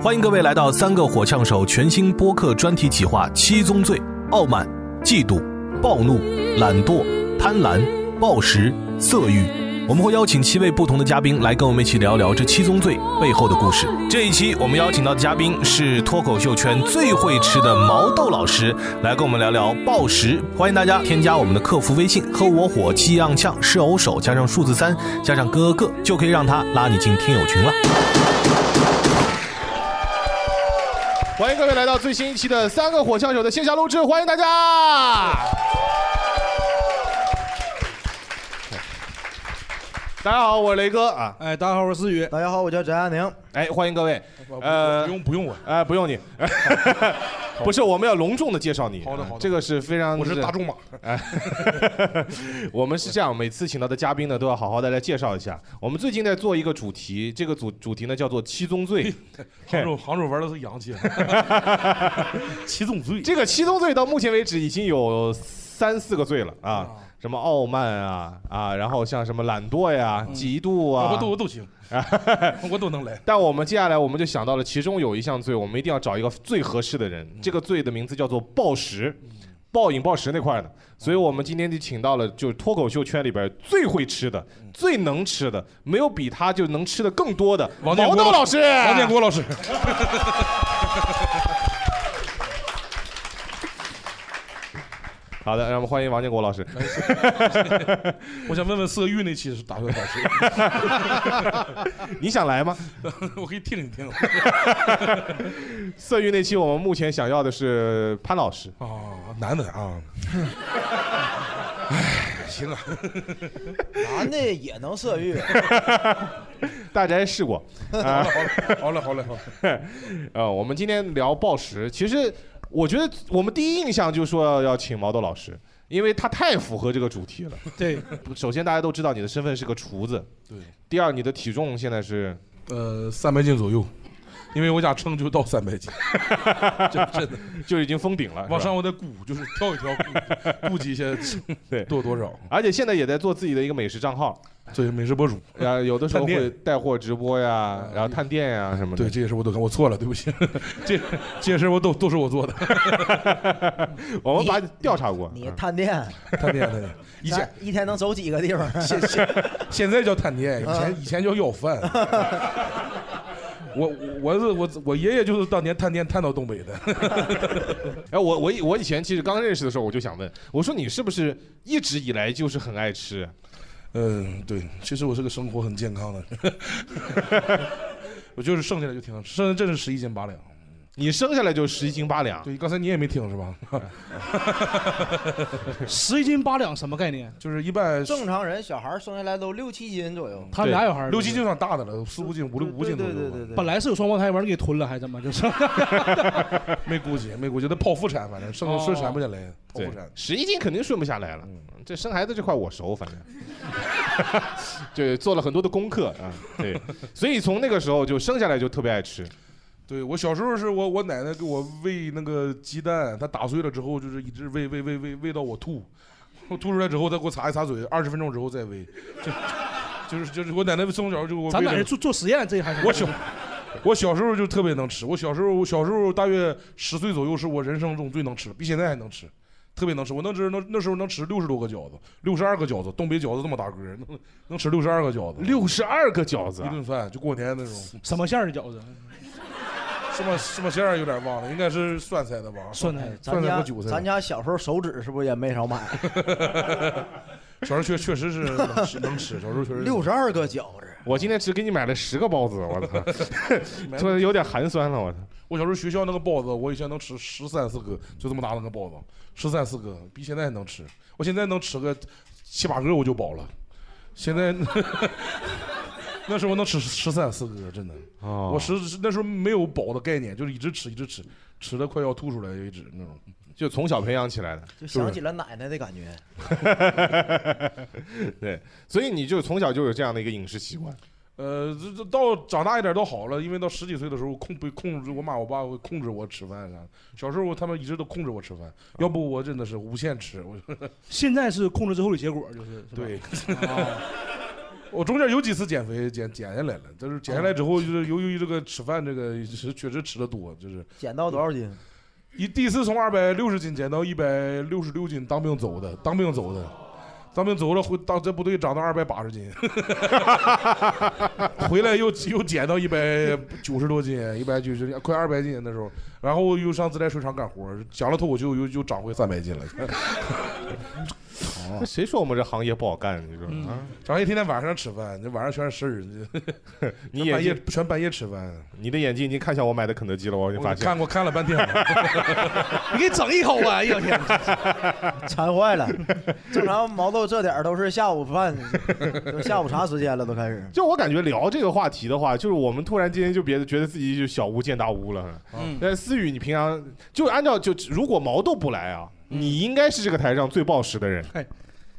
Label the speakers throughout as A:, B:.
A: 欢迎各位来到三个火枪手全新播客专题企划《七宗罪：傲慢、嫉妒、暴怒、懒惰、贪婪、暴食、色欲》。我们会邀请七位不同的嘉宾来跟我们一起聊聊这七宗罪背后的故事。这一期我们邀请到的嘉宾是脱口秀圈最会吃的毛豆老师，来跟我们聊聊暴食。欢迎大家添加我们的客服微信“和我火气样呛是偶手”，加上数字三，加上哥哥，就可以让他拉你进听友群了。
B: 欢迎各位来到最新一期的《三个火枪手》的线下录制，欢迎大家！大家好，我是雷哥啊！哎，大家好，我是思雨。大家好，我叫翟亚宁。哎，欢迎各位。呃，不用不用我，哎，不 用你，不是我们要隆重的介绍你。好的好的，这个是非常
C: 我是大众马。
B: 哎， 我们是这样，每次请到的嘉宾呢，都要好好的来介绍一下。我们最近在做一个主题，这个主主题呢叫做七宗罪。
C: 杭州杭州玩的是洋气，
B: 七宗罪，这个七宗罪到目前为止已经有三四个罪了啊，什么傲慢啊啊，然后像什么懒惰呀、嫉妒啊，
C: 我都我都行，
B: 哎
C: 我都能来。
B: 但我们接下来我们就想到了，其中有一项罪，我们一定要找一个最合适的人。这个罪的名字叫做暴食，暴饮暴食那块儿的。所以我们今天就请到了，就是脱口秀圈里边最会吃的、最能吃的，没有比他就能吃的更多的毛
C: 王建国
B: 豆老师。
C: 王建国老师，
B: 好的，让我们欢迎王建国老师。
C: 我想问问色欲那期是打算干谁？
B: 你想来 吗？
C: 我可以听一 听。
B: 色欲那期，我们目前想要的是潘老师
C: 啊，男的啊。
B: 唉，
C: 行啊，
D: 男的也能色欲，
B: 大宅试过。啊
C: 好了好了好了，
B: 呃，我们今天聊暴食，其实我觉得我们第一印象就说要请毛豆老师，因为他太符合这个主题了。
C: 对，
B: 首先大家都知道你的身份是个厨子，
C: 对。
B: 第二，你的体重现在是
C: 呃，三百斤左右，因为我家称就到三 百斤，真真的
B: 就已经封顶了。
C: 往上
B: 我，
C: 我得鼓，就是挑一挑， 鼓估计一下
B: 对
C: 多多少。
B: 而且现在也在做自己的一个美食账 号，
C: 对，美食博主，
B: 然后有的时候
C: 探店嗯
B: 会带货直播呀，然后探店呀什么的
C: 对。这些事我都干，我错了，对不起， 这这些事我都都是我做的。
B: 我们把你调查 过，
D: 你探店，
C: 嗯探店探店，以前
D: 咱一天能走几个地方？啊
C: 现 现现在叫探店，以前以前叫要饭。我我是我我爷爷就是当年探店探到东北的，
B: 哎，我我以我以前其实刚认识的时候，我就想问，我说你是不是一直以来就是很爱吃？
C: 嗯，对，其实我是个生活很健康的， 我就是剩下来就挺能吃，剩下真是十一斤八两。
B: 你生下来就十一斤八两，
C: 对，刚才你也没听是吧？
E: 十一斤八两什么概念？
C: 就是一般
D: 正常人小孩生下来都六七斤左右，
E: 他们俩小孩儿
C: 六七斤算大的了，四五斤、五六五斤左
D: 对
C: 右吧。
D: 对对对
E: 本
D: 对，
E: 来是有双胞胎，完了给吞了，还怎么 就是？
C: 没估计，没估计，那剖腹产，反正生顺产不嗯下来，剖
B: 对
C: 腹产，。
B: 十一斤肯定顺不下来了。这生孩子这块我熟， 反正， 对，做了很多的功课啊。对，所以从那个时候就生下来就特别爱吃。
C: 对我小时候是我我奶奶给我喂那个鸡蛋，她打碎了之后就是一直喂喂喂喂喂到我吐，我吐出来之后再给我擦一擦嘴，二十分钟之后再喂，就就是就是我奶奶从小就给我
E: 咱
C: 喂
E: 们俩是
C: 了。
E: 做做实验，这还是
C: 我小我小时候就特别能吃，我小时候我小时候大约十岁左右是我人生中最能吃的，比现在还能吃，特别能吃。我能吃那那时候能吃六十多个饺子，六十二个饺子，东北饺子这么大个儿，能能吃六十二个饺子，
B: 六十二个饺子
C: 一
B: 啊，
C: 顿饭就过年那种。
E: 什么馅儿的饺子？
C: 什么什么馅儿有点忘了，应该是酸菜的吧？
E: 酸
D: 哎
E: 菜。
D: 咱
C: 算了
D: 家
C: 个韭菜
D: 咱家小时候手指是不是也没少买？
C: 小时候确确实是 能吃，能吃。小时候确实
D: 六十二个饺子，
B: 我今天只给你买了十个包子，我 操，
C: 买
B: 突然有点寒酸了，我操。
C: 我小时候学校那个包子，我以前能吃十三四个，就这么大那个包子，十三四个，比现在还能吃。我现在能吃个七八个我就饱了。现在 那时候能吃十三四个，真的。
B: 哦
C: 我十那时候没有饱的概念，就是一直吃一直吃，吃的快要吐出来为止那种。
B: 就从小培养起来的，
D: 就想起了奶奶的感觉。
B: 对，所以你就从小就有这样的一个饮食习惯。
C: 呃，这这到长大一点都好了，因为到十几岁的时候控被控制，我妈我爸会控制我吃饭啥的。小时候他们一直都控制我吃饭，要不我真的是无限吃。我
E: 现在是控制之后的结果，就是。是吧
C: 对，
E: 啊
C: 我中间有几次减肥减减下来了，但是减下来之后，就是由于这个吃饭这个是确实吃的多，就是
D: 减到多少斤？
C: 一第一次从二百六十斤减到一百六十六斤，当兵走的，当兵走的，当兵走了回当在部队长到二百八十斤， 回来又又减到一百九十多斤，一百九十快二百斤那时候，然后又上自来水厂干活，讲了脱口秀又又长回三百斤了。哦
B: 那哎谁说我们这行业不好干？你说
D: 嗯
B: 啊？
C: 长爷天天晚上吃饭，这晚上全是事儿，
B: 你
C: 半
B: 眼
C: 夜
B: 睛，
C: 全半夜吃饭。
B: 你的眼睛已经看向我买的肯德基了，我已经
C: 我
B: 发现。
C: 看我看了半天了，
E: 你给整一口啊！哎呦天，
D: 馋坏了。 正常毛豆这点儿都是下午饭，都下午茶时间了，都开始。
B: 就我感觉聊这个话题的话，就是我们突然之间就别觉得自己就小巫见大巫了。
C: 哦
E: 嗯，
B: 但是思雨，你平常就按照就如果毛豆不来啊，
D: 嗯
B: 你应该是这个台上最暴食的人。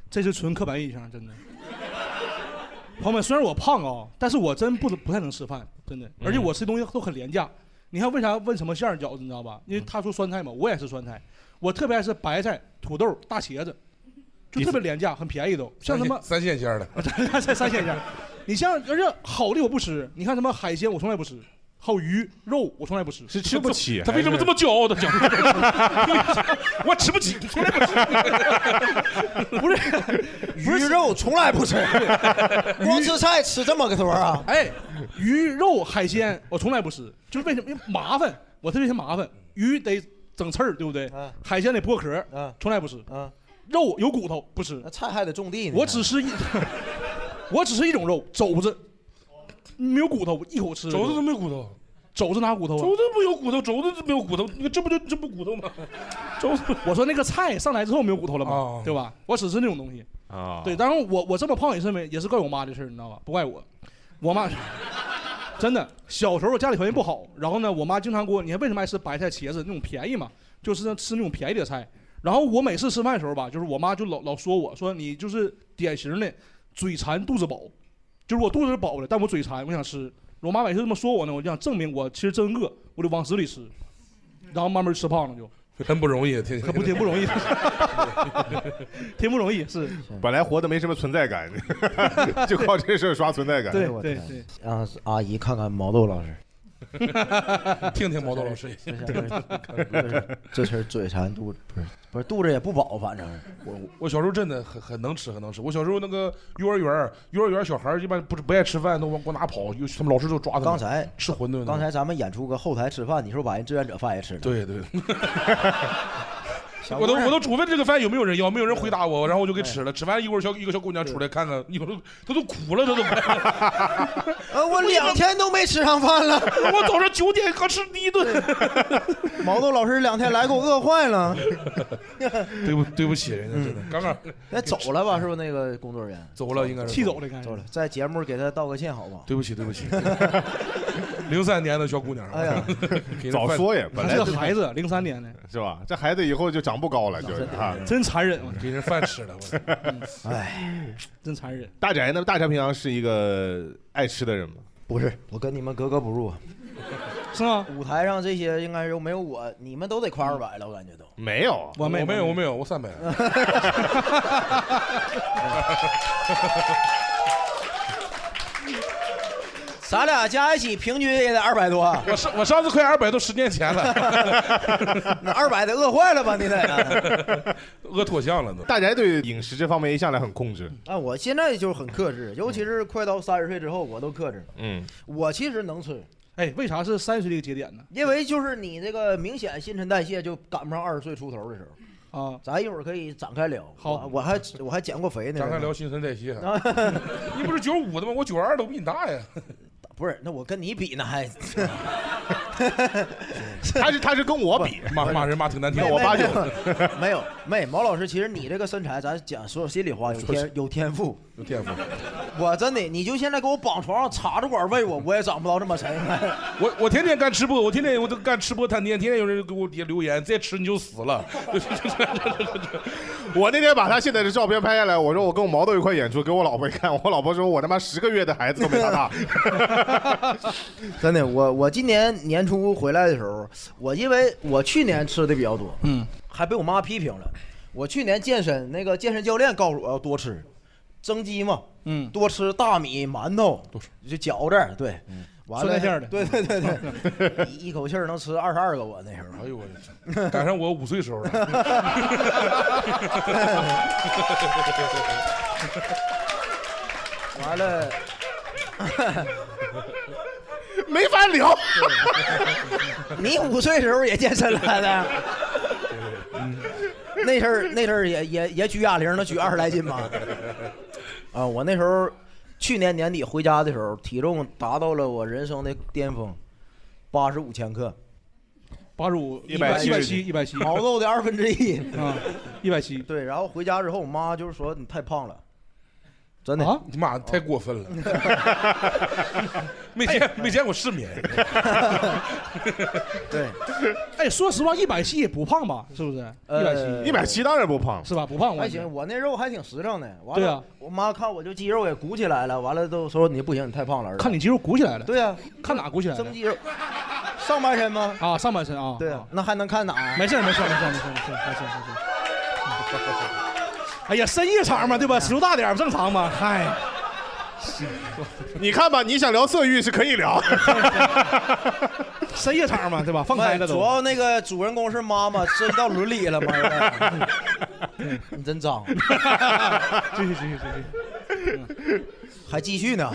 E: 这是纯刻板印象，真的。 朋友们，虽然我胖啊、但是我真不不太能吃饭，真的，嗯
C: 嗯
E: 而且我吃东西都很廉价。你看为啥问什么馅儿饺子，你知道吧？因为
C: 嗯
E: 他说酸菜嘛，我也是酸菜，我特别爱吃白菜、土豆、大茄子，就特别廉价，很便宜都。像什么
C: 三线线的，
E: 三三鲜虾，你像而且好的我不吃，你看什么海鲜我从来不吃，还有鱼肉我从来不吃，
B: 是吃不起，
C: 他为什么这
B: 么
C: 么骄傲 的讲？我吃不起，从来 不吃。
E: 不是
D: 鱼肉从来不吃， 光吃菜吃这么个多啊？
E: 哎，鱼肉海鲜我从来不吃，就是为什么？因为麻烦，我特别嫌麻烦，
D: 嗯
E: 鱼得整刺儿，对不对？
D: 啊
E: 海鲜得剥壳，
D: 啊
E: 从来不吃，
D: 啊，
E: 肉有骨头不吃
D: 那，菜还得种地呢。
E: 我只吃一， 我只吃一种肉，肘子。没有骨头，我一口吃了就。
C: 肘子都没有骨头，
E: 肘子哪有骨头啊？
C: 肘子不有骨头，肘子没有骨头，你看这不就这不骨头吗？ 肘子
E: 我说那个菜上来之后没有骨头了嘛，
C: 哦
E: 对吧？我只吃那种东西。
B: 啊？
E: 对，，当然我我这么胖也是因为也是怪我妈的事儿，你知道吧？不怪我，我妈 真的小时候我家里条件不好，然后呢，我妈经常给我，你看为什么爱吃白菜、茄子那种便宜嘛，就是吃那种便宜的菜。然后我每次吃饭的时候吧，就是我妈就老老说我说你就是典型的嘴馋肚子饱，就是我肚子是饱的，但我嘴馋，我想吃。我妈每次这么说我呢，我就想证明我其实真饿，我就往死里吃，然后慢慢吃胖了就，
C: 真不容易，啊天
E: 可不挺不容易， 挺不容易是，
B: 本来活的没什么存在 感，就靠这事儿刷存在感。
E: 对
D: 我
E: 对
D: 天
E: 对。
D: 让阿姨看看毛豆老师，
C: 听听毛豆老师。
D: 这下 这这词儿嘴馋肚子不是不是肚子也不饱，反正是
C: 我 我小时候真的很很能吃，很能吃。我小时候那个幼儿园，幼儿园小孩儿一般不是不爱吃饭，都往往哪跑，有他们老师就抓他们。
D: 刚才
C: 吃馄饨呢，
D: 刚才咱们演出搁后台吃饭，你是不是把人志愿者饭也吃了？
C: 对对，
D: 小
C: 我
D: 姑
C: 都
D: 娘，
C: 我都主问这个饭有没有人要，没有人回答我，然后我就给吃了。吃完一会儿小一个小姑娘出来看看，一会儿她都哭了，她都快。
D: 呃我两天都没吃上饭了。
C: 我早上九点刚吃第一顿，
D: 毛豆老师两天来给我饿坏 了，
C: 对不对不起人家，真的刚 刚
D: 那走了吧？是不是那个工作人员
C: 走了，应该是
E: 气走了，应该是
D: 走了？在节目给他道个歉好吗？
C: 对不起对不 起， 零三年的小姑娘，
D: 哎呀，
C: 给人
B: 早
C: 饭
B: 说呀，本
E: 他
B: 来
E: 是
B: 就
E: 个孩子，零三年的，
B: 是吧？这孩子以后就长不高了，就是啊。
E: 真残忍，
C: 给人饭吃了，我
D: 哎，
E: 真残忍。
B: 大宅呢？大宅平常是一个爱吃的人吗？
D: 不是，我跟你们格格不入。啊
E: 是吗？
D: 舞台上这些应该是没有我，你们都得快二百了，我感觉都。
B: 没有，
E: 我没
C: 我没有我没有我三百，
D: 咱俩加一起 平均也得二百多，
C: 我上我上次快二百都十年前了，
D: 那二百得饿坏了吧？你得。
C: 饿脱相了都。
B: 大宅对饮食这方面一向来很控制。
D: 啊，我现在就是很克制，尤其是快到三十岁之后，我都克制了。
B: 嗯，
D: 我其实能吃，
E: 哎，为啥是三十岁这个节点呢？
D: 因为就是你这个明显新陈代谢就赶不上二十岁出头的时候。
E: 啊，
D: 咱一会儿可以展开聊。
E: 好
D: 我我还我还减过肥呢。
C: 展开聊新陈代谢，啊
D: 啊
C: 你不是九五的吗？我九二都比你大呀。
D: 不是，那我跟你比呢还。
B: 他是 他是跟我比，
C: 骂骂人骂挺难听
D: 没
C: 的，
B: 我
D: 没
B: 八
D: 没
B: 九
D: 有 没有没毛老师，其实你这个身材，咱讲说心里话，有天有 天赋。
C: 有天赋。
D: 我真的，你就现在给我绑床上插着管喂我，我也长不到这么沉。
C: 我我天天干吃播，我天天我都干吃播探店，天天有人给我底下留言，再吃你就死了。
B: 我那天把他现在的照片拍下来，我说我跟我毛豆一块演出，给我老婆一看，我老婆说我他妈十个月的孩子都没他大。
D: 真的，我我今年年初回来的时候，我因为我去年吃的比较多，
E: 嗯，
D: 还被我妈批评了。我去年健身，那个健身教练告诉我要多吃，蒸鸡嘛，
E: 嗯，
D: 多吃大米、馒头，就饺子，对，
C: 嗯
D: 完
E: 酸
D: 了
E: 菜馅儿的
D: 对对对对， 一一口气儿能吃二十二个，我那时候，
C: 哎呦我去，赶上我五岁时候了。
D: 完了，
B: 没法 聊。
D: 你五岁时候也健身了呢？那阵儿那阵儿也也也举哑铃，能举二十来斤吧？啊，我那时候去年年底回家的时候，体重达到了我人生的巅峰，八十五千克，
E: 八十五
B: 一百
E: 一百七一百七
D: 毛豆的二分之一。
E: 啊，一百七
D: 对，然后回家之后，我妈就是说你太 胖了，真的。
E: 啊，
C: 你妈太过分了，没
D: 哎
C: 见没见过世面，
D: 对，
E: 哎，说实话，一百七也不胖吧？是不是？一百七
D: 呃
B: 一百七当然不
C: 啊
B: 胖，
E: 是吧？不胖，
D: 还
E: 我觉得
D: 行，我那肉还挺实诚的。完
E: 对
D: 了，
E: 啊
D: 我妈看我就肌肉也鼓起来了，完了都说你不行，你太胖了。儿子
E: 看你肌肉鼓起来了，
D: 对呀、
E: 看哪鼓起来
D: 增
E: 了？
D: 肌肉，上半身吗？
E: 啊，上半身啊，
D: 对呀、
E: 啊
D: 那还能看哪？
E: 没事儿没事儿没事儿没事儿没事儿没事儿没事儿。哎呀，深夜场嘛，对吧？尺度大点儿不正常吗？嗨，
B: 你看吧，你想聊色欲是可以聊。
E: 深夜场嘛，对吧？放开了
D: 主
E: 都。
D: 要那个主人公是妈 妈，涉及到伦理了吗？儿子你真脏，
E: 继续继续继续。
D: 嗯还继续呢？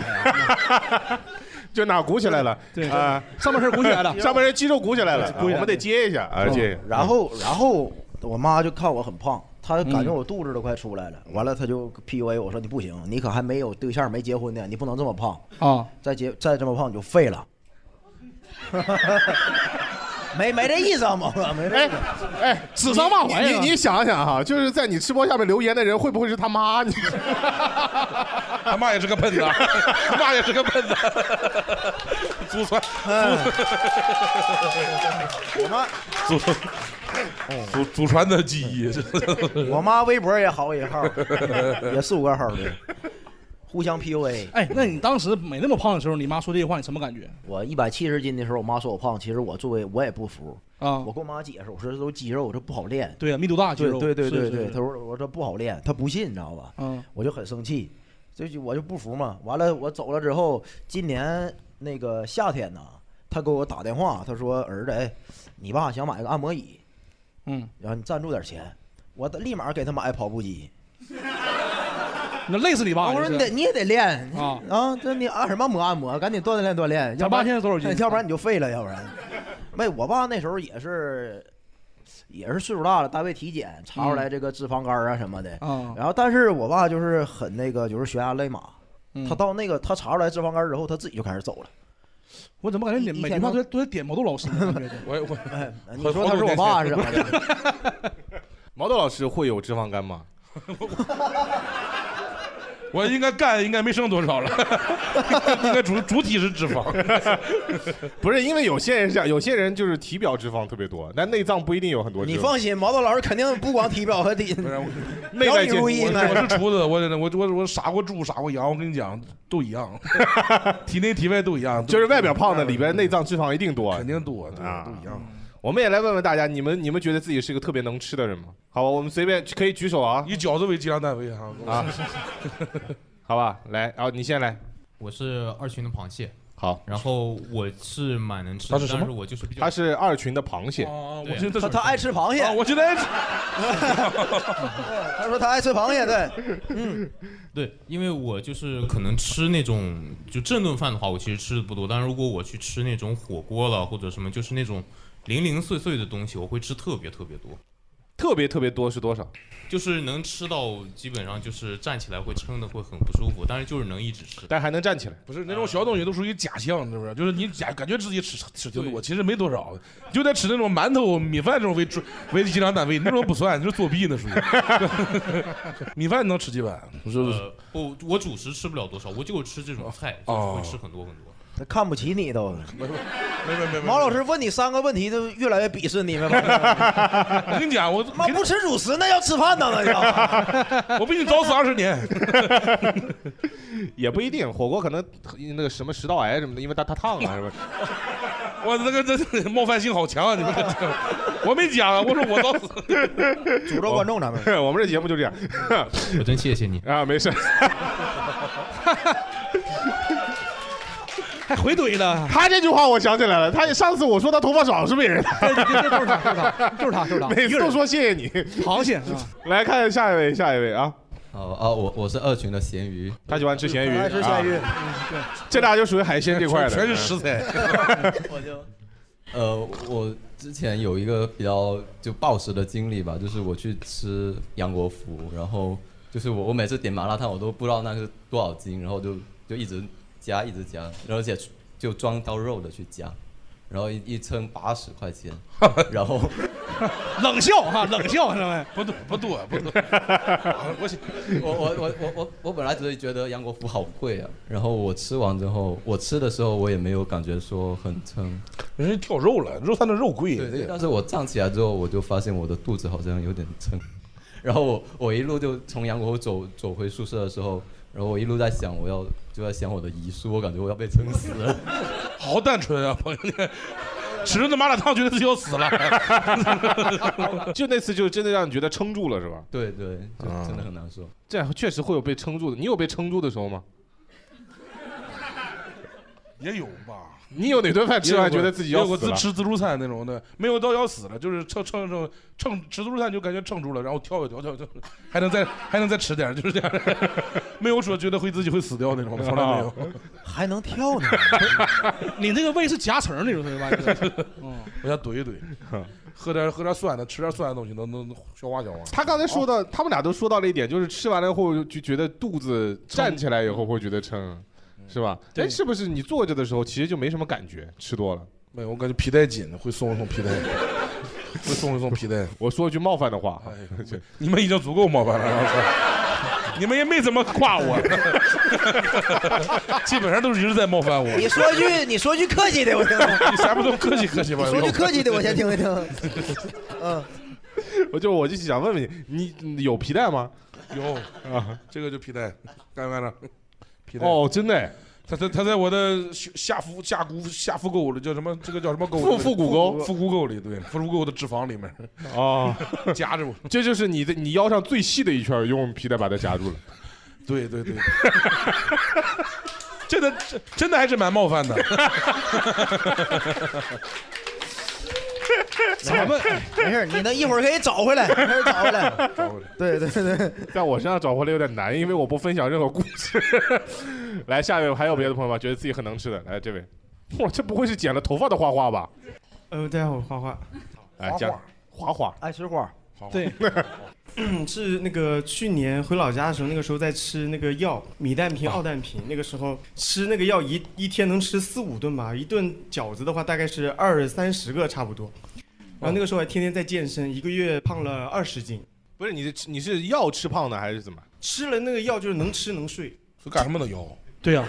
B: 就哪鼓起来了？
E: 对
B: 啊，
E: 上半身鼓起来了，
B: 上半身肌肉鼓起来了，啊
E: 鼓起
B: 我
E: 来嗯
B: 们得接一下啊，接。
D: 嗯然后，然后我妈就看我很胖，她感觉我肚子都快出来了。
B: 嗯
D: 完了，她就 PUA 我说你不行，你可还没有对象，没结婚呢，你不能这么胖，
E: 啊，
D: 再结再这么胖你就废了。 没没这意思啊，毛哥，没啊这
B: 哎
D: 意思。
B: 哎，
E: 指桑骂槐
B: 你
E: 啊
B: 你你想想哈，就是在你直播下面留言的人，会不会是他妈？你
C: 他妈也是个笨蛋，他妈也是 个笨蛋，祖传
D: 我妈
C: 祖祖祖传的记忆，这
D: 哦我妈微博也好一 号，也四五个号的，互相 PUA。
E: 哎，那你当时没那么胖的时候，你妈说这些话，你什么感觉
D: 我一百七十斤的时候，我妈说我胖，其实我作为我也不服。
E: 啊
D: 我？跟我妈解释，我说这都肌肉，这不好练。
E: 对啊，密度大肌
D: 对
E: 肉，
D: 对对对
E: 是
D: 对，
E: 是
D: 她说我说不好练，她不信，你知道吧？
E: 嗯，
D: 我就很生气，这就我就不服嘛。完了，我走了之后，今年那个夏天呢，她给我打电话，她说儿子，哎，你爸想买个按摩椅，
E: 嗯，
D: 然后你赞助点钱，我立马给他买跑步机。
E: 那累死你爸
D: 我
E: 了。这是
D: 说你得你也得练
E: 啊
D: 啊！这你按什么摩按摩，赶紧锻炼锻炼。
E: 咱
D: 要不
E: 爸
D: 然
E: 现在多少斤
D: 要不然你就废了，要不然。没，我爸那时候也是，也是岁数大了，单位体检查出来这个脂肪肝啊什么的。
E: 嗯啊，
D: 然后，但是我爸就是很那个，就是悬崖勒马。
E: 嗯
D: 他到那个他查出来脂肪肝之后，他自己就开始走了。
E: 我怎么感觉
D: 一
E: 你
D: 一
E: 每句
D: 天
E: 话
D: 能
E: 都在都在点毛豆老师呢？感觉
C: 我我
D: 哎， 你
C: 很
D: 说
C: 很
D: 他是
C: 有
D: 我
C: 年
D: 爸
C: 轻
D: 是怎么的？
B: 毛豆老师会有脂肪 肝吗？
C: 我应该干应该没剩多 少了，应该主主体是脂肪，
B: 不是，因为有些人是这样，有些人就是体表脂肪特别多，但内脏不一定有很多脂肪。
D: 你放心，毛豆老师肯定不光体表和体，
C: 不 然我
B: 内在
D: 表里如一
B: 健
D: 呢
B: 康
C: 我是厨子，我我我我杀过猪，杀过羊，我跟你讲都一 样，体内体外都一样，
B: 就是外表胖的，里边内脏脂肪一定多。
C: 肯定多，对
B: 啊
C: 都一样。
B: 我们也来问问大家，你们你们觉得自己是个特别能吃的人吗？好吧，我们随便可以举手啊，
C: 以饺子为计量单位哈，
B: 啊，好吧，来，啊，你先来，
F: 我是二群的螃蟹，
B: 好，
F: 然后我是蛮能吃
C: 他是，
F: 的
C: 什么
F: 但是我就是比较
B: 他是二群的螃蟹，
C: 啊，
F: 对
C: 我现在
D: 他他爱吃螃蟹
C: 啊，。我现在
D: 他说他爱吃螃蟹，对，
F: 对，因为我就是可能吃那种就正顿饭的话，我其实吃的不多，但是如果我去吃那种火锅了或者什么，就是那种零零碎碎的东西，我会吃特别特别多，
B: 特别特别多是多少？
F: 就是能吃到基本上就是站起来会撑的会很不舒服，但是就是能一直吃。
B: 但还能站起来。
C: 不是那种小东西都属于假象，是不是？就是你假感觉自己吃吃挺多，其实没多少，你就在吃那种馒头、米饭这种为主为计量单位，那种不算，就是作弊那属 于。米饭能吃几碗？就是
F: 呃，不，我主食吃不了多少，我就吃这种菜，就是
C: 哦
F: 会吃很多很多。
D: 他看不起你都。
C: 没没没没。
D: 毛老师问你三个问题，就越来越鄙视你们吧。
C: 我跟你讲， 我
D: 妈不吃主食，那要吃饭呢，那叫。
C: 我比你早死二十年。
B: 也不一定，火锅可能那个什么食道 癌什么的，因为它它烫啊，是不是？
C: 我那个这冒犯性好强啊！你们这 我没讲啊，我说我到死。
D: 诅咒观众咱们。
B: 我们这节目就这样。
F: 我真谢谢你。
B: 啊，没事。
E: 还回怼了，
B: 他这句话我想起来了，他上次我说他头发少是被人
E: 这哎这这就是他，就是他，就是他，就是他，
B: 每次都说谢谢你。
E: 螃蟹是吧？
B: 来看下一位，下一位啊，
G: 哦哦，我我是二群的咸鱼，
B: 他喜欢吃咸鱼，
D: 爱吃咸鱼，
B: 啊，
E: 嗯
B: 这俩就属于海鲜这块的，嗯
C: 全是 食材。
D: 我就
G: 呃，我之前有一个比较就暴食的经历吧，就是我去吃杨国福，然后就是我我每次点麻辣烫，我都不知道那是多少斤，然后就就一直加一直加，而且就装到肉的去加，然后一一称八十块钱，然后
E: 冷笑哈，冷笑，兄弟们，
C: 不对，不对，不对。我想
G: 我 我我我我我本来只是觉得杨国福好贵啊，然后我吃完之后，我吃的时候我也没有感觉说很撑，
C: 人家跳肉了，肉摊的肉贵。
G: 对，但是我站起来之后，我就发现我的肚子好像有点撑， 然后我我一路就从杨国走走回宿舍的时候，然后我一路在想，我要就在想我的遗书，我感觉我要被撑死了。
C: 好单纯啊，朋友们，吃了那麻辣烫觉得自己要死了。
B: 就那次就真的让你觉得撑住了是吧？
G: 对对，就真的很难受。
B: 这样确实会有被撑住的。你有被撑住的时候吗？
C: 也有吧，
B: 你有哪顿饭吃完觉得自己
C: 也
B: 要
C: 有过
B: 死
C: 自
B: 了？
C: 吃自助餐那种的，没有到要死了，就是撑撑撑撑吃自助餐就感觉撑住了，然后跳一跳 跳跳，还能再还能再吃点，就是这样， 没有说觉得会自己会死掉那种，从来没 有。
D: 还能 跳呢，
E: 你这个胃是夹层那种对 吧？嗯，
C: 我想怼一怼，喝点喝点酸的，吃点酸的东西能能消化消化。
B: 他刚才说到，他们俩都说到了一点，就是吃完了后就觉得肚子站起来以后会觉得撑，
G: 嗯
B: 是吧？
E: 对
B: 哎，是不是你坐着的时候其实就没什么感觉，吃多了？
C: 没有，我感觉皮带紧，会松一松皮带，会松一松皮带。
B: 我说一句冒犯的话，
C: 哎呦，你们已经足够冒犯 了，你们也没怎么夸我，基本上都是一直在冒犯我。
D: 你说句你说句客气的，我听听。
C: 你啥不都客气客气吧？
D: 说句客气的，我先听一听。嗯，
B: 我就我就想问问你，你有皮带吗？
C: 有
B: 啊
C: 啊， 这个就皮带，看没看着？皮带，
B: 哦，真的哎，
C: 他他他在我的下下腹下骨下腹沟里叫什么？这个叫什么沟？
B: 腹腹股沟
C: 腹股沟里，对，腹股沟的脂肪里面
B: 哦，
C: 夹着我。
B: 这就是你的你腰上最细的一圈，用皮带把它夹住了。
C: 对对对，真的真真的还是蛮冒犯的。
E: 咱们
D: 没事，你能一会儿可以找回来，一会儿找回来。
C: 找回来
D: 对对 对，
B: 在我身上找回来有点难，因为我不分享任何故事。 来，下一位还有别的朋友吗？觉得自己很能吃的，来这位，哇，这不会是剪了头发的花花吧？
H: 呃，大家好，我是 花花。
B: 来，
C: 花
B: 讲
C: 花
B: 花花，
D: 爱吃哎花，
H: 对，嗯是那个去年回老家的时候，那个时候在吃那个药，米氮平、奥氮平。那个时候吃那个药一一天能吃四五顿吧，一顿饺子的话大概是二三十个差不多。然后那个时候还天天在健身，一个月胖了二十斤。
B: 不是你是你是要吃胖的还是怎么？
H: 吃了那个药就是能吃能睡，
C: 说干什么的 药？
E: 对呀，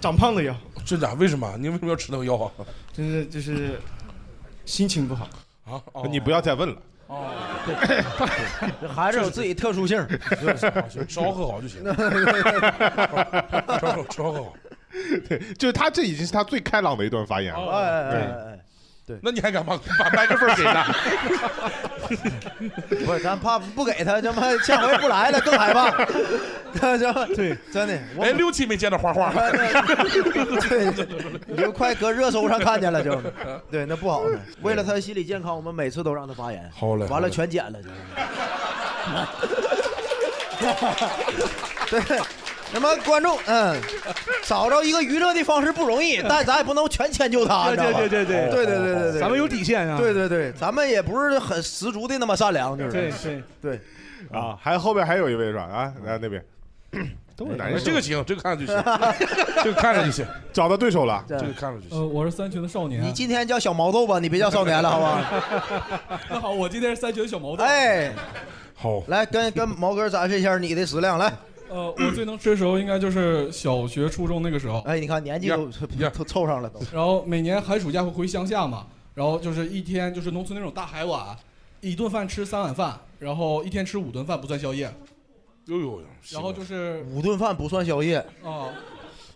H: 长胖的药，
C: 真啊假？为什么？你为什么要吃那个药啊？
H: 真的就是心情不好。
C: 啊，
B: 哦你不要再问了。
D: 这孩子有自己特殊性。
C: 烧喝好 就行，烧 喝烧喝好。
B: 就是他这已经是他最开朗的一段发言了。
D: 哎哎哎
C: 哦那你还敢把把麦克风给他？
D: 哎，不是，咱怕不给他，他妈下回不来了更害怕。对，真的，我哎
C: 哎，六期没见到 花花了。
D: 对，你就快搁热搜上看见了，就， 对，那不好呢。为了他的心理健康，我们每次都让他发言。
C: 好嘞
D: 完
C: 好
D: 了
C: 嘞
D: 全剪了，就是。 对，那么观众，嗯，找着一个娱乐的方式不 容易，但咱也不能全迁就他，你
E: 对对
D: 知道吧
E: 对对对
D: 对对对对对，
E: 咱们有底线啊。
D: 对对对，咱们也不是很十足的那么善良，就是
E: 对对，
D: 对，
B: 啊，还后边还有一位是吧？啊，
D: 嗯
B: 来那边都是男人，
C: 这个行，这个看着就行，
D: 哎
C: 这个看着就行，
B: 找到对手了。
C: 这个
D: 对
C: 看着就行。
I: 呃，我是三群的少年
D: 你。今天叫小毛豆吧，你别叫少年了，好吧？
I: 那好，我今天是三群的小毛豆。
D: 哎，
C: 好，
D: 来跟跟毛哥展示一下你的食量，来，
I: 呃，我最能吃的时候应该就是小学、初中那个时候。
D: 哎，你看年纪都
C: 呀
D: 都凑上了都。
I: 然后每年寒暑假会回乡下嘛，然后就是一天就是农村那种大海碗，一顿饭吃三碗饭，然后一天吃五顿饭不算宵夜，
C: 呦呦，
I: 然后就是
D: 五顿饭不算宵夜，
I: 啊、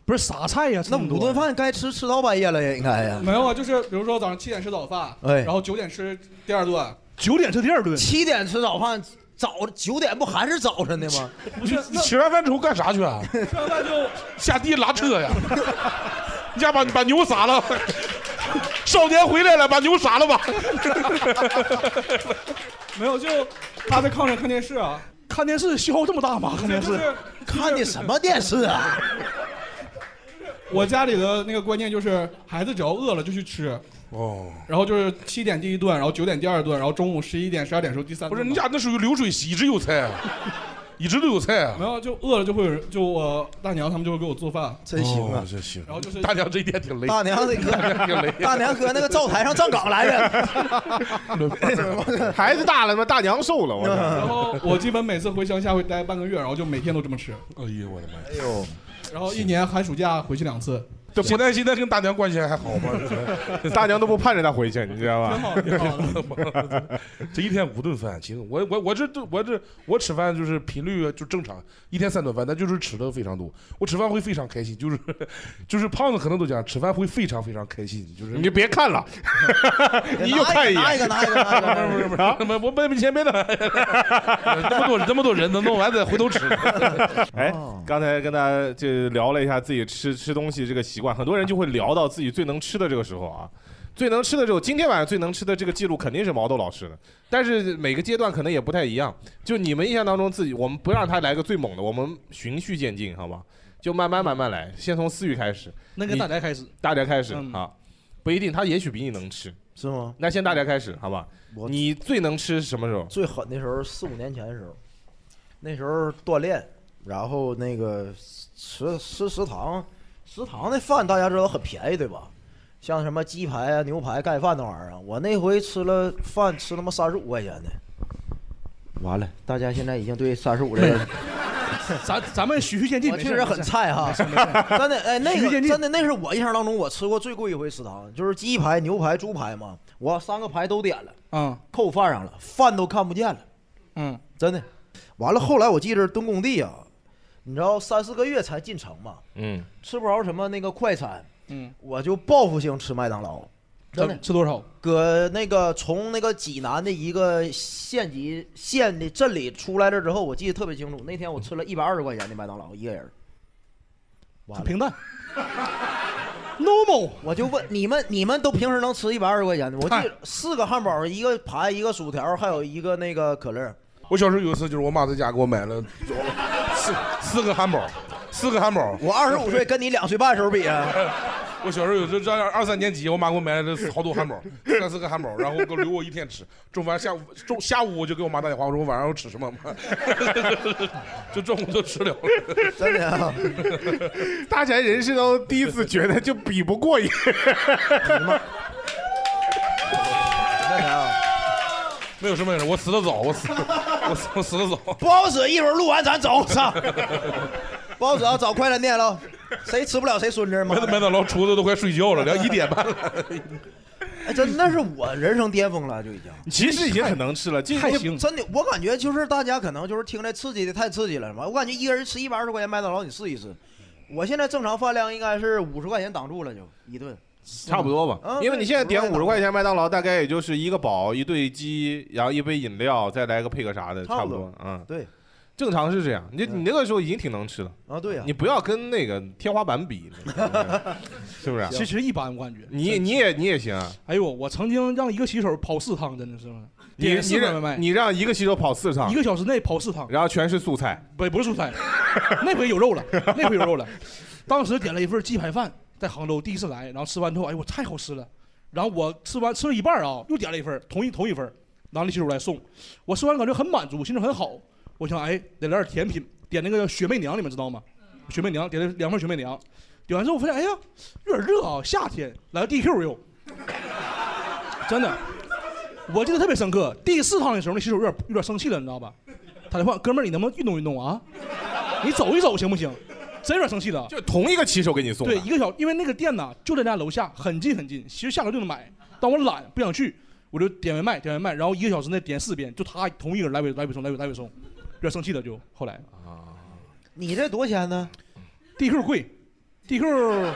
D: 不
E: 不是啥菜呀？
D: 那五顿饭该吃吃到半夜了呀，应该呀。
I: 没有啊，就是比如说早上七点吃早饭，
D: 哎
I: 然后九点吃第二顿，
E: 九点吃第二顿，
D: 七点吃早饭，早九点不还是早晨的吗？
I: 不是
C: 你吃完饭之后干啥去啊？
I: 吃完饭就
C: 下地拉车呀？你家把把牛杀了，少年回来了，把牛杀了吧。
I: 没有，就趴在炕上看电视啊，
E: 看电视消耗这么大吗？看电
I: 就
E: 视
I: 是
D: 看的什么电视啊？
I: 我家里的那个观念就是，孩子只要饿了就去吃，
C: 哦，
I: 然后就是七点第一顿，然后九点第二顿，然后中午十一点、十二点时候第三
C: 不
I: 顿。
C: 是你家那属于流水席，一直有菜啊，一直都有菜啊
I: 没。有，就饿了就会有人，就我大娘他们就会给我做饭，
D: 真行啊
C: 哦！真行。
I: 然后就是
C: 大娘这一天挺累，
D: 大娘 这个
C: 挺累。
D: 大娘搁那个灶台上站岗
C: 哎
D: 来 着，
B: 孩子大了嘛，大娘瘦
D: 嗯
B: 了，我操
I: 然后我基本每次回乡下会待半个月，然后就每天都这么吃，
C: 哎呦我的妈！
D: 哎呦，
I: 然后一年寒暑假回去两次，
C: 这现在现在跟大娘关系还好吗？
B: 大娘都不盼着他回去，你知道
I: 挺
B: 吧？
I: 好挺好的。
C: 这一天五顿饭，其实我我我这我这我吃饭就是频率就正常，一天三顿饭，但就是吃的非常多。我吃饭会非常开心，就是 就是胖子可能都讲吃饭会非常非常开心，就是
B: 你就别看了，你又看一
D: 拿
B: 眼
D: 一。个拿一个拿一个拿一个，
C: 他 妈我背面前面的那么多人那么多人能弄完再回头吃。
B: 哎
D: 哦，
B: 刚才跟大家就聊了一下自己吃吃东西这个习惯，很多人就会聊到自己最能吃的这个时候啊，最能吃的时候，今天晚上最能吃的这个记录肯定是毛豆老师的，但是每个阶段可能也不太一样。就你们印象当中自己，我们不让他来个最猛的，我们循序渐进，好吧？就慢慢慢慢来，先从思雨开始，
E: 那个大宅开始，
B: 大家开始
E: 嗯
B: 啊，不一定，他也许比你能吃，
D: 是吗？
B: 那先大家开始，好吧？
D: 哦我
B: 你最能吃是什么时 候？
D: 最狠的时候四五年前的时候，那时候锻炼，然后那个吃吃食堂，食堂的饭大家知道很便宜对吧？像什么鸡排啊、牛排、盖饭那玩意儿啊，我那回吃了饭吃他妈三十五块钱的。 完了，大家现在已经对三十五 这个，
E: 咱咱们循序渐进，
D: 我
E: 没
D: 确
E: 事
D: 实
E: 儿
D: 很菜
E: 啊
D: 哈，
I: 啊
D: 真的，哎，那
E: 循序
D: 个
E: 渐进
D: 真的，那是我印象当中我吃过最贵一回食堂，就是鸡排、牛排、猪排嘛，我三个排都点了，
E: 啊
D: 扣饭上了，饭都看不见了。
E: 嗯，
D: 真的。完了，后来我记着蹲工地啊，你知道三四个月才进城嘛，
B: 嗯，
D: 吃不着什么那个快餐，
E: 嗯，
D: 我就报复性吃麦当劳，真的
E: 吃。吃多少？
D: 搁那个从那个济南的一个县级县的镇里出来了之后，我记得特别清楚，那天我吃了一百二十块钱的麦当劳一个人儿，完
E: 很
D: 了。
E: 平淡 ，normal。
D: 我就问你们，你们都平时能吃一百二十块钱的？我记得四个汉堡，一个排，一个薯条，还有一个那个可乐。
C: 我小时候有一次，就是我妈在家给我买了 四四个汉堡，四个汉堡。
D: 我二十五岁，跟你两岁半时候 比啊，
C: 我小时候有时候上二三年级，我妈给我买了这好多汉堡，三四个汉堡，然后给我留我一天吃。中午饭下午中下午我就给我妈打电话，我说我晚上要吃什么，妈就中午就吃了。
D: 真的、啊。
B: 大宅人生当中第一次觉得就比不过一个
D: 那啥。啊
C: 没有什么事，我死的早，我死 我死我死的早。
D: 不好使，一会儿录完咱走，上。不好使啊，找快餐店了，谁吃不了谁孙子嘛
C: 麦。当麦当劳厨子都快睡觉了， 聊一点半了。
D: 哎，真那是我人生巅峰了，就已 经。
B: 其实已经很能吃了，这
E: 太行，
D: 真的，我感觉就是大家可能就是听着刺激的太刺激了嘛。我感觉一个人吃一百二十块钱麦当劳，你试一试。我现在正常饭量应该是五十块钱挡住了就，一顿。
B: 差不多吧，
D: 嗯
B: 因为你现在点
D: 对
B: 五十块钱麦当劳，大概也就是一个堡、一对鸡，然后一杯饮料，再来个配个啥的，
D: 差
B: 差
D: 不
B: 不
D: 多
B: 多。嗯，
D: 对，
B: 正常是这样。你你那个时候已经挺能吃了，
D: 啊对呀、
B: 你不要跟那个天花板比，你知道 吗是不是？啊
E: 其实一般，我感觉。
B: 你你也你也行啊，
E: 哎呦，我曾经让一个洗手跑四趟，真的是吗？
B: 你
E: 点
B: 你
E: 四份外卖
B: 让，你啊让一个洗手跑四趟
E: 一，个小时内跑四趟，
B: 然后全是素菜，
E: 不不是蔬菜，那回有肉了，那回有肉了。当时点了一份鸡排饭，在杭州第一次来，然后吃完之后，哎呦，我太好吃了。然后我吃完吃了一半儿啊，又点了一份儿，同一同一份儿，拿了洗手来送。我吃完感觉很满足，心情很好。我想，哎，得来点甜品，点那个雪媚娘，你们知道吗？雪媚娘点了两份雪媚娘，点完之后我发现，哎呀，有点热啊，夏天来个 DQ 又，真的，我记得特别深刻。第四趟的时候，那洗手有点有点生气了，你知道吧？打电话，哥们儿，你能不能运动运动啊？你走一走行不行？真有点生气了。
B: 就同一个骑手给你送的。
E: 对，一个小，因为那个店呢就在家楼下，很近很近，其实下楼就能买，但我懒不想去，我就点外卖，点外卖，然后一个小时内点四遍，就他同一个人来回来回送，来回来回送，有点生气了就后来
D: 你这多少钱呢？
E: DQ 贵 DQ，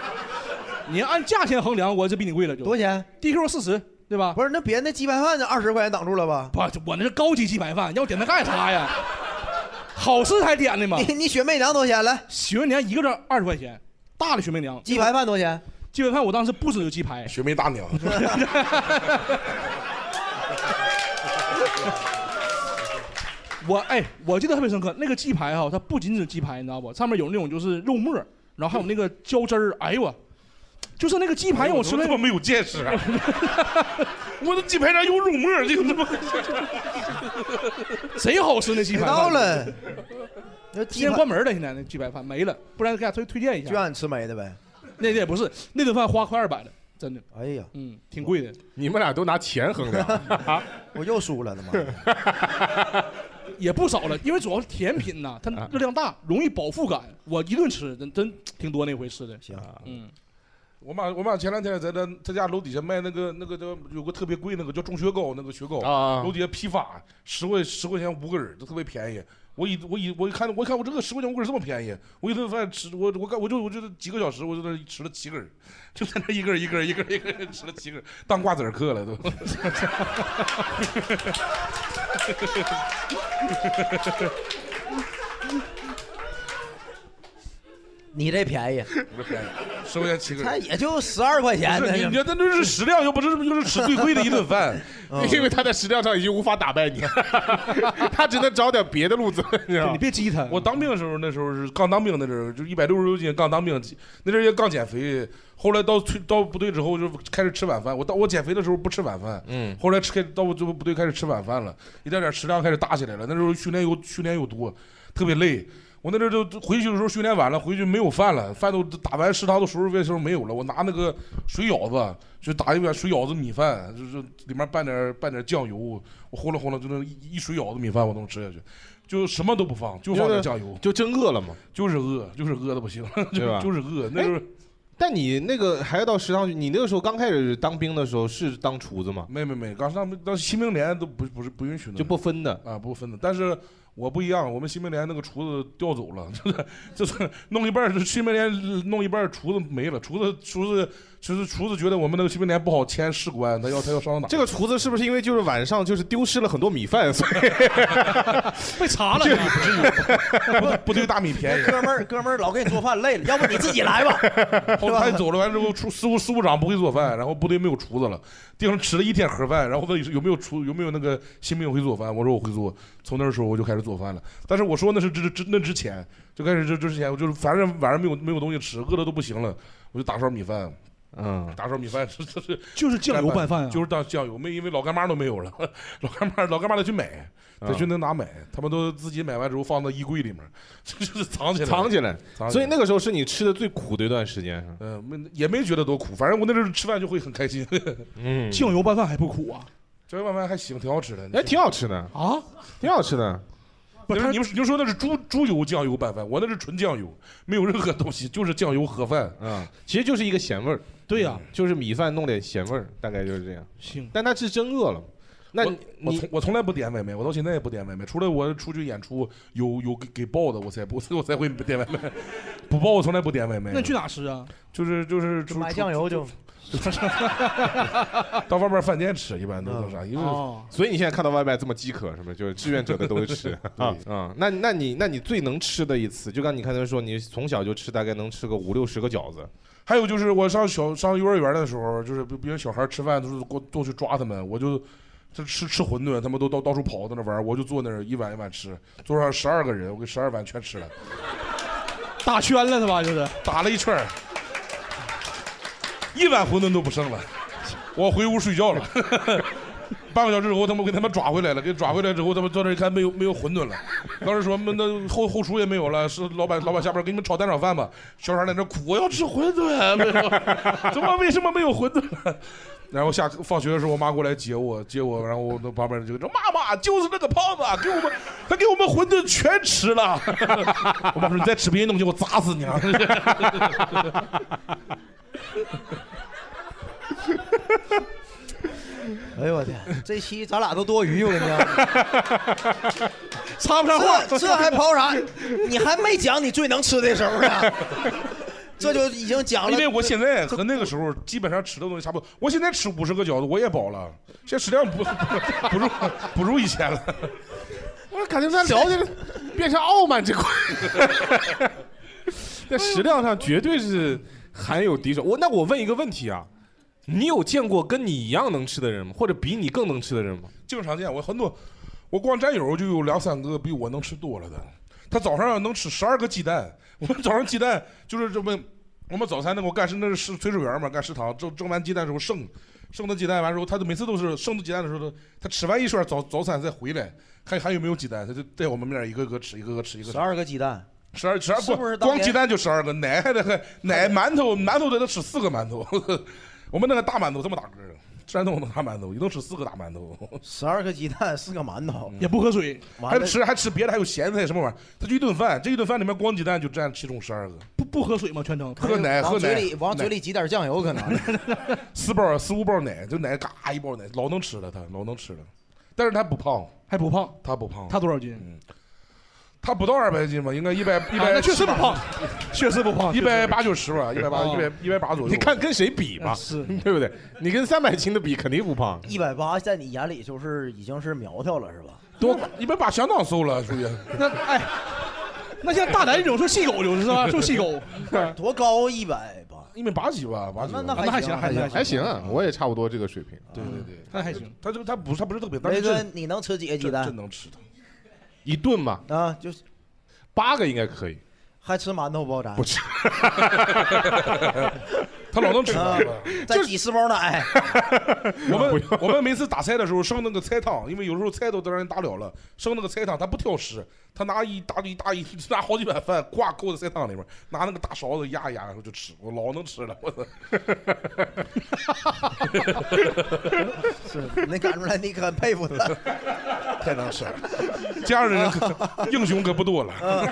E: 你按价钱衡量，我就比你贵了就。多
D: 少钱
E: ？DQ 四十，对吧？
D: 不是，那别人那鸡排饭那二十块钱挡住了吧？
E: 不，我那是高级鸡排饭，要点它干啥呀？好吃才点的嘛。
D: 你你雪媚娘多少钱？来，
E: 雪媚娘一个人二十块钱，大的雪媚娘。
D: 鸡排饭多少钱？
E: 鸡排饭我当时不只有鸡排，
C: 雪媚大娘。
E: 我哎，我记得特别深刻，那个鸡排哈、它不仅仅是鸡排，你知道不？上面有那种就是肉末，然后还有那个胶汁儿。哎呦我，就是那个鸡排让我吃
C: 哎
E: 那
C: 呦我怎么这么没有见识啊！我的鸡排上有肉沫，这个他妈
E: 贼好吃那鸡排饭。
D: 知道了，那
E: 今天关门了，现在那鸡排饭没了，不然给大家推推荐一下。
D: 就让你吃没的呗。
E: 那也不是，那顿饭花快二百了，真的。
D: 哎呀，
E: 嗯，挺贵的。
B: 你们俩都拿钱 衡量，啊
D: 我又输了，他妈！
E: 也不少了，因为主要是甜品呐、它热量大，容易饱腹感。我一顿吃，真真挺多那回吃的。
D: 行，
E: 嗯，
C: 我妈，我妈前两天在那他家楼底下卖那个那个叫有个特别贵那个叫钟薛高那个雪糕，
B: 啊
C: 楼底下批发十块十块钱五根儿，都特别便宜。我一我一我一看我一看我这个十块钱五根儿这么便宜，我一顿饭吃我我干我就我就几个小时我就在那吃了七根儿，就在那一根儿一根儿一根儿一根儿吃了七根儿，当瓜子儿嗑了都。
D: 你这便宜，
C: 十块钱七根儿
D: 才。也就十二块钱
C: 不
D: 呢
C: 是。你，你哎那那是食量，又不是又是吃最贵的一顿 饭。
B: 嗯因为他在食量上已经无法打 败你，他只能找点别的路子，你知道
E: 你
B: 吗？
E: 别激他。
C: 我当兵的时候，那时候是刚当兵那阵儿，就一百六十六斤，刚当兵，那阵儿也刚减肥。后来到退到部队之后，就开始吃晚饭。我到我减肥的时候不吃晚饭，
B: 嗯，
C: 后来吃开到我就部队开始吃晚饭了，一点点食量开始大起来了。那时候训练又训练又多，特别累。我那阵儿就回去的时候训练完了，回去没有饭了，饭都打完食堂都收拾卫生没有了。我拿那个水饺子，就打一碗水饺子米饭，就是里面拌点拌点酱油，我呼噜呼噜就能一一水饺子米饭我都能吃下去，就什么都不放，就放点酱油。
B: 就真饿了 嘛。
C: 就是饿，就是饿的不行，
B: 对吧
C: 就就是饿。那时候
B: 但你那个还要到食堂去，你那个时候刚开始当兵的时候是当厨子 吗？
C: 没没没，刚上当时新兵连都不不是不允许的，
B: 就不分的，
C: 啊不分的。但是我不一样，我们新兵连那个厨子调走了， 就是就是弄一半儿，新兵连弄一半儿厨子没了，厨子厨子厨子厨子觉得我们那个新兵连不好签士官，他要他要上哪？
B: 这个厨子是不是因为就是晚上就是丢失了很多米饭，所以
E: 被查了，
C: 啊个部队大米便宜。
D: 哥们儿，哥们儿老给你做饭累了，要不你自己 来吧。
C: 后来他走了完之后，厨司务司务长不会做饭，然后部队没有厨子了，地上吃了一天盒饭，然后问有没有厨有没有那个新兵会做饭，我说我会做，从那时候我就开始做饭了。但是我说那是之之那之前就开始这之前，我就是反正晚上没有没有东西吃，饿的都不行了，我就打勺米饭，
B: 嗯，
C: 打勺米饭，这这是
E: 就是酱油拌饭啊。
C: 就是当酱油，没因为老干妈都没有了，老干妈老干妈得去买，得
E: 嗯
C: 去那哪买，他们都自己买完之后放到衣柜里面， 就是藏起来
B: 藏起来。
C: 藏起来。
B: 所以那个时候是你吃的最苦的一段时间，是吧
C: 嗯，没也没觉得多苦，反正我那阵候吃饭就会很开心。
B: 嗯，
E: 酱油拌饭还不苦啊？
C: 椒油拌饭还行，挺好吃的。
B: 哎，挺好吃的，
E: 啊，
B: 挺好吃的。
E: 不
C: 你
E: 是
C: 说
E: 他
C: 你们你们说那是猪猪油酱油拌饭，我那是纯酱油，没有任何东西，就是酱油盒饭。
B: 嗯，其实就是一个咸味儿，嗯
E: 对呀、
B: 就是米饭弄点咸味儿，大概就是这样。
E: 行，
B: 但他是真饿了，那
C: 我我
B: 你
C: 从我从来不点外卖，我到现在也不点外卖，除了我出去演出有有给给报的，我才不 我才会点外卖，不报我从来不点外卖。
E: 那你去哪吃啊？
C: 就是就是出
D: 买酱油就
C: 出到外面饭店吃，一般都都啥，
B: 嗯
C: 因为
E: 哦，
B: 所以你现在看到外卖这么饥渴，是不是？就是志愿者的都是吃 啊啊、那那你那你最能吃的一次，就刚你刚才说，你从小就吃，大概能吃个五六十个饺子。
C: 还有就是我上小上幼儿园的时候，就是别别人小孩吃饭都是过都去抓他们，我就这吃吃馄饨，他们都到到处跑在那玩，我就坐那儿一碗一碗吃，桌上十二个人，我给十二碗全吃了，
E: 打圈了是吧？就是
C: 打了一圈儿，一碗馄饨都不剩了，我回屋睡觉 了。半个小时之后，他们给他们抓回来了，给抓回来之后，他们坐那儿一看没有没有馄饨了，当时说那那后后厨也没有了，是老板老板下班给你们炒蛋炒饭吧，小孩在那哭，我要吃馄饨，啊没有，怎么为什么没有馄饨？啊然后下课放学的时候，我妈过来接我，接我，然后我那旁边就说：“妈妈，就是那个胖子，啊给我们，他给我们馄饨全吃了。”我妈说：“你再吃别的东西，我砸死你啊！”
H: 嗯
D: 哎呦我天， 这期咱俩都多余，我跟你讲，
E: 插不上话。
D: 这这还刨啥？你还没讲你最能吃的时候呢。这就已经讲了
C: 因为我现在和那个时候基本上吃的东西差不多。我现在吃五十个饺子，我也饱了，现在食量不 不如不如以前了。
B: 我感觉他聊的变成傲慢这块，在食量上绝对是含有敌手。我那我问一个问题啊，你有见过跟你一样能吃的人吗？或者比你更能吃的人吗？
C: 经常见，我很多，我光战友就有两三个比我能吃多了的。他早上能吃十二个鸡蛋，我们早上鸡蛋就是这么， 我们早餐那个我干是那是炊事员嘛，干食堂蒸蒸完鸡蛋的时候剩剩的鸡蛋完之后，他就每次都是剩的鸡蛋的时候，他他吃完一串早早餐再回来，看还有没有鸡蛋，他就在我们面儿一个个吃，一个个吃，一个
D: 十二个鸡蛋，
C: 十二十二
D: 是不是
C: 光
D: 当年
C: 光鸡蛋就十二个，奶还得还奶馒头馒头得能吃四个馒头， 我们那个大馒头这么大个儿的，山东那个大馒头，一能吃四个大馒头。 嗯
D: 十二个鸡蛋，四个馒头，
E: 也不喝水，
C: 还吃还吃别的，还有咸菜什么玩意儿？他就一顿饭，这一顿饭里面光鸡蛋就占其中十二个，
E: 不不喝水吗？全程
C: 喝奶
D: 往
C: 喝
D: 嘴
C: 奶
D: 里往嘴里挤点酱油，可 能
C: 四包四五包奶，就奶嘎一包奶，老能吃了他老能吃了，但是他不胖，
E: 还不胖。
C: 他不胖，
E: 他
C: 他
E: 多少斤？
C: 他不到二百斤吧，应该一百一
E: 啊那
C: 百
E: 确实不胖，确实不胖，哦
C: 一百八九十吧，一百八一百一百八左右。啊
B: 你看跟谁比嘛，
E: 是
B: 对不对？你跟三百斤的比肯定不胖，
D: 一百八在你眼里就是已经是苗条了，是吧？
C: 多一百八相当瘦了，属于
E: 那哎，那像 大胆这种是细狗，就是吧？就是细狗，
D: 多高 一百八？
C: 一米八几吧，八几吧。
D: 那
E: 啊那还
D: 还
E: 行
D: 行
E: 还行
D: 还
B: 还行啊，我也差不多这个水平。啊
C: 对对对，
E: 那还行。
C: 他就他不是他不是特别，但
D: 雷
C: 是
D: 哥，
C: 真
D: 你能吃几个鸡
C: 真真
D: 蛋
C: 能吃的。
B: 一顿嘛，
D: 啊？就是
B: 八个应该可以。
D: 还吃馒头不？咱不吃，
C: 他老能吃
D: 啊
C: 了，
D: 再挤四包哎奶，
C: 我们我们每次打菜的时候剩那个菜汤，因为有时候菜都让人打了了，剩那个菜汤他不挑食，他拿一大一大一 拿好几碗饭挂扣在菜汤里面，拿那个大勺子压一压，然后就吃，我老能吃了，我操！
D: 能看出来你很佩服他。
C: 太能吃了， 这样的人 可英雄可不多了。
D: 啊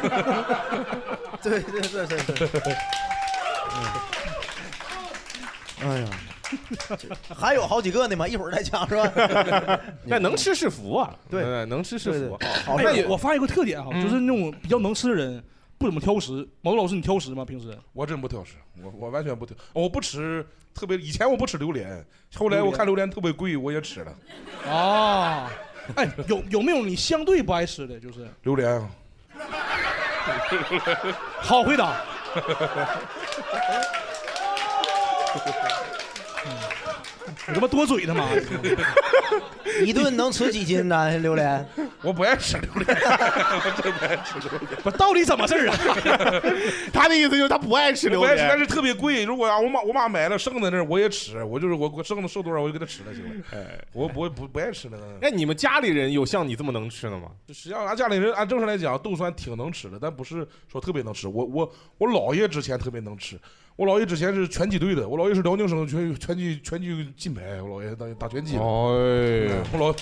D: 对对对对对。 嗯哎呀，这还有好几个呢嘛，一会儿再讲是吧？
B: 那能吃是福啊，
D: 对
B: 呃，能吃是
D: 对对
B: 福。，
C: 哦
D: 好
E: 哎
D: 看
E: 我我发现一个特点哈，就是
C: 嗯
E: 那种比较能吃的人不怎么挑食。毛豆老师，你挑食吗？平时
C: 我真不挑食，我我完全不挑，我不吃特别，以前我不吃榴莲，后来我看榴莲特别贵，我也吃了
E: 啊，哎，有有没有你相对不爱吃的？就是
C: 榴莲 啊。
E: 好回答。嗯我他妈多嘴他妈的！
D: 一顿能吃几斤呢？榴莲，
C: 我不爱吃榴莲，我真不爱吃榴莲。
E: 我到底怎么事儿啊？
B: 他的意思就是他不爱吃
C: 我
B: 榴
C: 不爱吃，但
B: 莲，
C: 是特别贵。如果啊，我妈我妈买了剩的那儿我也吃，我就是我我剩的剩多少我就给她吃了行了。我不不不爱吃那个。
B: 哎，你们家里人有像你这么能吃的吗？
C: 就实际上按家里人按正常来讲，豆酸挺能吃的，但不是说特别能吃。我我我姥爷之前特别能吃，我姥爷之前是拳击队的，我姥爷是辽宁省拳拳击拳击金牌，我姥爷当打拳击的。
B: 哦，
C: 我老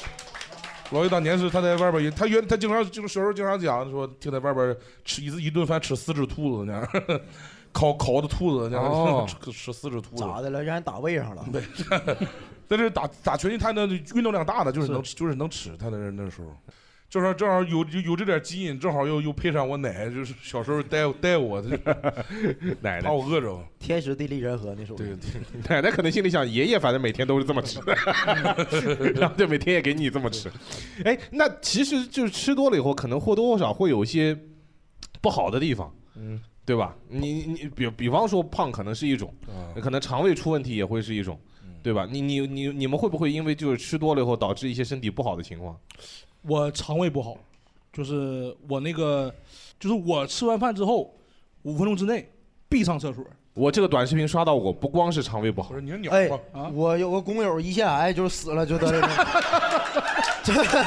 C: 老爷当年是他在外边也，他原他经常就是小时候经常讲说，就在外边吃一次一顿饭吃四只兔子呢，烤烤的兔子呢，
B: 哦
C: 吃吃四只兔子。
D: 咋的了？让人打胃上了？
C: 但是打打拳击，他那运动量大的就是能就是能吃，他那那时候。就是正好有有有这点基因，正好又又配上我奶，就是小时候带带 我，他就
B: 奶
C: 怕
B: 奶，
C: 我饿着。
D: 天时地利人和，你说
C: 对对，
B: 奶奶可能心里想，爷爷 反正每天都是这么吃的， 然后就每天也给你这么吃。哎，那其实就是吃多了以后，可能或多或少会有一些不好的地方，
C: 嗯
B: 对吧？你你比比方说胖可能是一种，
C: 啊，
B: 可能肠胃出问题也会是一种，
E: 嗯
B: 对吧？你你你你们会不会因为就是吃多了以后导致一些身体不好的情况？
E: 我肠胃不好，就是我那个，就是我吃完饭之后五分钟之内必上厕所。
B: 我这个短视频刷到过，不光是肠胃不
C: 我
B: 好，
C: 说你是鸟
D: 哎
C: 吗？，
E: 啊
D: 我有个工友胰腺癌就死了，就得这个，真的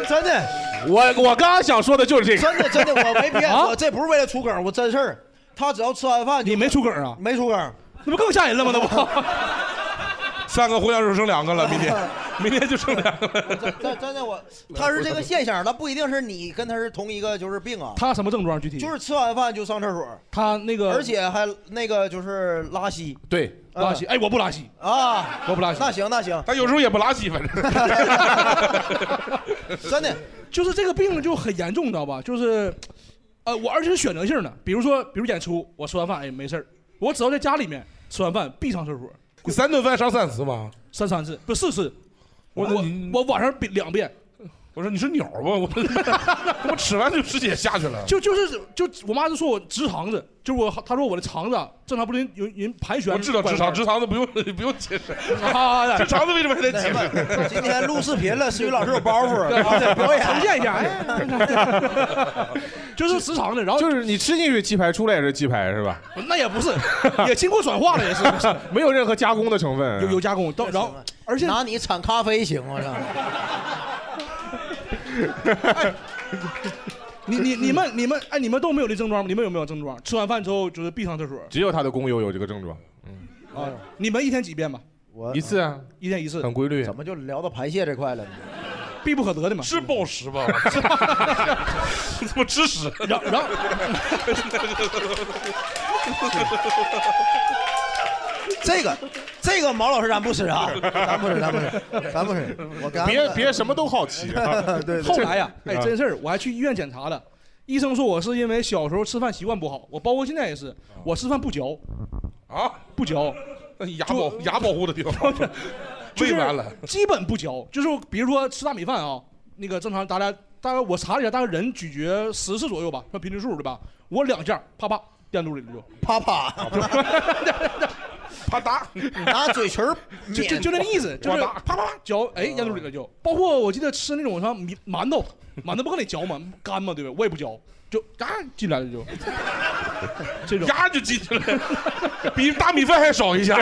D: 真的
B: 我我刚刚想说的就是这个。
D: 真的真的，我没骗
E: 啊
D: 我这不是为了出梗，我真事儿。他只要吃完饭就
E: 你没出梗啊？
D: 没出梗，
E: 那不更吓人了吗？那不
C: 三个藿香正剩两个了，明天明天就剩两个 了。
D: 真真真的我，他是这个现象，他不一定是你跟他是同一个就是病啊，
E: 他什么症状？具体
D: 就是吃完饭就上厕所，
E: 他那个，
D: 而且还那个就是拉稀嗯
B: 对，
E: 拉稀。哎，我不拉稀，
D: 啊。
E: 我不拉稀
D: 那。行那行，
C: 他有时候也不拉 稀，反正。
D: 真的
E: 就是这个病就很严重，你知道吧？就是，呃，我而且是选择性的，比如说，比如演出，我吃完饭哎没事儿，我只要在家里面吃完饭必上厕所。
C: 你三顿饭上三次吗？
E: 上三次不四次，我我我晚上比两遍。
C: 我说你是鸟吧？我我吃完就直接下去了。
E: 就就是就我妈就说我直肠子，就是我她说我的肠子啊正常不是有人盘旋。
C: 我知道直肠，直肠子不用 不用解释
E: 啊，
C: 直肠子为什么还得解释？
D: 今天录视频了，思雨老师有 包袱，然后再表演
E: 呈现一下。哎就是直肠子，然后
B: 就是你吃进去鸡排，出来也是鸡排是吧？
E: 那也 不是， 也经过转化了，也是
B: 没有任何加工的成分。
E: 有有加工，到然后而且
D: 拿你铲咖啡行啊吗？
E: 你你你们你们哎，你们都没有这症状吗？你们有没有症状？吃完饭之后就是必上厕所
B: 只有他的工友有这个症状，
E: 啊？你们一天几遍吧？
D: 哎我
B: 一次啊，
E: 一天一次，
B: 很规律。
D: 怎么就聊到排泄这块了呢？
E: 必不可得的嘛。
C: 是暴食吧？
B: 啊
C: 怎么吃 屎？
E: 然后 然后
D: 这个这个毛老师咱不吃啊，咱不吃，咱不吃，咱不吃。我刚！
B: 别别什么都好奇 啊
D: 对
E: 后来
C: 啊
E: 呀，哎，真事儿，我还去医院检查了，医生说我是因为小时候吃饭习惯不好，我包括现在也是，我吃饭不嚼，
C: 啊，
E: 不嚼，
C: 那牙保牙保护的挺好，
E: 就是
C: 喂完了。
E: 基本不嚼，就是比如说吃大米饭啊，那个正常大家大概我查了一下，大概人咀嚼十次左右吧，算平均数对吧？我两下啪啪咽肚里了就。
D: 啪啪
C: 啪嗒，
D: 拿嘴唇儿
E: 就就
D: 抿
E: 就那个意思，就是啪啪啪嚼，哎，咽肚里了就。 包括我记得吃那种像米馒头，馒头不跟你嚼 吗？干嘛对不对？我也不嚼，就啊进来了就。这种，
C: 牙就进去了， 比大米饭还少一 下。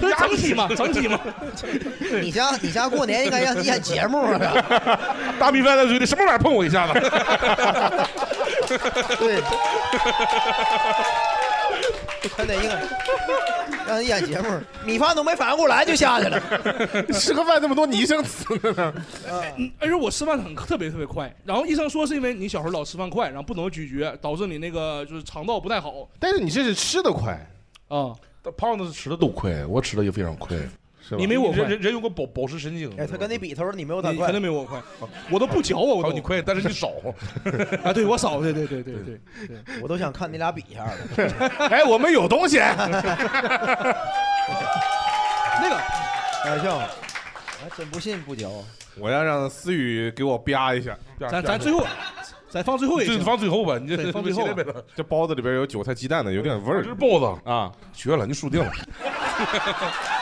E: 这是整体嘛，整体嘛。
D: 你家你家过年应该让你演节目啊！
C: 大米饭在嘴里，什么玩意儿碰我一下 子？
D: 对，他得应该让人演节目，米饭都没反应过来就下 去了。
B: 吃个饭这么多拟声词呢？
E: 嗯而且我吃饭很特别特别快，然后医生说是因为你小时候老吃饭快，然后不能咀嚼，导致你那个就是肠道不太好
B: 但是你这是吃的快，
E: 啊。
C: 胖子吃的都快，我吃的也非常快。
B: 是吧？
E: 你没我快
C: 人，人人有个保保持神经。
D: 哎，他跟你比，他说你没有他
E: 你
D: 快
E: 肯定，没我快，我都不嚼啊，我
C: 好，
E: 都
C: 哦你快，但是你少。
E: 啊，对我少，对对对对对。
D: 我都想看你俩比一下了。
B: 哎，我们有东西。
E: 那个
D: 开玩笑，哎还真不信不嚼。
B: 我要让思雨给我吧一下，
D: 啊
E: 咱咱最后，咱放最后一
C: 最
E: 个，
C: 放最后吧，你这
E: 对放最后吧
C: 别了
B: 这包子里边有韭菜鸡蛋的，有点味
C: 这
B: 儿
C: 是包子，
B: 啊！
C: 绝了，你输 定了。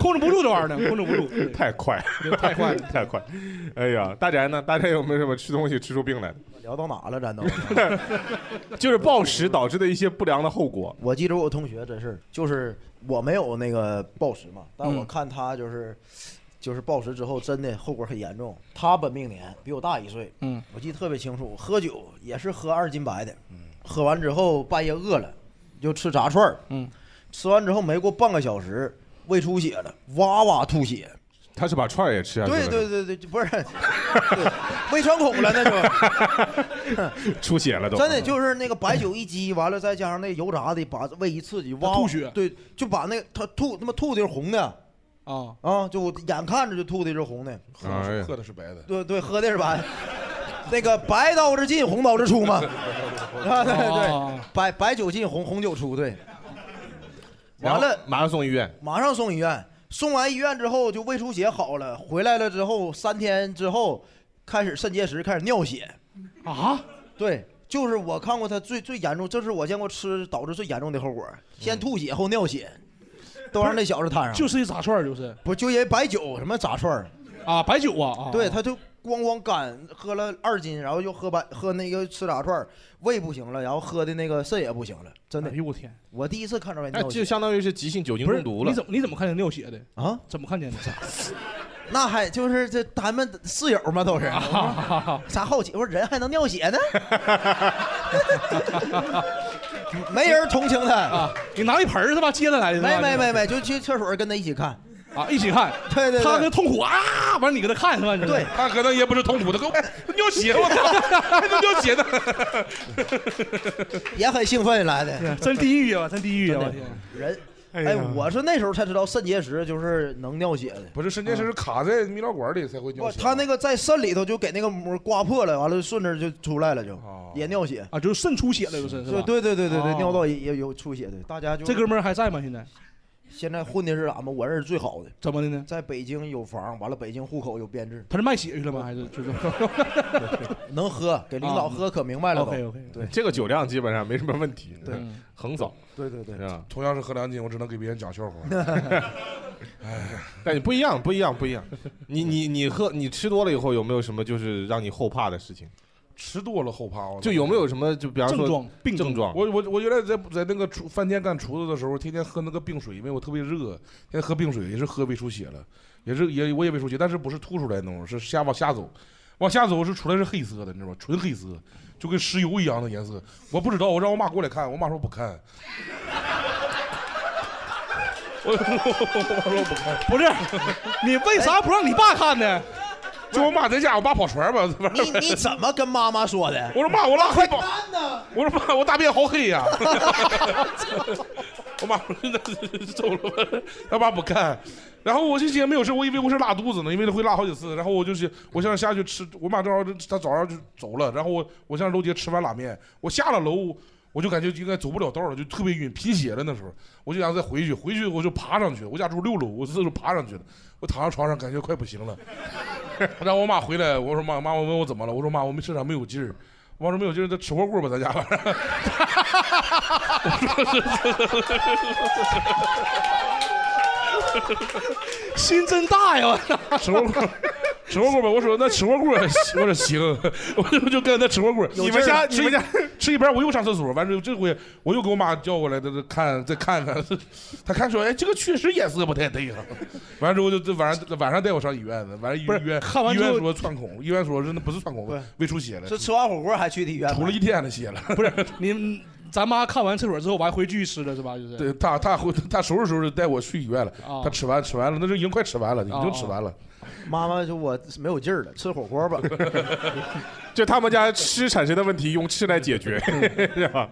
E: 控制不住这玩意儿 呢，控制不住。对
B: 太快，
E: 太快了
B: 太快！哎呀，大宅呢？大宅有没有什么吃东西吃出病来的？
D: 聊到哪了？咱都。
B: 就是暴食导致的一些不良的后果。
D: 我记着我有同学真是，就是我没有那个暴食嘛，但
E: 嗯
D: 我看他就是，就是暴食之后真的后果很严重。他本命年比我大一岁，
E: 嗯，
D: 我记得特别清楚，喝酒也是喝二斤白的，
B: 嗯
D: 喝完之后半夜饿了，就吃炸串儿，
E: 嗯，
D: 吃完之后没过半个小时胃出血了，哇哇吐血，
B: 他是把串儿也吃下去了，
D: 对对对对，就不是 对胃穿孔了那就。
B: 出血了都。
D: 真的就是那个白酒一激，完了再加上那油炸的，把胃一刺激，哇，哦
E: 吐血
D: 对，就把那他吐，他妈吐的是红的
E: 啊，
D: 啊，就我眼看着就吐的是红的，
B: 哎呀
C: 喝的是白的，
D: 对对，喝的是白， 那个白刀子进红刀子 出嘛，啊 对对
E: 哦，
D: 白白酒进红红酒出，对，
B: 然
D: 完
B: 后
D: 了
B: 马上送医院。
D: 马上送医院，送完医院之后就胃出血好了，回来了之后三天之后开始肾结石，开始尿血，
E: 啊，
D: 对，就是我看过他最最严重，这是我见过吃导致最严重的后果，先吐血后尿血，都让那小子摊上。
E: 就是一炸串儿，就是
D: 不就因为白酒什么炸串儿，
E: 啊，白酒啊啊，
D: 对，他就咣咣干，喝了二斤，然后又喝白喝那个吃炸串儿，胃不行了，然后喝的那个肾也不行了，真的
E: 哎，呦我天，
D: 我第一次看着人
B: 哎，
D: 尿
B: 就
D: 血
B: 相当于是急性酒精
E: 不是
B: 中毒了
E: 你。怎么你怎么看见尿血的？
D: 啊，
E: 怎么看 见的？
D: 那还就是这咱们室友嘛 都是，啥好奇，我说人还能尿血呢？ 没人同情他
E: 啊！你拿一盆儿是吧？接他来的是吧
D: 没没没没，就去厕所跟他一起看。
E: 啊，一起看，
D: 对对对
E: 他那痛苦啊，完了你给他看是吧？你
D: 对，
C: 他可能也不是痛苦的，给我尿血，我操，还能尿血呢！
D: 也很兴奋来的，
E: 真地狱啊，真地狱啊！我
D: 真的
E: 天，
D: 人。
H: 哎呀
D: 哎，我是那时候才知道肾结石就是能尿血的，
C: 不是肾结石是卡在泌尿管里才会尿
D: 不，
C: 血，
D: 他那个在肾里头就给那个膜刮破了，完了顺着就出来了，就
C: 哦
D: 也尿血。
E: 啊，就是肾出血了，就是是吧
D: 对？对对对对对，
E: 哦
D: 尿道也也有出血的。大家就
E: 这哥们儿还在吗？现在
D: 现在混的是俺们我认识最好的，
E: 怎么的呢？
D: 在北京有房，完了北京户口有编制，
E: 他是卖血去了吗？还是就是
D: 能喝，给领
E: 啊
D: 导喝可明白了都。
E: OK OK？
D: 对
B: 这个酒量基本上没什么问题，
D: 对
E: 嗯
B: 横扫
D: 对对对
B: 是，吧？
C: 同样是啊喝两斤，我只能给别人讲笑 话。哎
B: 但你不一样，不一样，不一样。你你你喝你吃多了以后有没有什么就是让你后怕的事情？
C: 吃多了后怕，我
B: 就有没有什么就比方
E: 症
B: 说
E: 状病
B: 症
E: 症
B: 状？
C: 我我我原来在在那个厨饭店干厨子的时候，天天喝那个冰水，因为我特别热，天天喝冰水也是喝胃出血了，也是也我也胃出血，但是不是吐出来那种，是下往下走，往下走是出来是黑色的，你知道吗？纯黑色，就跟石油一样的颜色。我不知道，我让我妈过来看，我妈说不看。我 我妈说不看，
E: 不是， 你为啥不让你爸看呢？
C: 就我妈在家，我爸跑船吧，这玩意儿
D: 你你怎么跟妈妈说的？
C: 我说啊妈，我拉黑宝。
D: 蛋呢？
C: 我说妈，我大便好黑 呀、我妈说那走了吧，他爸不干。然后我就寻思没有事，我以为我是拉肚子呢，因为会拉好几次。然后我就是我想下去吃，我妈正好她早上就走了，然后我我上楼街吃完拉面，我下了楼我就感觉应该走不了道了，就特别晕，贫血了那时候，我就想再回去，回去我就爬上去，我家住六楼，我这就爬上去了，我躺在床上感觉快不行了。 然后我妈回来，我说妈妈，我问我怎么了，我说妈，我们身上没有劲儿。我妈说没有劲儿，再吃火锅吧，咱家晚上。
E: 心真大呀！我操
C: 吃火锅，吃火锅吧。我说那吃火 锅，我说行，我就就跟他吃火锅。
D: 有劲儿
E: 啊
D: 了
C: 吃一吃一半，我又上厕所，完之后这回我又给我妈叫过来，这这看再看看，她看说，哎，这个确实颜色不 太对啊。完之后就这晚上晚上带我上医院的，完了医
E: 不是
C: 院
E: 看完
C: 医
E: 之后
C: 院说窜孔，医院说是那不是窜孔，胃出血了，
D: 是吃完火锅还去的医院吗？
C: 吐了一天的血了。不是，
E: 你咱妈看完厕所之后，我还回去吃了是吧？就是
C: 对他他回他收拾收拾带我去医院了，
E: 啊
C: 他吃完吃完了，那是已经快吃完了，已经吃完了。
D: 妈妈说我没有劲儿了，吃火 锅吧。
B: 就他们家吃产生的问题，用吃来解 决，是吧？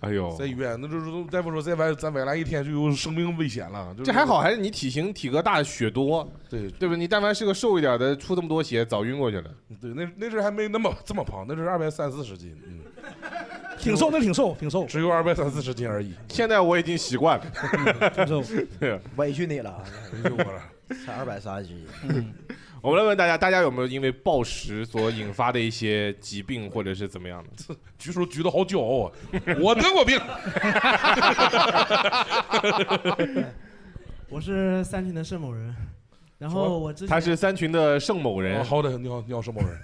B: 哎呦
C: 在，医院，那就是大夫说再晚再晚来一天就有生命危险了。就是
B: 这还好，还是你体型体格大，血多，
C: 对
B: 对吧？你但凡是个瘦一点的，出这么多血，早晕过去了。
C: 对，那那阵儿还没那么这么胖，那阵儿二百三四十斤，嗯，
E: 挺瘦，那挺瘦，挺瘦，
C: 只有二百三四十斤而已，
B: 现在我已经习惯了。
E: 挺瘦。
D: 委屈你了，
C: 没救过了。
D: 才二百三十斤。
B: 我们来问大家，大家有没有因为暴食所引发的一些疾病，或者是怎么样的？
C: 举手举得好骄傲啊！我得过病，
H: 哎我是三群的盛某人，然后 我之前
B: 他是三群的盛某人
C: 哦，好的，你好，你好，沈某人，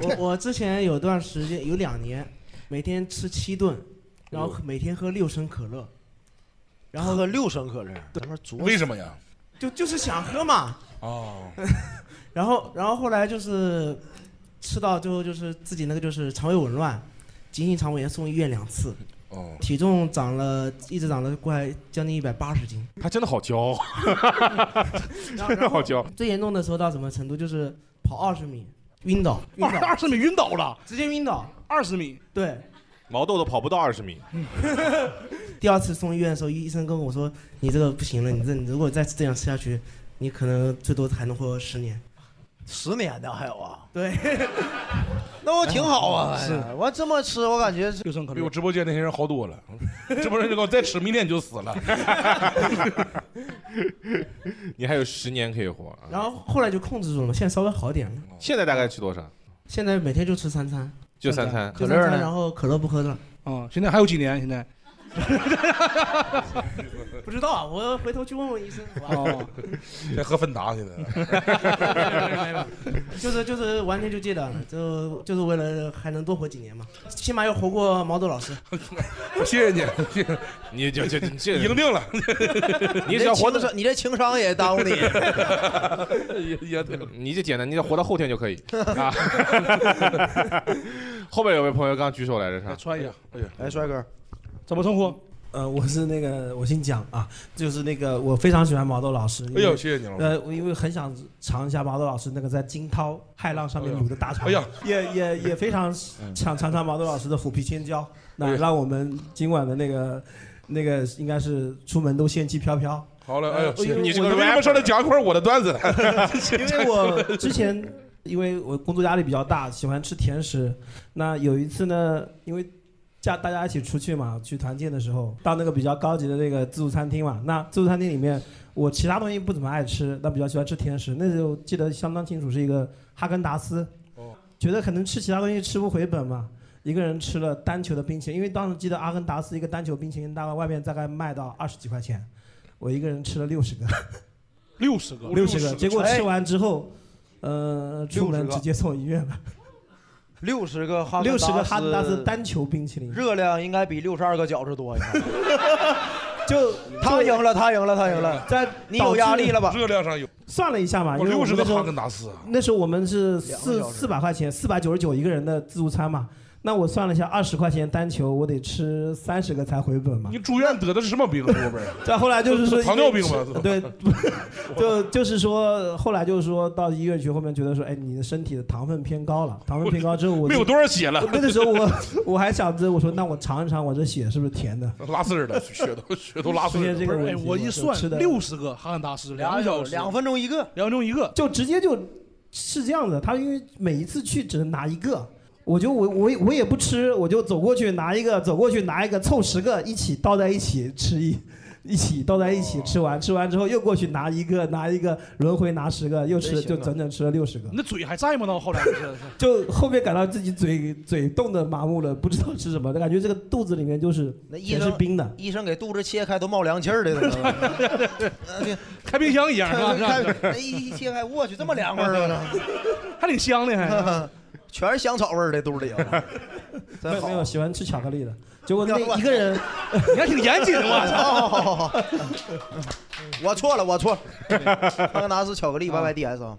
H: 我我之前有段时间有两年，每天吃七顿，然后每天喝六升可乐，然后
D: 哎喝六升可乐，咱们足
C: 为什么呀？
H: 就就是想喝嘛，
C: 哦，
H: 然后然后后来就是吃到最后就是自己那个就是肠胃紊乱，急性肠胃炎送医院两次，
C: 哦，
H: 体重长了一直长了快将近一百八十斤，
B: 他真的好骄 傲，
H: 然后
B: 真的
H: 然
B: 好
H: 后
B: 骄傲。
H: 最严重的时候到什么程度就是跑二十米晕倒晕
E: 二
H: 倒
E: 二十米晕倒了，
H: 直接晕倒，
E: 二十米，
H: 对。
B: 毛豆都跑不到二十米，
H: 第二次送医院的时候，医生跟我说：“你这个不行了，你这你如果再这样吃下去，你可能最多还能活十年。
D: 十年的还有啊”，
H: 对，
D: 那我挺好啊。哎呀我这么吃，我感觉是
E: 六升可
C: 比
E: 乐
C: 我。直播间那些人好多了。直播间就告诉我再吃，明天你就死了。
B: 你还有十年可以活啊。
H: 然后后来就控制住了嘛，现在稍微好点了。
B: 哦现在大概吃多少？
H: 现在每天就吃三餐，
B: 就三餐。
H: 就
D: 可乐
H: 三餐，
D: 呢
H: 然后可乐不喝了。
D: 哦
E: 啊，现在还有几年？现在
J: 不知道，我回头去问 问医生。好吧
C: 哦在喝芬达现 在
J: 就是就是完全就戒掉了，就就是为了还能多活几年嘛，起码要活过毛豆老师。
C: 谢谢你，
B: 你就就这，
C: 赢定了
B: 你只要活
D: 的
B: 得
D: 是，你这情商也耽误你。
B: 也 也对，你这简单，你只要活到后天就可以啊。 后面有位朋友刚举手来着，是吧？
C: 穿一下，哎呀，
D: 哎，帅哥，
E: 怎么称呼？
J: 呃，我是那个，我姓蒋啊，就是那个我非常喜欢毛豆老师。因为
C: 哎呦谢谢你老师
J: 呃，我因为很想尝一下毛豆老师那个在惊涛骇浪上面
C: 哎呦嗯
J: 扭的大肠。
C: 哎呀
J: 也也也非常想尝尝毛豆老师的虎皮千椒。那让我们今晚的那个那个应该是出门都仙气飘飘。
C: 好了，哎呦，
J: 呃因为
C: 你这
J: 我
C: 个
J: 的
C: 为什么
J: rapper
C: 上来讲一会儿我的段子？
J: 因为我之前因为我工作压力比较大，喜欢吃甜食。那有一次呢，因为家大家一起出去嘛，去团建的时候，到那个比较高级的那个自助餐厅嘛。那自助餐厅里面，我其他东西不怎么爱吃，但比较喜欢吃甜食。那时候记得相当清楚，是一个哈根达斯。觉得可能吃其他东西吃不回本嘛，一个人吃了单球的冰淇淋，因为当时记得阿根达斯一个单球冰淇淋大概外面大概卖到二十几块钱，我一个人吃了六十个。
E: 六十个，
J: 六十个，结果吃完之后，呃，出门直接送医院了。
D: 哎六十个哈根
J: 六
D: 达
J: 十
D: 斯
J: 个哈根达斯单球冰淇淋，
D: 热量应该比六十二个饺子多。你看
J: 就
D: 他赢了，他赢了，他赢了。
J: 在
D: 你有压力了吧？
C: 热量上有。
J: 算了一下啊嘛，因为我
C: 六十
J: 们
C: 个
J: 那时
C: 哈
J: 候
C: 根达斯啊，
J: 那时候我们是
D: 两
J: 四
D: 个小时
J: 四百块钱，四百九十九一个人的自助餐嘛。那我算了一下，二十块钱单球，我得吃三十个才回本嘛
C: 你。住院得的是什么病啊？后边儿
J: 再后来就是说因为
C: 糖尿病
J: 吃
C: 吧？
J: 对，就就是说后来就是说到医院去，后面觉得说，哎，你的身体的糖分偏 高了，糖分偏高之后我
C: 没
J: 就
C: 有多少血 了，
J: 那个时候我我还想着，我说那我尝一尝我这血是不是甜的？
C: 拉丝 儿的， 血都血都拉丝
J: 出
C: 儿
J: 现
C: 了。
J: 这
E: 不
J: 个
E: 是，哎
J: 问题，
E: 我一算
J: 吃的
E: 六十个哈根达斯，两个小时，
D: 两分钟一个，
E: 两分钟一个，
J: 就直接就是这样子。他因为每一次去只能拿一个，我就我我我也不吃，我就走过去拿一个，走过去拿一个，凑十个一起倒在一起吃一。一起倒在一起吃完，吃完之后又过去拿一个，拿一个，轮回拿十个，又
D: 真
J: 吃，
D: 行
J: 就
D: 啊
J: 整整吃了六十个。
E: 你的嘴还在吗？到后来 是
J: 就后面感到自己嘴嘴冻得麻木了，不知道吃什么，感觉这个肚子里面就是
D: 那医
J: 全是
D: 生
J: 冰的。
D: 医生给肚子切开都冒凉气儿的了。
E: 开冰 箱一样，是吧是吧？是吧
D: 那一切开，我去，这么凉快儿啊！
E: 还挺香的，还。
D: 全是香草味儿的肚里 有，
J: 没
D: 真
J: 有
D: 好
J: 没。有喜欢吃巧克力的，结果那一个人
E: 你还挺严谨的 嘛。
D: 哦
E: 嗯
D: 好好好好，我错了，我错了。哈根达斯巧克力 YYDS 啊，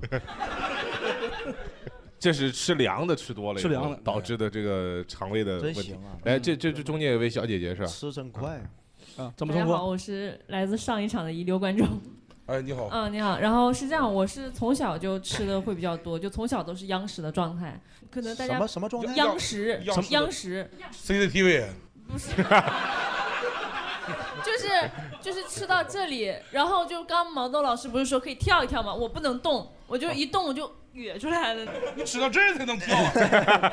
B: 这是吃凉的吃多了以
E: 吃
B: 后，
E: 凉的
B: 导致的这个肠胃的问
D: 真
B: 题哎
D: 行。啊，
B: 来，这这这中间有位小姐姐是吧？
D: 吃真快。
E: 啊，怎么
K: 大家
E: 称
K: 好，
E: 呼？
K: 我是来自上一场的遗留观众。
C: 哎，你好，
K: 嗯，你好。然后是这样，我是从小就吃的会比较多，就从小都是央视的状态。可能大
D: 什
K: 家
D: 么什么状态？
K: 央视
C: 央视，
K: 央视
C: CCTV
K: 不是，就是就是吃到这里，然后就刚毛豆老师不是说可以跳一跳吗？我不能动，我就一动我就哕出来了。
C: 你啊吃到这儿才 能跳，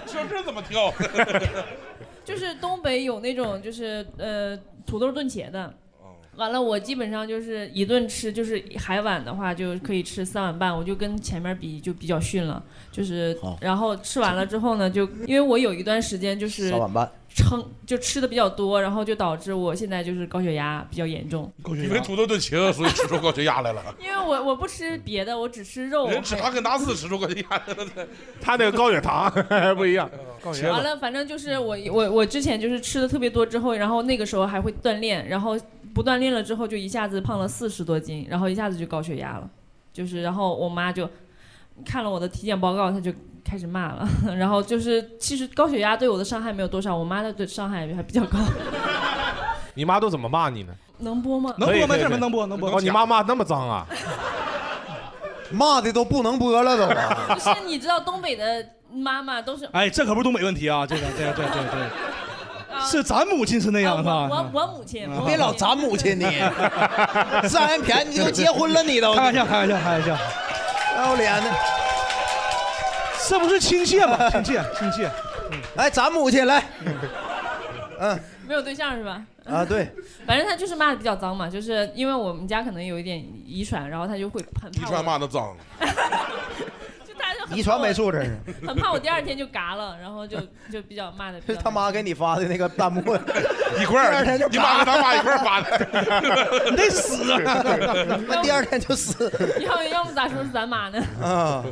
C: 吃 到这儿怎么跳？
K: 就是东北有那种就是呃土豆炖茄的，完了我基本上就是一顿吃，就是海碗的话就可以吃三碗半，我就跟前面比就比较逊了，就是
D: 好
K: 然后吃完了之后呢，就因为我有一段时间就是
D: 三碗半，
K: 撑就吃的比较多，然后就导致我现在就是高血压比较严重，
C: 因为土豆炖茄子，所以吃出高血压来了。
K: 因为我我不吃别的，我只吃肉。
C: 人吃哈根达斯吃出高血压来了，
B: 哦 他那个高血糖不一样，
K: 哦完了，反正就是我我我之前就是吃的特别多之后，然后那个时候还会锻炼，然后不锻炼了之后就一下子胖了四十多斤，然后一下子就高血压了，就是然后我妈就看了我的体检报告，她就开始骂了， 然后就是其实高血压对我的伤害没有多少，我妈的对 伤害还比较高，
B: 你妈都怎么骂你呢？
K: 能播 吗？
E: 能
B: 可以
E: 播吗？
B: 可以
E: 这
B: 可以
E: 边能播能播。
B: 哦，你妈骂那么脏啊？
D: 骂的都不能播了都。
K: 不是，你知道东北的妈妈都是
E: 哎，这可不是东北问题啊，这个这个这个这个这个，
K: 啊，
E: 是咱母亲是那样是
K: 啊
E: 吧？
K: 我我我母亲，我母亲
D: 别老砸母 亲你，占人便宜你都结婚了你都，
E: 开玩笑开玩笑开玩笑，
D: 要脸呢？
E: 这不是亲切吗？亲切亲 切。
D: 来，哎咱母亲来
E: 嗯
K: 没有对象是吧？
D: 啊，对，
K: 反正他就是骂的比较脏嘛，就是因为我们家可能有一点遗传，然后他就会很
C: 遗
K: 怕
C: 传
K: 我，
C: 骂的脏，
K: 就他就很啊
D: 遗传没素质是。
K: 很怕我第二天就嘎了，然后就就比较骂的比
D: 是
K: 较。
D: 他妈给你发的那个弹幕，
B: 一块
D: 儿， 第二天就
B: 你妈和他妈一块儿发
D: 的，你得死啊！那第二天 就死
K: 要要么咋说是咱妈呢？
D: 啊！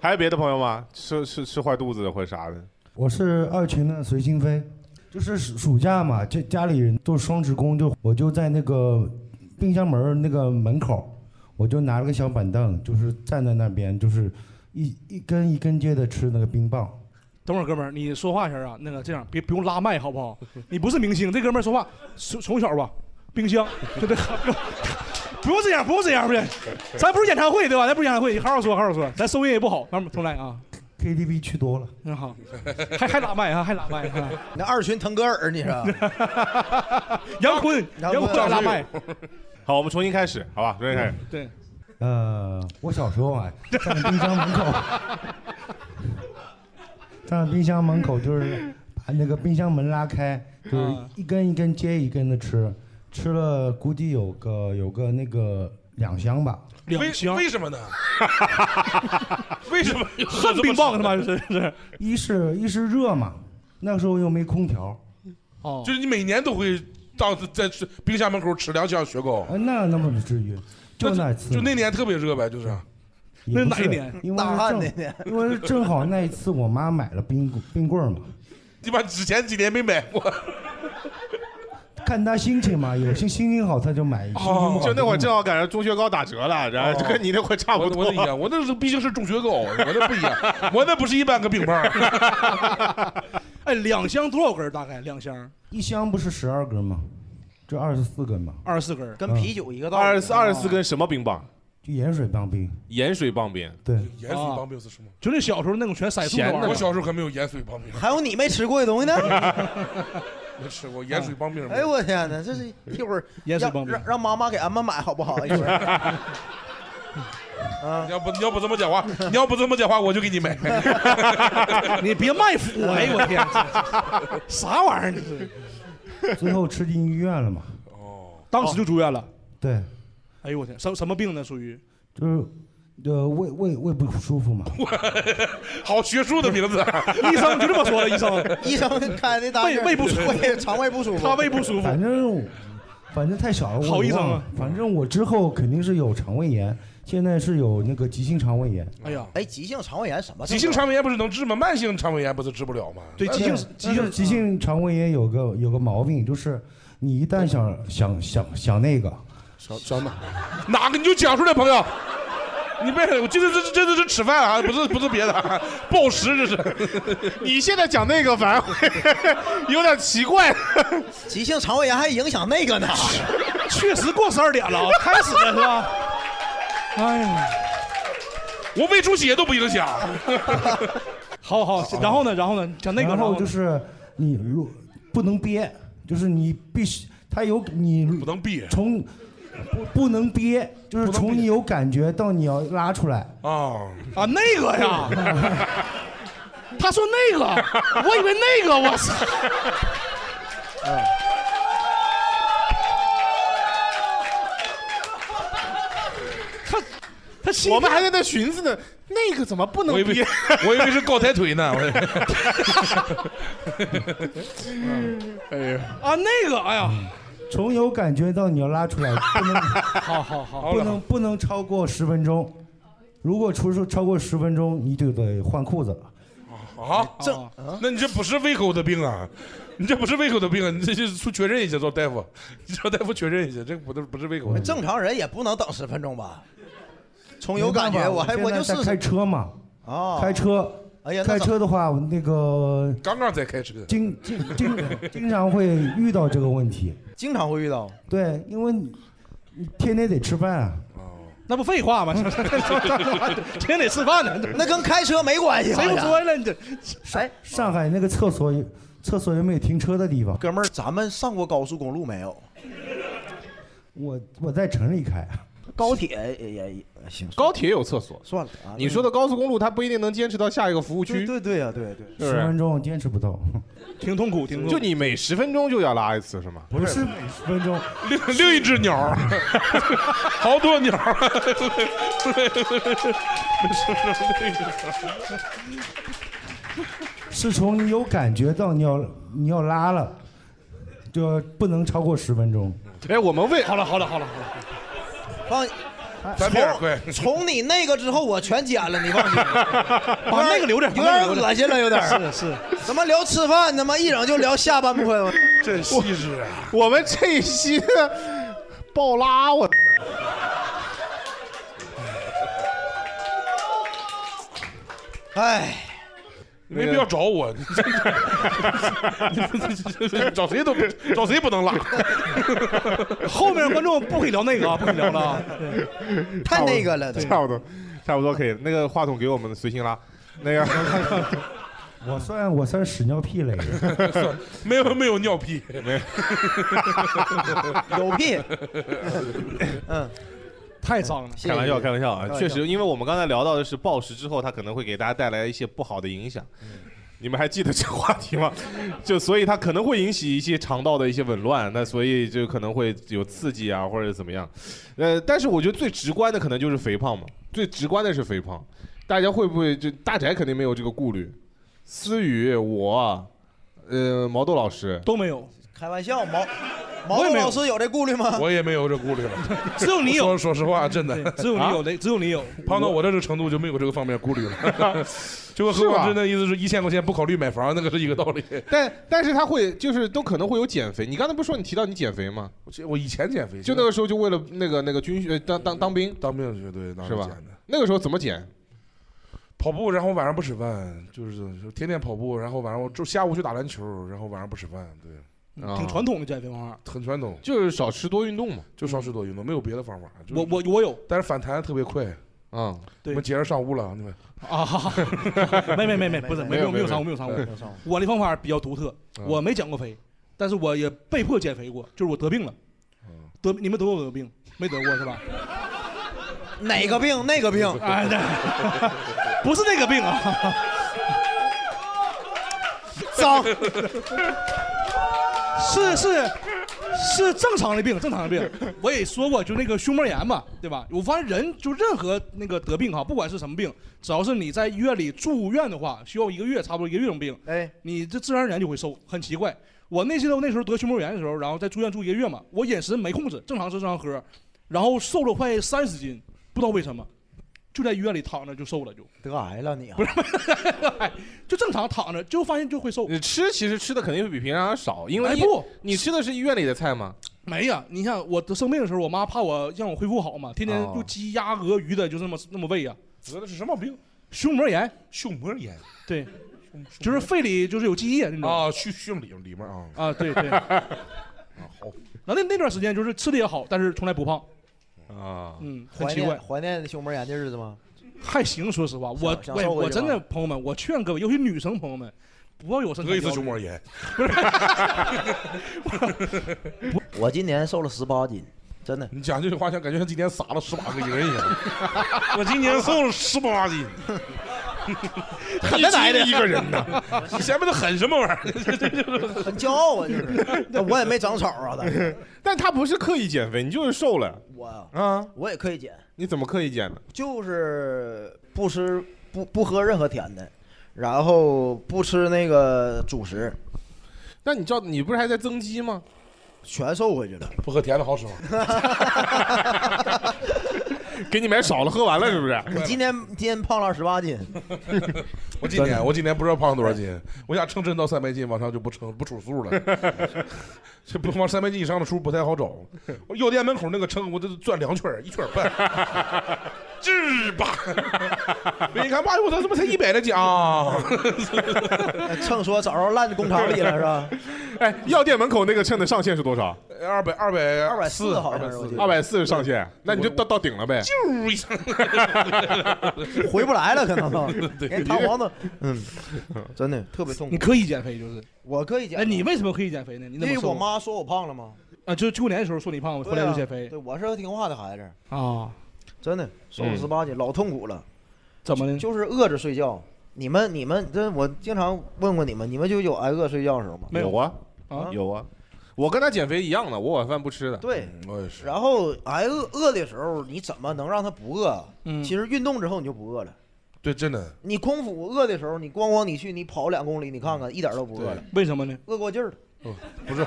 B: 还有别的朋友吗？吃吃吃坏肚子的或者啥的？
L: 我是二群的随心飞，就是暑暑假嘛，这家里人都是双职工，就我就在那个冰箱门儿那个门口，我就拿了个小板凳，就是站在那边，就是一一根一根接的吃那个冰棒。
E: 等会儿，哥们儿，你说话前儿啊，那个这样，别不用拉麦，好不好？你不是明星，这哥们儿说话从从小吧，冰箱，对 不对？不用这样，不用这样，不是，咱不是演唱会对吧？咱不是演唱会，好好说，好好说，咱收音也不好，咱们重来啊。
L: KTV 去多了，
E: 那好，还还拉麦啊，还拉麦啊。
D: 你那二群腾格尔，你说？
E: 杨坤，
D: 杨
E: 杨
D: 坤
E: 坤拉麦。
B: 好，我们重新开始，好吧？重新开始。
E: 对，
L: 呃，我小时候啊，站在冰箱门口，站在冰箱门口就是把那个冰箱门拉开，就是一根一根接一根的吃，吃了估计有个有个那个两箱吧。
C: 为为什么呢？ 为什么
E: 恨冰棒他妈就是是？
L: 一是一是热嘛，那时候又没空调，
E: 哦，
C: 就是你每年都会到在吃冰箱门口吃两箱雪糕，
L: 呃，那那么不至于，就那次嘛，
C: 就那年特别热呗，就是。
L: 也不是因为是正因为是正好那一次我妈买了冰棍冰棍儿嘛，
C: 你把之前几年没买 过，
L: 看她心情嘛，有些心情好她就买，心情不好
B: 哦 就那会儿
L: 就
B: 正好赶上中学高打折了，然
C: 哦
B: 后就跟你那会儿差不多。
C: 我那一样，我那是毕竟是中 学高，我那不一样，我那不是一般个冰棒。
E: 哎，两箱多少根儿？大概两箱，
L: 一箱不是十二根吗？这二十四根嘛，
E: 二十四根儿，
L: 跟
B: 嗯
L: 啤
D: 酒一个啊
B: 道理二十四二十四 根什么冰棒？
L: 就盐水棒冰，
B: 盐水棒冰。
L: 对，
C: 盐水棒冰是什么？
E: 就那小时候那种全塞
B: 醋的玩意儿
C: 我小时候可没有盐水棒冰，
D: 还有你没吃过的东西呢？
C: 没吃过盐水棒冰。
D: 哎呦我天哪，这是一会儿
C: 盐水棒
D: 让
C: 冰
D: 让让妈妈给俺们买好不好？一会儿
C: 你要不你要不这么讲话，你要不这么讲话，我就给你买。
E: 你别卖腐！哎呦我 天，啥玩意儿？你是
L: 最后吃进医院了嘛，
E: 当时就住院了。
L: 对，
E: 哎呦我天，什什么病呢？属于
L: 就是呃胃胃胃不舒服嘛，
C: 好学术的名字，
E: 医生就这么说了，医生
D: 医生 开的单
E: 胃胃不舒服
D: 胃肠胃不舒服，
L: 反正我反正太小了，我也
E: 好医生啊
L: 忘了反正我之后肯定是有肠胃炎，现在是有那个急性肠胃炎。
E: 哎呀，
D: 哎，急性肠胃炎什么？啊
C: 急性肠胃炎不是能治吗？慢性肠胃炎不是治不了吗？
L: 但是急性肠胃炎有个有个毛病，就是你一旦想想想想那个，
C: 什什么？ 哪个你就讲出来，朋友。你别，我这这这这这是吃饭啊，不是不是别的啊，暴食这是。
B: 你现在讲那个反而 会有点奇怪。
D: 急性肠胃炎还影响那个呢？
E: 确实过十二点了，开始了是吧？哎呀，
C: 我胃出血都不影响。
E: 好好，然后呢？然后呢？讲那个，
L: 然
E: 然后
L: 后
E: 呢
L: 就是你如不能憋，就是你必须它有你不
C: 能憋，
L: 从不不能憋，就是从你有感觉到你要拉出来。
B: 哦
C: 啊
E: 啊那个呀， 他说那 个，我以为那个，我操！他他心
B: 我们还在那寻思呢，那个怎么不能
C: 我以
B: 憋
C: 为？我以为是高抬腿呢，我以为
B: 哎呀，
E: 啊那个， 哎呀，
L: 从有感觉到你要拉出来，不 能
E: 好好好，
L: 不能不能超过十分钟。如果出售超过十分钟，你就得换裤子了。
C: 啊，
D: 这
C: 那你这不是胃口的病啊，你这不是胃口的病啊，你这就是去确认一下，找大夫，你找大夫确认一下，这不都不是胃口的病。
D: 正常人也不能等十分钟吧？从
L: 没
D: 有感
L: 办法
D: 觉，我还
L: 现
D: 我
L: 在
D: 就
L: 在
D: 试
L: 开
D: 试
L: 车嘛，
D: 啊，
L: 开车。
D: 哎呀那
L: 开
D: 早
L: 车的话，那个
C: 刚刚在开车，
L: 经经经 经常会遇到这个问题。
D: 经常会遇到。
L: 对，因为你你天天得吃饭啊。
E: 那不废话吗？ 天天得吃饭呢，
D: 那跟开车没关系
E: 谁
D: 好像
E: 说了你这？
D: 哎，
L: 上海那个厕所有，厕所有没有停车的地方？
D: 哥们儿，咱们上过高速公路没有？
L: 我我在城里开啊，
D: 高铁也也也行，
B: 高铁有厕所，
D: 算了啊
B: 你说的高速公路，它不一定能坚持到下一个服务区。
D: 对对呀，对对，
B: 是
L: 十
B: 不
L: 分钟坚持不到，
B: 是？挺痛苦，挺
L: 痛苦
B: 就你每十分钟就要拉一次是吗？
L: 不是每十分钟，
B: 另另一只鸟，好多鸟。
L: 是从你有感觉到你要你要拉了，就不能超过十分钟。
B: 哎，我们为好了，好了，好了，好了。
D: 放
B: 翻篇儿快
D: 从 从你那个之后，我全剪了，你放心，把
E: 那个留着
D: 有点
E: 把那个留着
D: 恶心了，有点
E: 是是，
D: 怎么聊吃饭，他妈一整就聊下半部分，
C: 真细致啊！
B: 我们这一期爆拉我。
D: 哎，
C: 你没必要找我， 你这你找谁都不找谁不能拉。，
E: 后面观众不可以聊那个啊，不可以聊了 啊
B: 对，
E: 太那个了对
B: 差不多，差不多可以了。那个话筒给我们随心拉，那个
L: 我算我算屎尿屁类的
C: 没有没有尿屁，
B: 没
D: 有 屁，嗯，
E: 太脏了
B: 开玩笑，开玩笑啊！确实，因
E: 为
B: 为我们刚才聊到的是暴食之后，它可能会给大家带来一些不好的影响。你们还记得这个话题吗？ 就所以它可能会引起一些肠道的一些紊乱，那所以就可能会有刺激啊，或者怎么样。呃，但是我觉得最直观的可能就是肥胖嘛，最直观的是肥胖。大家会不会就大宅肯定没有这个顾虑，思雨我，啊呃，毛豆老师
E: 都没有。
D: 开玩笑，毛毛豆老师有这顾虑吗？
C: 我也没有这顾虑了，
E: 只有你有
C: 说说实话，真的，啊
E: 只有你有的，只有你有。
C: 胖到我这个程度就没有这个方面顾 虑了。就和何
B: 是吧
C: 广智那意思是一千块钱不考虑买房，那个是一个道理。
B: 但但是他会就是都可能会有减肥。你刚才不是说你提到你减肥吗？
C: 我以前减肥，
B: 就那个时候就为了那个那个军训呃当当当兵，
C: 当兵去对，
B: 是吧
C: 减的？
B: 那个时候怎么减？
C: 跑步，然后晚上不吃饭，就是天天跑步，然后晚上我就下午去打篮球，然后晚上不吃饭，对，
E: 嗯挺传统的减肥方法，
C: 很传统，
B: 就是少吃多运动嘛，
C: 就少吃多运动，没有别的方法。就是
E: 我我我有，
C: 但是反弹特别快。
B: 嗯，
E: 对
C: 我们接着上屋了，你们
E: 啊，没没没没，不是没有没有上过没有上过，我的方法比较独特，
C: 嗯
E: 我没减过肥，但是我也被迫减肥过，就是我得病了，得你们得过我得病没得过是吧？
D: 哪个病那个病，
E: 哎，对， 不是那个病啊，
D: 脏，
E: 是是是正常的病，正常的病。我也说过，就那个胸膜炎嘛，对吧？我发现人就任何那个得病哈，不管是什么病，只要是你在医院里住院的话，需要一个月，差不多一个月种病，
D: 哎，
E: 你这自然而然就会瘦，很奇怪。我那时候那时候得胸膜炎的时候，然后在住院住一个月嘛，我饮食没控制，正常吃正常喝，然后瘦了快三十斤，不知道为什么，就在医院里躺着就瘦了就。
D: 得癌了你啊！
E: 就正常躺着，就发现就会瘦。
B: 你吃其实吃的肯定会比平常少，因为
E: 哎
B: 你
E: 不，
B: 你吃的是医院里的菜吗？
E: 没呀、你看我得生病的时候，我妈怕我让我恢复好嘛，天天
B: 哦
E: 就鸡鸭鹅鱼的就那么那么喂呀、
C: 得的是什么病？
E: 胸膜炎。
C: 胸膜炎。
E: 对，就是肺里就是有积液那种。
C: 啊，去胸里里面啊
E: 啊，对 对。
C: 好。
E: 那那那段时间就是吃的也好，但是从来不胖，
B: 啊，
E: 嗯，很
D: 怀
E: 奇怪
D: 念。怀念胸膜炎的日子吗？
E: 还行，说实话，我
D: 想
E: 我
D: 瘦过
E: 我
D: 去
E: 真
D: 吧
E: 的朋友们，我劝各位，尤其女生朋友们，不要有身材
C: 得一次
E: 焦虑
C: 胸膜炎。
D: 我今年瘦了十八斤，真的。
C: 你讲这句话，像感觉像今天撒了十八个人一样。 我今年瘦了十八 斤，
D: 很难来的
C: 一个 人呢。 你前面的狠什么玩意儿？
D: 很骄傲 啊，就是，我也没长草啊，但是
B: 但他不是刻意减肥，你就是瘦了。
D: 我啊
B: 啊，
D: 我也可以减，
B: 你怎么刻意减的？
D: 就是不吃不不喝任何甜的，然后不吃那个主食，
B: 那你知道你不是还在增肌吗？
D: 全瘦回去了。
C: 不喝甜的好 使吗？
B: 给你买少了，喝完了是不是？
D: 你今天今天胖了十八斤，
C: 我今年我今年不知道胖了多少斤，我想称真到三百斤，往上就不称不出数 了。这不往三百斤以上的数不太好找。我药店门口那个称，我都转两圈儿，一圈儿半，治吧。一看，妈呀，我操，怎么才一百来斤 啊？
D: 秤说早上烂工厂里了是吧？
B: 哎，药店门口那个秤的上限是多少？
C: 二百二百二
D: 百
C: 四，
D: 好
C: 二
D: 像
C: 百
D: 是
C: 四，
B: 二百四是上限，那你就到到顶了呗。
C: 啾啊一声，
D: 回不来了可能都
C: 对
D: 连弹簧都，嗯，真的特别痛苦。
E: 你可以减肥就是。
D: 我可以减，
E: 哎，你为什么可以减肥呢？你
D: 因
E: 怎么
D: 为
E: 瘦
D: 我妈说我胖了吗？
E: 啊，就是九年的时候说你胖，回来就减肥
D: 对啊，对我是个听话的孩子，
E: 啊，
D: 真的瘦了
E: 嗯
D: 十八斤，老痛苦了。
E: 怎么的？
D: 就是饿着睡觉。你们你们这我经常问过你们，你们就有挨饿睡觉的时候吗？
B: 有啊，
D: 啊
B: 有啊，我跟他减肥一样的，我晚饭不吃的。
D: 对，
C: 嗯
B: 我也是。
D: 然后挨饿饿的时候，你怎么能让他不饿？啊
E: 嗯
D: 其实运动之后你就不饿了。
C: 对，真的，
D: 你空腹饿的时候，你咣咣你去，你跑两公里，你看看一点都不饿了，
E: 嗯为什么呢？哦
D: 饿过劲儿了。
C: 不是，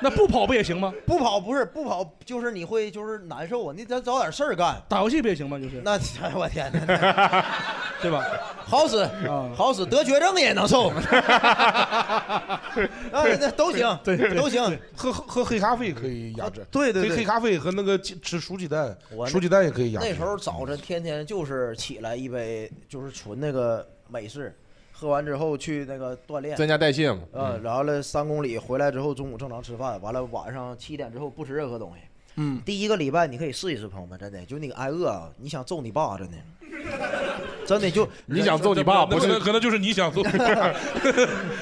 E: 那不跑不也行吗？
D: 不跑不是不跑，就是你会就是难受啊！你得找点事儿干。
E: 打游戏不也行吗？就是
D: 那 哎我天哪，
E: 对吧？啊
D: 好使，好使，得绝症也能瘦。 啊，那都行，
C: 对对
D: 都行。啊
C: 喝喝喝黑咖啡可以压制，
D: 对对
C: 黑
D: 对
C: 黑咖啡和那个鸡吃熟鸡蛋
D: 我，那
C: 熟鸡蛋也可以压制。
D: 那时候早晨天天就是起来一杯，就是纯那个美式，喝完之后去那个锻炼，
B: 增加代谢嘛
D: 呃，
B: 嗯
D: 然后了三公里回来之后，中午正常吃饭，完了晚上七点之后不吃任何东西。
E: 嗯，
D: 第一个礼拜你可以试一试，朋友们，真的，就那个挨饿啊，你想揍你爸，真的，真的就
B: 你想揍你爸不是
C: 可能就是你想 揍。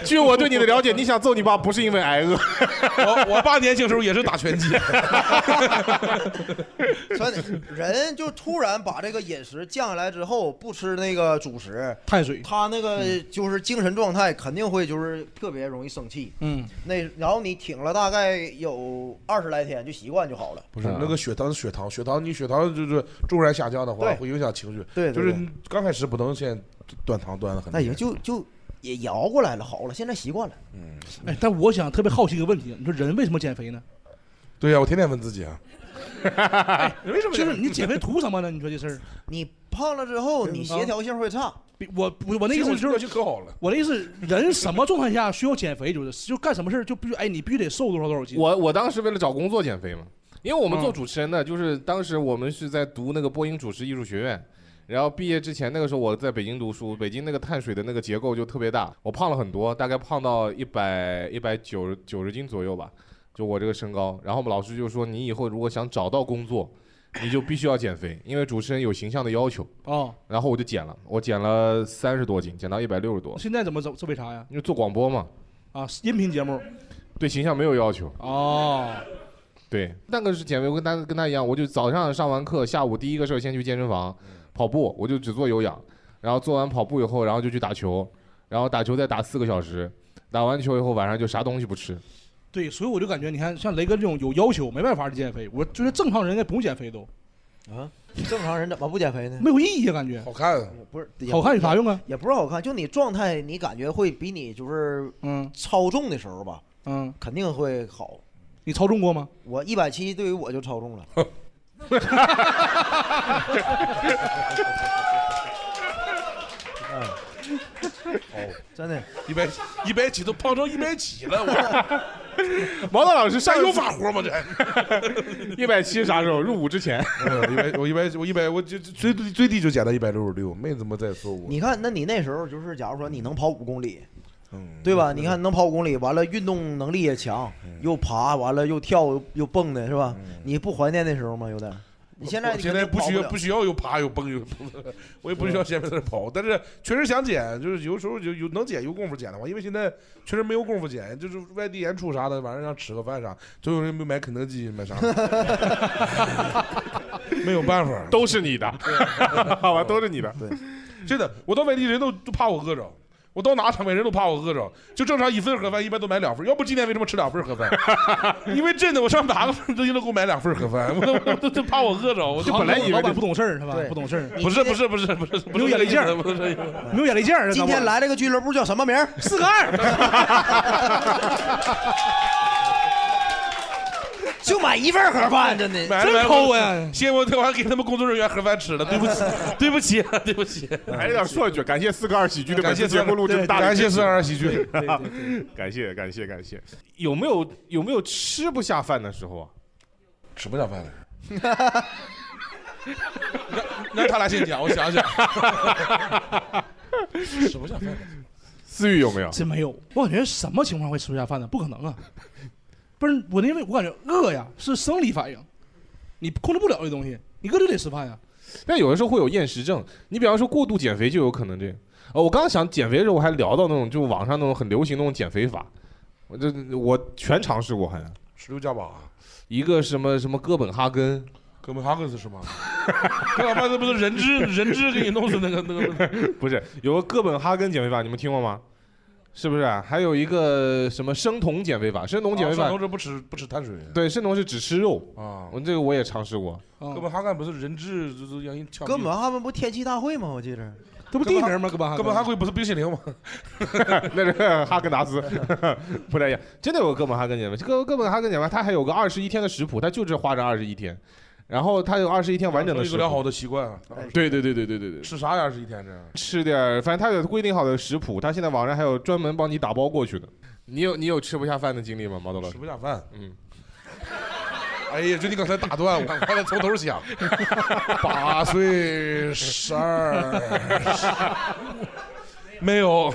B: 据我对你的了解，你想揍你爸不是因为挨饿，
C: 我我爸年轻时候也是打拳击。
D: 真的，人就突然把这个饮食降下来之后，不吃那个主食、
E: 碳水，
D: 他那个
B: 嗯
D: 就是精神状态肯定会就是特别容易生气。
E: 嗯，
D: 那然后你挺了大概有二十来天，就习惯就好了。嗯
C: 不是
B: 啊
C: 那个血糖，血糖，血糖，你血糖就是骤然下降的话，
D: 对
C: 会影响情绪。
D: 对对
C: 就是
D: 对
C: 你刚开始不能先断糖断的很。
D: 那也就就也摇过来了，好了，现在习惯了。
C: 嗯，
E: 哎，但我想特别好奇一个问题，你说人为什么减肥呢？
C: 对呀、我天天问自己啊。
E: 哎， 为什么？就是你减肥图什么呢？你说这事儿，
D: 你胖了之后，你协调性会差。
E: 我我我那意思
D: 协调
E: 就
D: 性
E: 是
C: 可好了。
E: 我的意思，人什么状态下需要减肥？就是就干什么事儿就必须哎，你必须得瘦多少多少斤。
B: 我我当时为了找工作减肥嘛，因为我们做
E: 嗯
B: 主持人的，就是当时我们是在读那个播音主持艺术学院。然后毕业之前，那个时候我在北京读书，北京那个碳水的那个结构就特别大，我胖了很多，大概胖到一百一百九十九十斤左右吧，就我这个身高。然后我们老师就说，你以后如果想找到工作，你就必须要减肥，因为主持人有形象的要求。
E: 哦，
B: 然后我就减了，我减了三十多斤，减到一百六十多，
E: 现在怎么走？这为啥呀？
B: 因为做广播嘛，
E: 啊，音频节目。
B: 对形象没有要求。
E: 哦，
B: 对，那个是减肥，我跟他跟他一样，我就早上上完课，下午第一个事儿先去健身房跑步，我就只做有氧，然后做完跑步以后，然后就去打球，然后打球再打四个小时，打完球以后晚上就啥东西不吃。
E: 对，所以我就感觉，你看像雷哥这种有要求，没办法的减肥。我觉得正常人应该不用减肥都，
D: 啊，正常人怎么不减肥呢？
E: 没有意义啊，感觉。
C: 嗯好看，
D: 不是
E: 好看有啥用啊？
D: 也不是好看，就你状态，你感觉会比你就是
E: 嗯
D: 超重的时候吧，
E: 嗯，
D: 肯定会好。
E: 你超重过吗？
D: 我一百七，对于我就超重了。
I: 아.
D: 嗯 哦，真的，
C: 一百一百几都胖成一百几了，我
B: 毛大老师上
C: 这有法活吗？这
B: 一百七啥时候？入伍之前。
C: 嗯一百我一百我一百我就就最低最低就减到一百六十六，没怎么再说我。
D: 你看，那你那时候就是，假如说你能跑五公里，
C: 嗯，
D: 对吧？你看能跑五公里，完了运动能力也强，又爬，完了又跳又又蹦的是吧？你不怀念那时候吗？有点。你现在
C: 我
D: 你
C: 现在
D: 肯定
C: 不需
D: 跑
C: 要
D: 了嗯
C: 不需要有爬有蹦有蹦，我也不需要前面在那跑，但是确实想减，就是有时候有有能减有功夫减的话，因为现在确实没有功夫减，就是外地演出啥的，晚上想吃个饭啥，最后人没买肯德基买啥的，没有办法，
B: 都是你的，好吧，都是你的，
D: 对，
C: 真的，我到外地人都都怕我饿着。我到哪场面人都怕我饿着，就正常一份盒饭一般都买两份，要不今天为什么吃两份盒饭？因为真的我上哪个都都给我买两份盒饭， 我都我都都怕我饿着，我就
E: 行老板
C: 你
E: 不懂事儿是吧
C: 对？
E: 不懂事儿，
C: 不是不是不是不是不
E: 没有
C: 是
E: 眼力劲儿
C: 不是这个意思
E: 没有眼力劲儿。
D: 今天来这个俱乐部叫什么名儿？
E: 四个二，
D: 就买一份盒饭，真的
C: 买了买了！谢谢我，我还给他们工作人员盒饭吃了，对不 起，对不起，对不起。
B: 还是要说一句，感谢四 个二喜剧对本
C: 感谢
B: 次节目录这么大的
C: 感谢
B: 支持
C: 四个二喜剧对对对
B: 对， 感谢感谢感谢。有没有有没有吃不下饭的时候啊？
C: 吃不下饭的时候。那他俩先讲，我 想想。吃不下饭的。
B: 思雨有没有？
E: 真没有。我感觉什么情况会吃不下饭呢？不可能啊！不是我，因为我感觉饿呀是生理反应，你控制不了这东西，你饿就得吃饭呀。
B: 但有的时候会有厌食症，你比方说过度减肥就有可能这样。呃，我刚想减肥的时候，我还聊到那种就网上那种很流行那种减肥法，我这我全尝试过，好像
C: 十六啊加八，
B: 一个什么什么哥本哈根，
C: 哥本哈根是什么？哥本哈根那不是人质人质给你弄死那个那个？
B: 不是有个哥本哈根减肥法，你们听过吗？是不是啊、还有一个什么生酮减肥法？生酮减肥
C: 啊
B: 法，
C: 上头是不吃不吃碳水。
B: 对，生酮是只吃肉
C: 啊。
B: 我这个我也尝试过。
C: 哥本哈根不是人质，就是让人抢
D: 哥本哈根不天气大会吗？我记着，
C: 这不地名吗哥本哈根哥本哈根不是冰淇淋吗？
B: 那是哈根达斯，不太一样。真的有个哥本哈根减肥，这个哥本哈根减肥，它还有个二十一天的食谱，它就是花这二十一天，然后它有二十一天完整的
C: 一
B: 食
C: 个
B: 谱。
C: 良好的习惯啊。
B: 对对对对对对对，
C: 吃啥呀？是一天这？
B: 吃点儿，反正它有规定好的食谱，它现在网上还有专门帮你打包过去的。你有你有吃不下饭的经历吗，毛豆老师？
C: 吃不下饭，
B: 嗯。
C: 哎呀，就你刚才打断我，我刚才从头想，八岁十二，没有，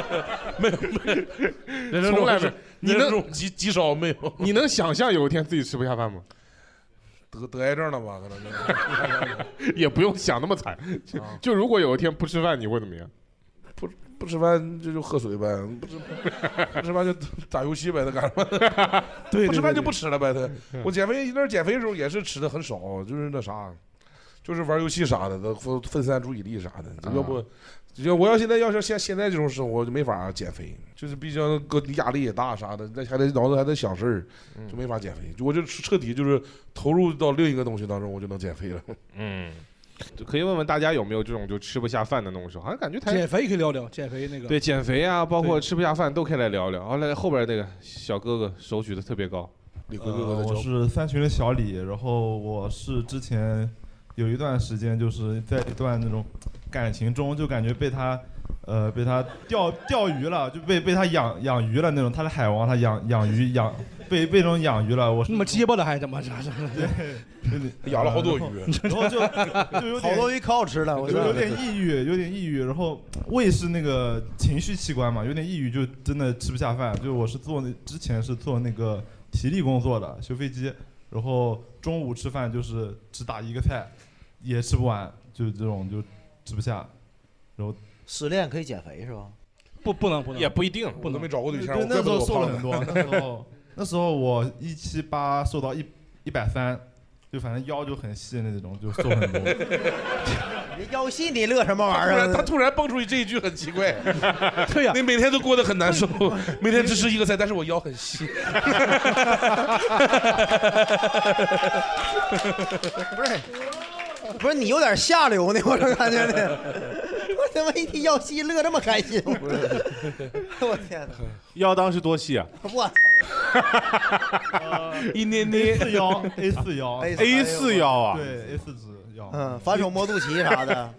C: 没有，没有，
B: 从来没
C: 是
B: 你能
C: 那种极极少没有。
B: 你能想象有一天自己吃不下饭吗？
C: 得得癌症了吧？可能是
B: 也不用想那么惨，就
C: 啊
B: 就如果有一天不吃饭，你会怎么样？
C: 不不吃饭就就喝水呗，不吃不吃饭就打游戏呗，他干什么？
B: 对对
C: 不吃饭就
B: 对
C: 不吃了呗。他
B: 嗯
C: 我减肥那儿减肥的时候也是吃的很少，就是那啥，就是玩游戏啥的，都分分散注意力啥的。要不，要我要现在要是现现在这种生活，我就没法减肥，就是毕竟各压力也大啥的，那还得脑子还得想事儿，就没法减肥。就我就彻底就是投入到另一个东西当中，我就能减肥了。
B: 嗯，就可以问问大家有没有这种就吃不下饭的那种时候，好像感觉太
E: 减肥也可以聊聊减肥那个。
B: 对减肥啊，包括
E: 对
B: 吃不下饭都可以来聊聊。后来后边那个小哥哥手举的特别高，
C: 李
M: 呃我是三群的小李，然后我是之前有一段时间就是在一段那种感情中，就感觉被他呃被他钓钓鱼了，就被被他养养鱼了那种，他是海王，他养养鱼养被被这种养鱼了，我是
E: 那么结巴了还 怎么着？
M: 对
E: 养了好多鱼
M: 然后就就有点
E: 好多鱼
D: 可好吃了，我
M: 就
D: 说
M: 有点抑郁，有点抑郁。然后胃是那个情绪器官嘛，有点抑郁就真的吃不下饭。就我是做那之前是做那个体力工作的，修飞机，然后中午吃饭就是只打一个菜，也吃不完，就这种就吃不下。然后
D: 失恋可以减肥是吧？
E: 不不能不
B: 也不一定，
M: 我都
C: 没找过对象
M: 对，
C: 我
M: 那
C: 怪
M: 时
C: 不得
M: 候
C: 我
M: 瘦
C: 胖
M: 了很 多
C: 呢，
M: 那时候那时候我一七八瘦到一一百三，就反正腰就很细那种，就瘦很多。
D: 你腰细你乐什么玩
C: 突
D: 意
M: 啊
C: 然他
D: 儿？
C: 突然蹦出这一句很奇 怪，
E: 对呀、
C: 你每天都过得很难受，每天只吃一个菜，但是我腰很细。
D: 不是，不是你有点下流呢，我这感觉呢。 我他妈一提腰细乐这么开心，我天哪！
B: 腰当是多细啊？
D: 我
M: 一捏捏 A 四腰 A 四腰
B: A 四腰啊
M: 对 A 四直腰，
D: 嗯，反 手摸肚脐啥的，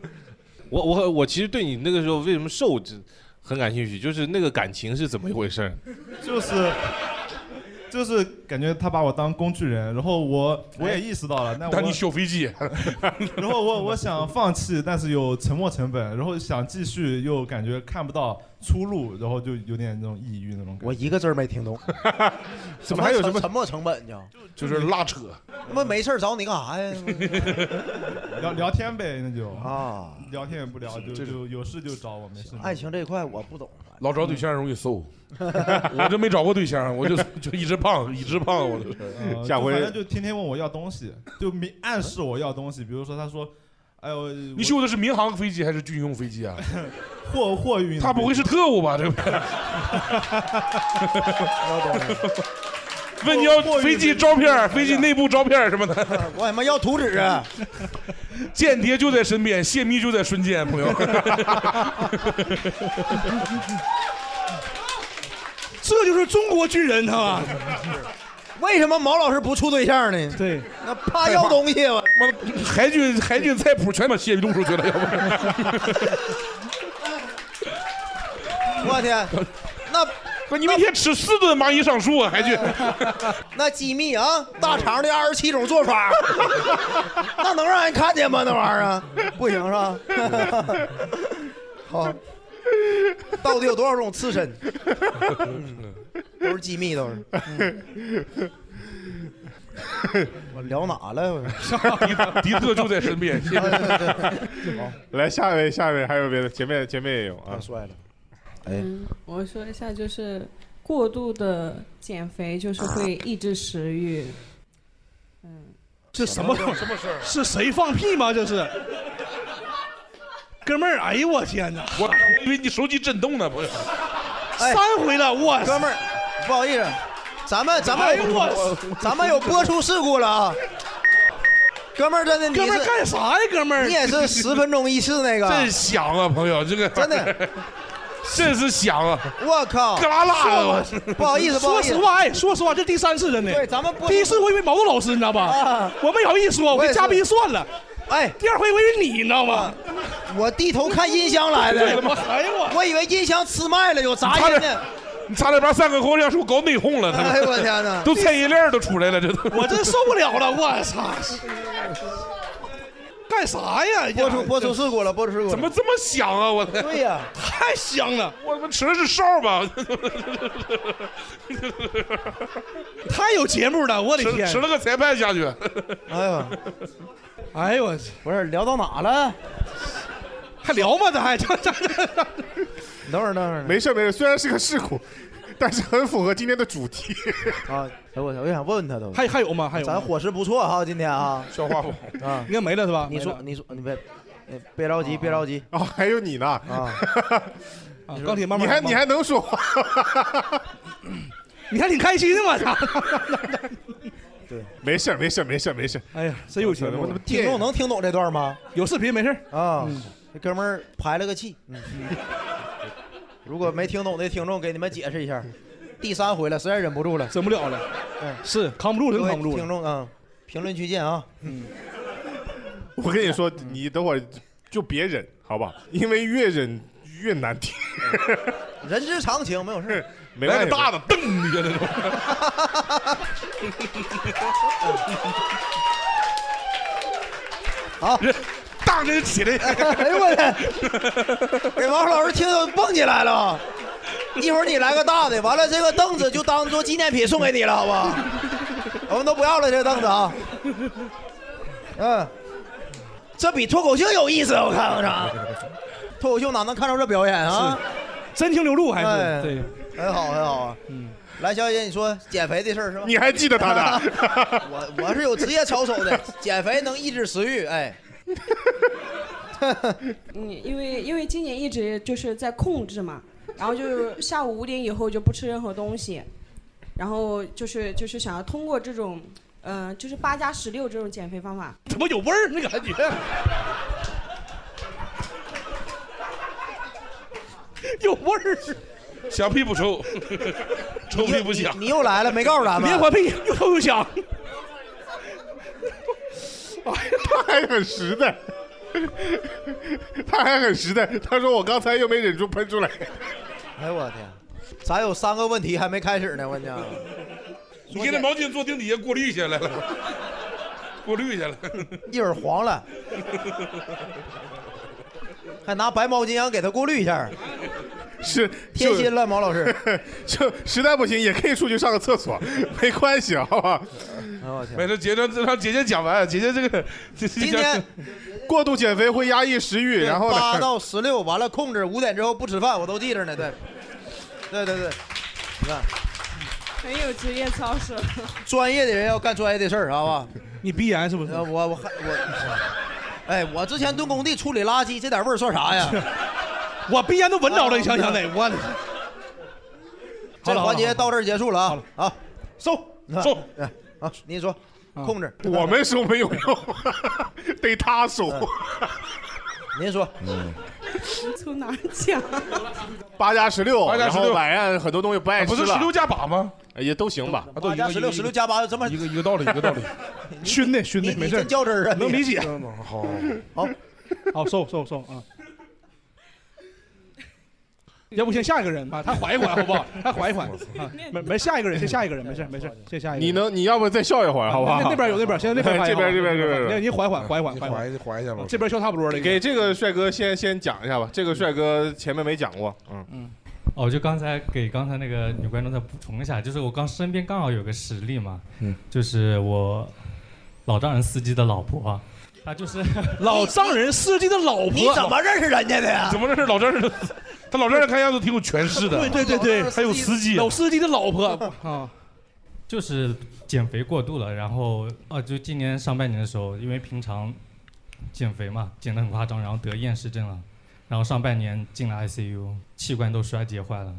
B: 我我我其实对你那个时候为什么瘦这很感兴趣，就是那个感情是怎么一回事儿？
M: 就是就是感觉他把我当工具人，然后我我也
D: 哎
M: 意识到了，那
C: 但
M: 我
C: 你修飞机，
M: 然后我我想放弃，但是有沉没成本，然后想继续又感觉看不到出路，然后就有点那种抑郁那种感觉。
D: 我一个字儿没听懂，
M: 怎么还有什么
D: 沉没成本呢？
M: 就是拉扯，
D: 他妈没事儿找你干啥呀？
M: 聊聊天呗，那就
D: 啊，
M: 聊天也不聊，就就有事就找我，没事。
D: 爱情这一块我不懂，啊
C: 老找对象容易瘦，我就没找过对 象，我就就一直胖，一直胖，我就
M: 呃
C: 是。
M: 就反正就天天问我要东西，就明暗示我要东西，比如说他说，哎呦，
C: 你
M: 你
C: 修的是民航飞机还是军用飞机啊？
M: 货货 运，
C: 他不会是特务吧？这 个问你要飞机照片、飞机内部照片什么的，
D: 我他妈要图纸啊！
C: 间谍就在身边，泄密就在瞬间，朋 友。
E: 这就是中国军人，他妈！
D: 为什么毛老师不处对象呢？
E: 对，
D: 那怕要东西我。
C: 妈的，海军海军菜谱全把泄密弄出去了，要不然。
D: 我天，那
C: 哥，你每天吃四顿蚂蚁上树啊，还去？
D: 那机密啊，大肠的二十七种做法，那能让人看见吗？那玩意儿啊不行是吧？ 好，到底有多少种刺身？嗯都是机密，都是。嗯我聊哪了？ 我
C: 迪特就在身边
D: 对对对好
B: 来下一位，下一位还有别的，前面前面也有啊。
D: 帅了，
B: 哎，
N: 我说一下，就是过度的减肥就是会抑制食欲。嗯
E: 这啊什么
N: 什么事儿
E: 是谁放屁吗？这是，哥们儿，哎呦我天哪！
C: 我我以为你手机震动呢，不是？
E: 三回了，我
D: 哎哥们儿，不好意思，咱们咱们
E: 哎
D: 有、
E: 呦我
D: 咱们有播出事故了啊！哥们儿，真的，
E: 哥们儿干啥呀哥们儿
D: 你也是十分钟一次那个，
C: 真香啊，朋友，这个
D: 真的，
C: 真是香啊！
D: 我靠，
C: 嘎啦啦的我
D: 说不好意思，不好
E: 说
D: 意思
E: 实，话，哎，说实话，这第三次真的。对，
D: 咱们
E: 第一次我以为毛豆老师，你知道吧
D: 啊？
E: 我没好意思说，我
D: 我也
E: 跟
D: 是
E: 嘉宾算了。
D: 哎，
E: 第二回我以为你，你知道吗？
D: 我低头看音箱来的，
E: 对我哎呦我
D: 我以为音箱吃麦了，有啥
C: 差
D: 人
C: 点
D: 呢？
C: 你差点把三个姑娘说搞内讧了，他们
D: 哎呦我天 哪
C: 都蔡依林儿都出来了，这都
E: 我真受不了了，我操！干啥呀？
D: 播出播出事故了，播出事故了。
C: 怎么这么香啊！我的
D: 对呀，
E: 太香了！
C: 我他妈吃的是哨吧？
E: 太有节目了，我的天！
C: 吃了个裁判下去。
D: 哎呀，
E: 哎呦我，
D: 不是聊到哪了？
E: 还聊吗？咱还这这
D: 等会儿等会儿，
B: 没事没事，虽然是个事故，但是很符合今天的主题。
D: 啊，哎我我想问问他都，
E: 还还有吗？还有吗
D: 咱伙食不错哈，今 天啊，
C: 消化不
D: 啊，
E: 应该没了是吧
D: 你
E: 没
D: 说
E: 了
D: 你说你别，你 别着急别着急
B: 啊，还有你呢
D: 啊，
E: 啊钢铁慢慢
B: 你还
E: 慢慢
B: 你还能说话？
E: 你还挺开心的嘛？ 操！
B: 嗯没事儿没事儿没事儿没事儿。
E: 哎呀，真有钱！
B: 我他妈
D: 听众能听懂这段吗？
E: 有视频没事嗯
D: 啊，这哥们儿排了个气。嗯，如果没听懂的听众，给你们解释一下。第三回了，实在忍不住了，
E: 忍不了了。
D: 嗯，
E: 是扛不住，
B: 真扛不住了
D: 听众啊，评论区见啊。嗯，
B: 我跟你说，你等会儿就别忍，好不好？因为越忍越难听。
D: 人之常情，没有事。
B: 没关系
C: 来个大的，噔一下那种。
D: 好，
C: 当着就起来。
D: 哎呦我天！给王老师听着蹦起来了。一会儿你来个大的，完了这个凳子就当做纪念品送给你了，好不好？我们都不要了这个凳子啊。嗯，这比脱口秀有意思，我看看啥？脱口秀哪能看着这表演啊？
E: 真情流露
D: 还是对，很好很好啊。嗯，来，小姐，你说减肥的事儿是吧？
B: 你还记得他的？
D: 我我是有职业操守的， 减肥能抑制食欲，哎，
N: 嗯，因为因为今年一直就是在控制嘛，然后就是下午五点以后就不吃任何东西，然后就是就是想要通过这种，嗯、就是八加十六这种减肥方法，
E: 怎么有味儿？那感觉 有味儿。
C: 响屁不抽， 抽屁不响。
D: 你又来了，没告诉咱们。
E: 别管屁，又臭又香。
B: 他还很实在，他还很实在。他说我刚才又没忍住喷出来。
D: 哎呦我天，咱有三个问题还没开始呢，我跟你讲，
C: 你给那毛巾坐腚底下过滤一下来了，过滤一下来。
D: 一会儿黄了，还拿白毛巾让给他过滤一下，
B: 是
D: 贴
B: 就
D: 心了，毛老师。
B: 就实在不行也可以出去上个厕所，没关系，好吧？
D: 哎
C: 没事，姐让让姐姐讲完，姐姐 这个今
D: 今天
B: 过度减肥会压抑食欲，然后呢
D: 八到十六，完了控制五点之后不吃饭，我都记着呢。对，对对对，你看
N: 很有职业操守。
D: 专业的人要干专业的事儿，好吧？
E: 你鼻炎是不是？
D: 我我还我，哎，我之前蹲工地处理垃圾，这点味儿算啥呀？ 啊
E: 我鼻炎都闻着了，你想想得我。好
D: 这
E: 了
D: 环节到这儿结束了啊！啊，
E: 收
B: 收
D: 哎啊！您说控制，
B: 我们收没有用， 得他收。
D: 嗯您说，
N: 从哪儿讲？
B: 八加十六，
C: 八加
B: 然后
C: 16
B: 晚上很多东西不爱吃
C: 不
B: 了。
C: 是16加八吗？
B: 也啊都行吧。
C: 八加16 16加
D: 八，这么
C: 一个一个道理，一个 道理。
E: 熏的熏
C: 的，
D: 没事儿真较真儿啊你能理解
C: 好，
D: 好，
E: 好，收收收啊！要不先下一个人吧，他缓一缓好不好？他缓一缓啊，没没下一个人，先下一个人，没事没事，先下一个人。啊
B: 你能，你要不再笑一会儿，好不好？
E: 那那边有那边，现在那边
B: 这边这边这边这
E: 那
B: 边。
E: 您啊缓缓缓一缓缓一
C: 缓，缓一下吧。
E: 这边笑差不多了。
B: 给这个帅哥先先讲一下吧，这个帅哥前面没讲过，嗯
E: 嗯，
O: 哦，就刚才给刚才那个女观众再补充一下，就是我刚身边刚好有个实例嘛，
C: 嗯
O: 就是我老丈人司机的老婆， 啊他就是
E: 老丈人司机的老婆
O: 你怎么认识人家的呀
C: 怎么认识老丈人的？他老丈人看样子挺有 权势的，
E: 对对对对，
C: 还有司机，
E: 老司机的老婆啊，
O: 就是减肥过度了，然后啊，就今年上半年的时候，因为平常减肥嘛，减得很夸张，然后得厌食症了，然后上半年进了 ICU，器官都衰竭坏了，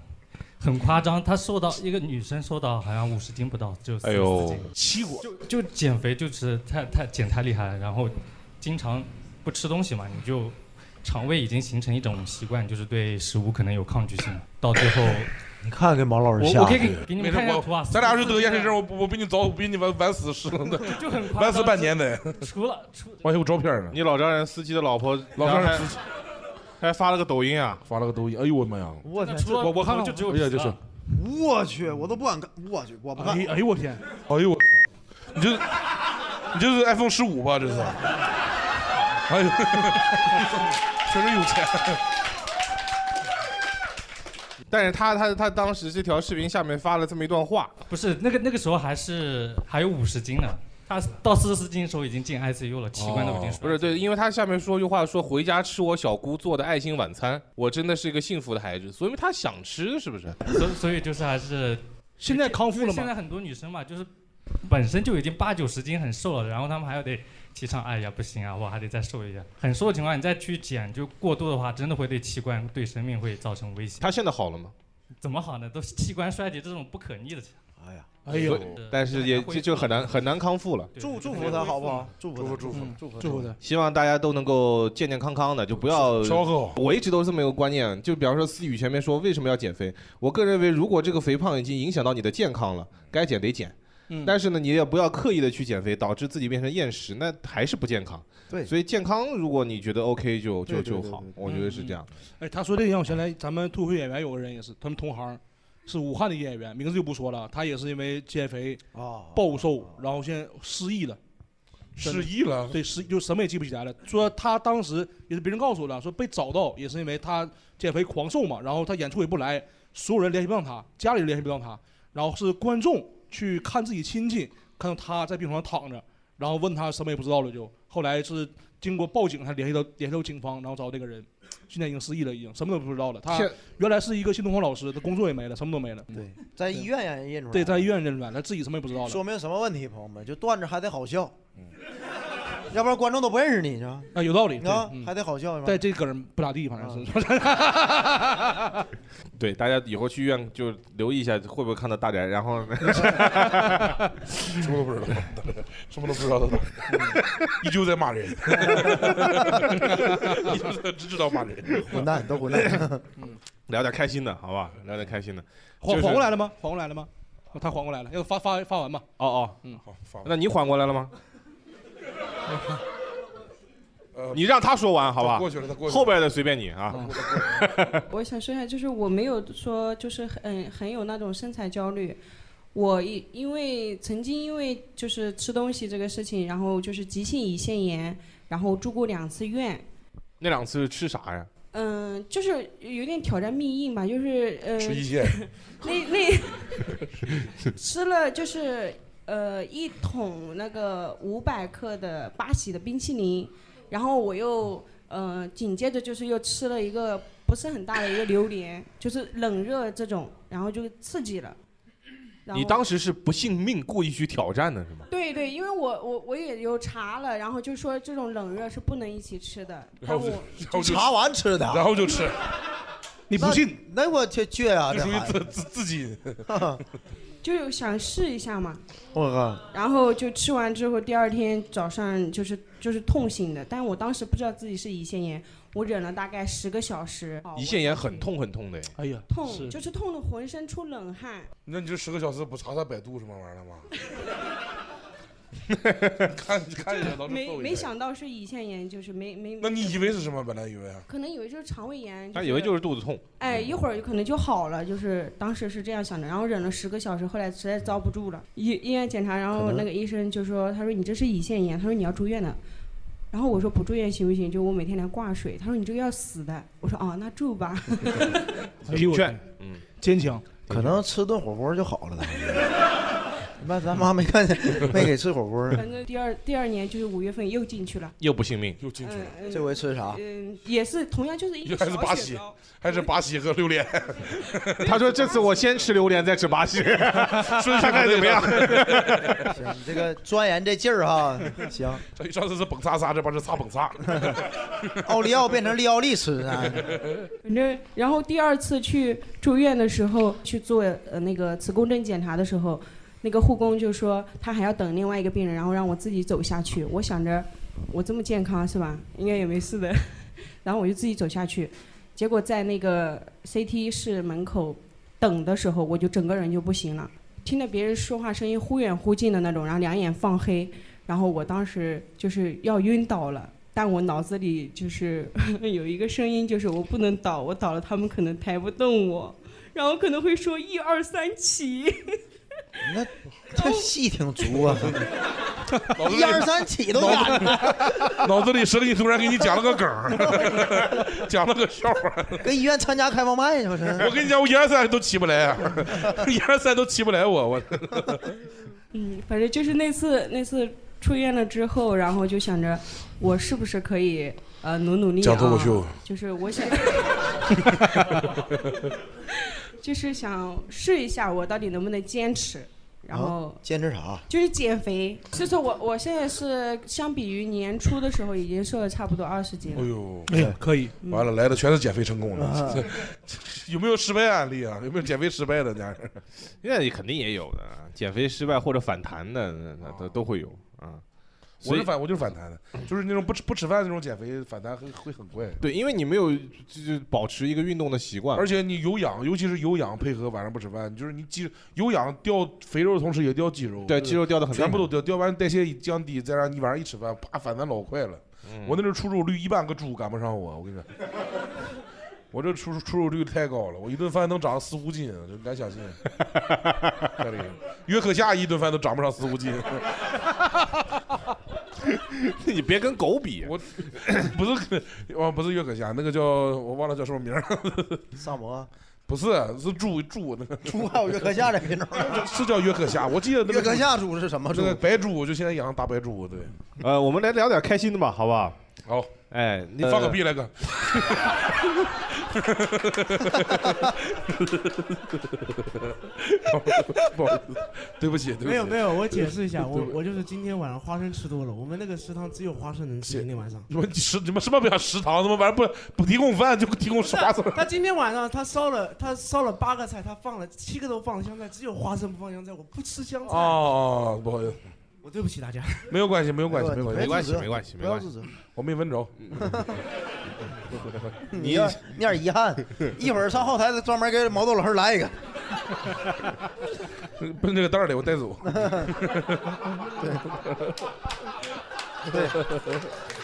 O: 很夸张。她瘦到一个女生瘦到好像五十斤不到，就
B: 哎呦
C: 七果
O: 就就减肥就是太太减太厉害了，然后经常不吃东西嘛，你就肠胃已经形成一种习惯，就是对食物可能有抗拒性，到最后。
D: 你看给毛老师
O: 我
D: 吓
O: 我可以
D: 的
O: 给，给你们
C: 没事
O: 看一下图啊
C: 我，咱俩要是得厌食症，我我比你早，比你晚晚死十的，
O: 就很夸张
C: 晚死半年得。
O: 除了除
C: 我还有照片呢。
B: 你老丈人司机的老婆，
C: 老丈人
B: 然后还
C: 司机
B: 还发了个抖音啊，
C: 发了个抖音，哎呦我的妈呀！
B: 我
C: 天这我我看看就只有哎呀这是
P: 我去，我都不敢看，我去，我不看。
C: 哎呦我天！哎呦我，你这你这是 iPhone 十五吧？这是？哎呦， 确实有钱。
B: 但是他他他当时这条视频下面发了这么一段话，
O: 不是那个那个时候还是还有五十斤呢，他到四十四斤的时候已经进 ICU 了，器官都已经
B: 不是对，因为他下面说句话说回家吃我小姑做的爱心晚餐，我真的是一个幸福的孩子，所以他想吃是不是？
O: 所以所以就是还是
E: 现在康
O: 复了吗？现在很多女生嘛，就是本身就已经八九十斤很瘦了，然后她们还要得提倡，哎呀不行啊，我还得再瘦一下。很瘦的情况下，你再去减就过度的话，真的会对器官、对生命会造成威胁。
B: 他现在好了吗？
O: 怎么好呢？都是器官衰竭这种不可逆的。
D: 哎呀，
B: 哎呦但是也就就很难很难康复了。
D: 祝祝福他好不好？祝
O: 嗯
D: 福祝福祝福
B: 祝福他。希望大家都能够健健康康的，就不要
C: 烧烤。
B: 我一直都是这么一个观念，就比方说思雨前面说为什么要减肥，我个人认为如果这个肥胖已经影响到你的健康了，该减得减。
E: 嗯
C: 嗯
B: 但是呢，你也不要刻意的去减肥，导致自己变成厌食，那还是不健康。
D: 对
B: 所以健康如果你觉得 OK 就就
E: 对对
B: 就
E: 对
B: 好
E: 对，
B: 我觉得是这样。
E: 哎，他说这个让我想起来，咱们脱口秀演员有个人也是，他们同行，是武汉的演员，名字就不说了，他也是因为减肥
D: 啊
E: 暴瘦，然后现在失忆了。真的
C: 失忆了
E: 对，失忆就什么也记不起来了。说他当时也是别人告诉我的，说被找到也是因为他减肥狂瘦嘛，然后他演出也不来，所有人联系不上他，家里人联系不上他，然后是观众去看自己亲戚，看到他在病床上躺着，然后问他什么也不知道了就，后来是经过报警才联系到联系到警方，然后找到这个人，现在已经失忆了，已经什么都不知道了。他
D: 现
E: 原来是一个新东方老师，他工作也没了，什么都没了。
D: 对，在医院让人认出来，
E: 对，在医院认出来，他自己什么也不知道了。嗯
D: 说明什么问题？朋友们，就段子还得好笑，要不然观众都不认识你，是吧？
E: 啊，有道理，对
D: 啊
E: 嗯，
D: 还得好笑，是吧啊
E: 在这梗不咋地，反正 是。嗯
B: 对，大家以后去医院就留意一下，会不会看到大宅，然后
C: 什么都不知道，什么都不知道的，依旧在骂人， 依旧在只知道骂人，
D: 混蛋，都混蛋。
B: 聊点开心的，好吧？聊点开心的。
E: 嗯缓
B: 就是
E: 缓过来了吗？缓过来了吗？哦他缓过来了，要发发发完吧。
B: 哦哦，
E: 嗯，
C: 好，发
B: 那你缓过来了吗？
E: 呃
B: 你让他说完好吧？
C: 他过去了他过去了嗯
B: 后边的随便你啊。
N: 我想说一下，就是我没有说就是很嗯很有那种身材焦虑，我因因为曾经因为就是吃东西这个事情，然后就是急性胰腺炎，然后住过两次院，
B: 那两次吃啥呀？
N: 嗯，就是有点挑战命硬吧，就是呃，
B: 吃一线
N: 那那吃了就是呃一桶那个五百克的八喜的冰淇淋，然后我又呃紧接着就是又吃了一个不是很大的一个榴莲，就是冷热这种，然后就刺激了。然后
B: 你当时是不信命故意去挑战的是吗？
N: 对对，因为我我我也有查了，然后就说这种冷热是不能一起吃的。
C: 然后就
N: 但我
C: 然后就
D: 哎查完吃的，啊
C: 然后就 吃，
E: 你
D: 不信？那我去倔啊，
C: 这
D: 这
C: 属于
D: 孩
C: 自
D: 子
C: 自自己。
N: 就是想试一下嘛，
D: 我靠！
N: 然后就吃完之后，第二天早上就是就是痛醒的，但我当时不知道自己是胰腺炎，我忍了大概十个小时，
C: 哦
B: 胰腺炎很痛很痛的。
E: 哎呀，
N: 痛就是痛的浑身出冷汗，
C: 那你这十个小时不查查百度什么玩意儿了吗？ 看看一下，老师
N: 没
C: 搜一
N: 没
C: 下。
N: 想到是胰腺炎，就是没没。
C: 那你以为是什么？本来以为啊，
N: 可能以为就是肠胃炎，
B: 他以为就是肚子痛。
N: 哎，
D: 嗯
N: 一会儿可能就好了，就是当时是这样想的，然后忍了十个小时，后来实在遭不住了，医医院检查，然
K: 可
N: 后
K: 能
N: 那个医生就说，他说你这是胰腺炎，他说你要住院的，然后我说不住院行不行？就我每天来挂水，他说你这个要死的，我说哦那住吧，
E: 哎呦我天
B: 嗯，
E: 坚强，
D: 可能吃顿火锅就好了呢。那咱妈没看见，没给吃火锅呢。
N: 反正第二第二年就是五月份又进去了，
B: 又不信命，又
N: 进去了嗯
D: 这回吃啥？
N: 嗯，也是同样就是一个
C: 还是
N: 小
C: 巴
N: 雪
C: 西
N: 糕，
C: 还是巴西和榴莲，
B: 他说这次我先吃榴莲，再吃 巴 西，顺看看怎么样。
D: 行，你这个钻研这劲儿哈，行。
C: 这 上次是蹦擦擦，这帮是擦蹦擦。
D: 奥利奥变成利奥利吃啊！
N: 反正，然后第二次去住院的时候，去做呃那个磁共振检查的时候，那个护工就说他还要等另外一个病人，然后让我自己走下去。我想着我这么健康是吧，应该也没事的， 然后我就自己走下去。结果在那个 CT 室门口等的时候，我就整个人就不行了，听着别人说话声音忽远忽近的那种，然后两眼放黑，然后我当时就是要晕倒了，但我脑子里就是 有一个声音，就是我不能倒，我倒了他们可能抬不动我，然后可能会说一二三起。
D: 那这戏挺足啊！
C: 子里
D: 一二三起都敢，
C: 脑子里生意突然给你讲了个梗 儿，讲了个笑话。
D: 跟医院参加开放麦去不是？啊
C: 我跟你讲，我一二三都起不来、啊，一二三都起不来我 我。
N: 嗯，反正就是那次那次出院了之后，然后就想着我是不是可以呃努努力、啊、
C: 讲脱口秀
N: 就是我想， 就是想试一下我到底能不能坚持，然后。
D: 啊坚持啥？
N: 就是减肥，就是我我现在是相比于年初的时候已经瘦了差不多二十斤了
C: 哎。呦，
N: 哎呀
C: 可以。完了，来的全是减肥成功
N: 啊
D: 嗯
C: 的，有没有失败案例啊？有没有减肥失败的？家人
B: 现在肯定也有的，减肥失败或者反弹的，那那那都会有啊。
C: 我
B: 所以
C: 是反，我就是反弹的，就是那种不吃不吃饭那种减肥，反弹会会很快。
B: 对，因为你没有就是保持一个运动的习惯，
C: 而且你有氧，尤其是有氧配合晚上不吃饭，就是你肌有氧掉肥肉的同时也掉肌肉，
B: 对肌肉掉得很厉害
C: 全部都掉，掉完代谢一降低，再让你晚上一吃饭，啪反弹老快了。
B: 嗯
C: 我那阵出肉率一半个猪赶不上我，我跟你说，我这出出肉率太高了，我一顿饭能长四五斤，就敢相信？家里约克夏一顿饭都长不上四五斤。
B: 你别跟狗比，
C: 我不是哦，不是约克夏，那个叫我忘了叫什么名儿，
D: 萨摩。
C: 不是，是猪猪那个
D: 猪还有约克夏这品种，
C: 是叫约克夏。我记得那个
D: 约克夏猪是什么猪
C: 那个白猪，就现在养的大白猪，对。
B: 呃，我们来聊点开心的吧，好不好？
C: 好，
B: 哎，
C: 你放个屁来个。 不好意思，对不起，对不起。
Q: 没有没有，我解释一下，我
C: 对不
Q: 我就是今天晚上花生吃多了，我们那个食堂只有花生能吃，今天晚上。
C: 你们食你们什么表食堂？怎么玩意儿不不啊提供饭就提供花 生？
Q: 啊他今天晚上他烧了，他烧了八个菜，他放了七个都放了香菜，只有花生不放香菜，我不吃香菜。
C: 哦，不好意思，
Q: 我对不起大家。
C: 没有关系，没有关系，有
Q: 没关系
C: 没关系，
Q: 不
C: 没
Q: 要
C: 关
Q: 自责
C: 系，我没闻着。
D: 你有点你有点遗憾，一会儿上后台再专门给毛豆老师来一个。
C: 奔这个袋儿里，我带走。
D: 对，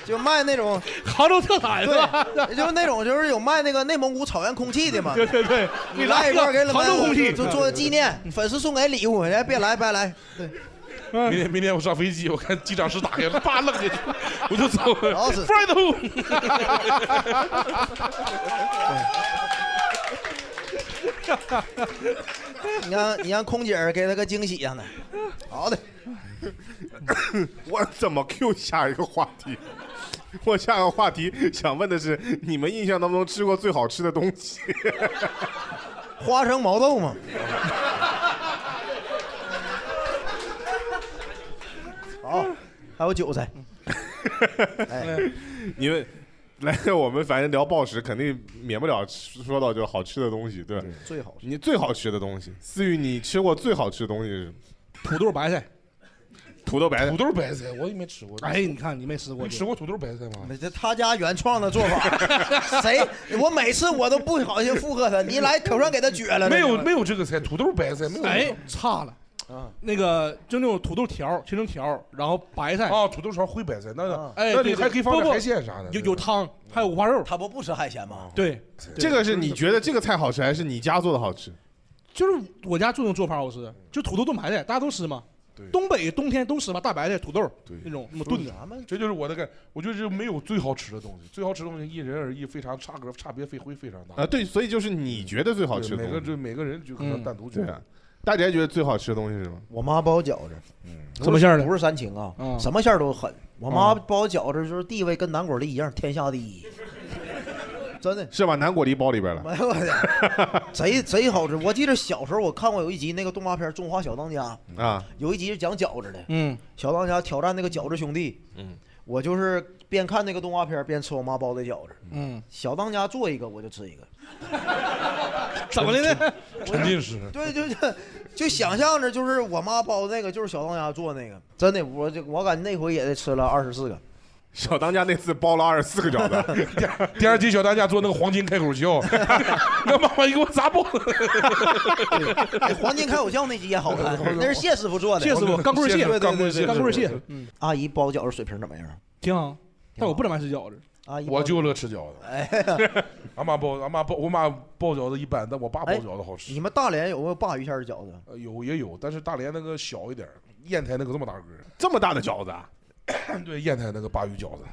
D: 就卖那种
E: 杭州特产
D: 是吧？就是那种就是有卖那个内蒙古草原空气的嘛。
E: 对对对
D: 你
E: 你来
D: 来一
E: 一个
D: 罐给老
E: 杭州空气嗯
D: 就做纪念，粉丝送给礼物，哎，别来白来。对，
C: 明天明天我上飞机，我看机长室打开了，啪扔下去，我就走了。
D: 老死
C: f r i d
D: 你让你让空姐儿给他个惊喜样的。好的，
R: 呃 我怎么 Q 下一个话题？ 我下个话题想问的是，你们印象当中吃过最好吃的东西？
D: 花生毛豆嘛。好，还有 韭菜。 哎，
R: 你们来， 我们反正聊暴食，肯定免不了说到就好吃的东西，对吧？
D: 最好
R: 你最好吃的东西，思雨，你吃过最好吃的东西是什么？
E: 土豆白菜。
R: 土豆白菜，
C: 土豆白菜，我也没吃过。
E: 哎，你看你没吃过，
C: 你吃过土豆白菜吗？
D: 这他家原创的做法，谁？我每次我都不好心附和他，你来口上给他撅了。
C: 没有没有这个菜，土豆白菜没有。
E: 哎，差了。
D: 啊，
E: 那个就那种土豆条儿、切成条儿，然后白菜
C: 啊，土豆条烩白菜，
D: 啊
C: 那
E: 哎，
C: 那
E: 对
C: 里还可以放点海鲜啥的啊
E: 有有汤，还有五花肉。
D: 他不不吃海鲜吗？
E: 对，
R: 这个是你觉得这个菜好吃，还是你家做的好吃？
E: 就是我家注重做法好吃，就土豆炖白菜，大家都吃嘛。东北冬天都吃吧，大白菜、土豆那种那么炖的。
C: 这就是我的感，我就是没有最好吃的东西，最好吃的东西因人而异，非常差格差别非会非常大。
B: 啊，对，所以就是你觉得最好吃的
C: 对每个
B: 东西
C: 就每个人就可能
B: 嗯
C: 单独觉
B: 对
C: 得
B: 啊，大家觉得最好吃的东西是什么？
D: 我妈包饺子，
R: 嗯
B: 什么馅儿的
D: 不是三秦啊，
B: 嗯
D: 什么馅儿都狠。我妈包饺子就是地位跟南果梨一样，天下第一。真的
B: 是把南果梨包里边了。
D: 哎呦我的，贼贼好吃！我记得小时候我看过有一集那个动画片《中华小当家》，
B: 啊，
D: 有一集是讲饺子的。
E: 嗯，
D: 小当家挑战那个饺子兄弟，
B: 嗯
D: 我就是边看那个动画片边吃我妈包的饺子。
E: 嗯，
D: 小当家做一个我就吃一个。
E: 怎么的呢？
D: 沉
C: 浸式。
D: 对，就就 就想象着，就是我妈包那个，就是小当家做那个，真的，我就我感觉那回也得吃了二十四个。
B: 小当家那次包了二十四个饺子，
C: 第二集小当家做那个黄金开口笑， 那妈妈给我砸爆 了。
D: 哎黄金开口笑那集也好 看，那是谢师傅做的。啊
E: 谢 师傅钢棍儿蟹
D: 对对对对
E: 钢棍儿蟹
D: 对对
E: 钢棍儿蟹
D: 对对
E: 嗯
D: 阿姨包饺子水平怎么样？
E: 挺好，但我不怎么爱吃饺子。
D: 阿啊姨包，
C: 我就乐吃饺子。
D: 哎，
C: 俺妈包，俺妈包，我妈包饺子一般，但我爸包饺子好吃。
D: 哎你们大连有没有鲅鱼馅儿饺子？
C: 呃有也有，但是大连那个小一点儿，烟台那个这么大个儿，
B: 这么大的饺子啊？
C: 对，烟台那个鲅鱼饺子，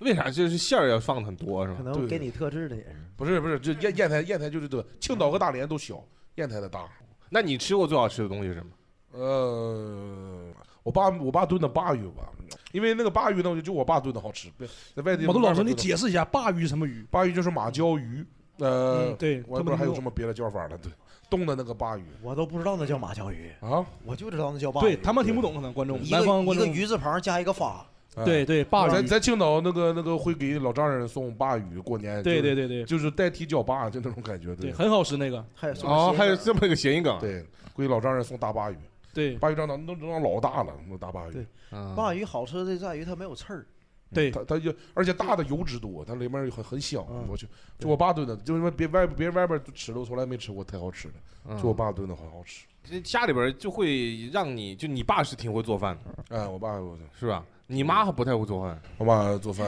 B: 为啥就是馅儿要放的很多是吧？
D: 可能给你特制的也是。
C: 不是不是，这烟烟台烟台就是这个，青岛和大连都小，烟台的大。
B: 那你吃过最好吃的东西是什么？
C: 呃，我爸我爸炖的鲅鱼吧，因为那个鲅鱼呢，就就我爸炖的好吃。别在外地，
E: 毛豆老师，你解释一下鲅鱼是什么鱼？
C: 鲅鱼就是马鲛鱼，呃，
E: 嗯对
C: 我也
E: 他们
C: 不知道还有
E: 弄
C: 什么别的叫法了。对，冻的那个鲅鱼，
D: 我都不知道那叫马鲛鱼
C: 啊，
D: 我就知道那叫鲅鱼。
E: 对他们听不懂，可能观众，
D: 一个
E: 南方观
D: 一个
E: 众。
D: 鱼字旁加一个发。
C: 哎
E: 对对鲅鱼
C: 咱咱青岛那个那个会给老丈人送鲅鱼，过年
E: 对
C: 就是
E: 对对对
C: 就是代替叫爸就那种感觉，
E: 对，很好吃那个。
D: 还有
B: 哦
C: 啊，还有这
B: 么个谐音梗，
C: 对，给老丈人送大鲅鱼，
E: 对，
C: 鲅鱼长长都长老大了，那大鲅鱼，
B: 啊
D: 鲅鱼好吃的在于它没有刺儿。
E: 对，
C: 嗯它它就而且大的油脂多，它里面很很香。
B: 嗯
C: 我去，就我爸炖的，就是别外别人外边吃的，我从来没吃过太好吃
B: 嗯
C: 的，就我爸炖的很好吃。
B: 这家里边就会让你就你爸是挺会做饭
C: 的，哎，我爸
B: 是吧？
C: 嗯
B: 你妈还不太会做饭，
C: 我妈做饭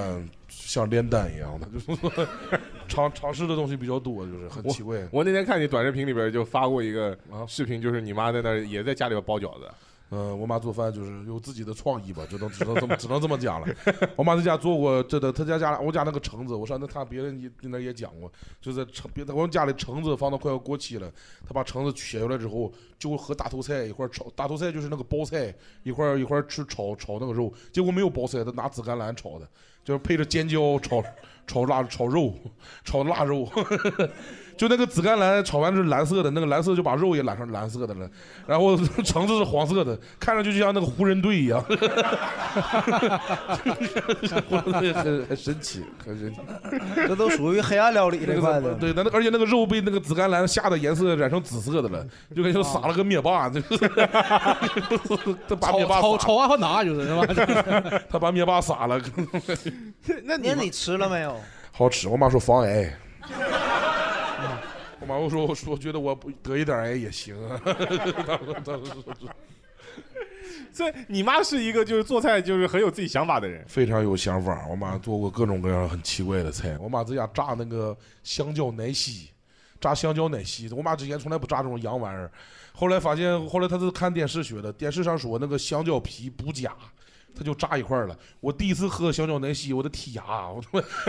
C: 像炼丹一样的，就是 尝尝试的东西比较多，就是很奇怪。
B: 我那天看你短视频里边就发过一个视频，就是你妈在那儿也在家里边包饺 子。
C: 嗯、我妈做饭就是有自己的创意吧，只能只能这么只能这么讲了。我妈在家做过，真的，她家家我家那个橙子，我上那她别人也那也讲过，就是橙别的我们家里橙子放到快要过期了，她把橙子取下来之后，就和大头菜一块儿炒，大头菜就是那个包菜一块儿一块儿吃炒炒那个肉，结果没有包菜，她拿紫甘蓝炒的，就是配着尖椒炒炒腊炒肉炒腊肉。 就那个紫甘蓝炒完是蓝色的，那个蓝色就把肉也染成蓝色的了，然后 橙子是黄色的，看上去就像那个湖人队一样， 很很神奇，很神奇。
D: 这都属于黑暗料理这块的
C: 对，那那而且那个肉被那个紫甘蓝吓得颜色染成紫色的了， 就跟就撒了个灭霸，就是 他把灭霸
E: 炒
C: 撒
E: 炒阿凡达就是是吧？
C: 他把灭霸撒了，
D: 那你你吃了没有？
C: 好吃。我妈说防癌。我妈我说我说我觉得我不得一点癌也行，啊
B: 所以你妈是一个就是做菜就是很有自己想法的人。
C: 非常有想法。我妈做过各种各样很奇怪的菜。我妈在家炸那个香蕉奶昔，炸香蕉奶昔。我妈之前从来不炸这种洋玩意儿，后来发现，后来她是看电视学的，电视上说那个香蕉皮补钾。她就炸一块儿了。我第一次喝香蕉奶昔，我的剔牙，我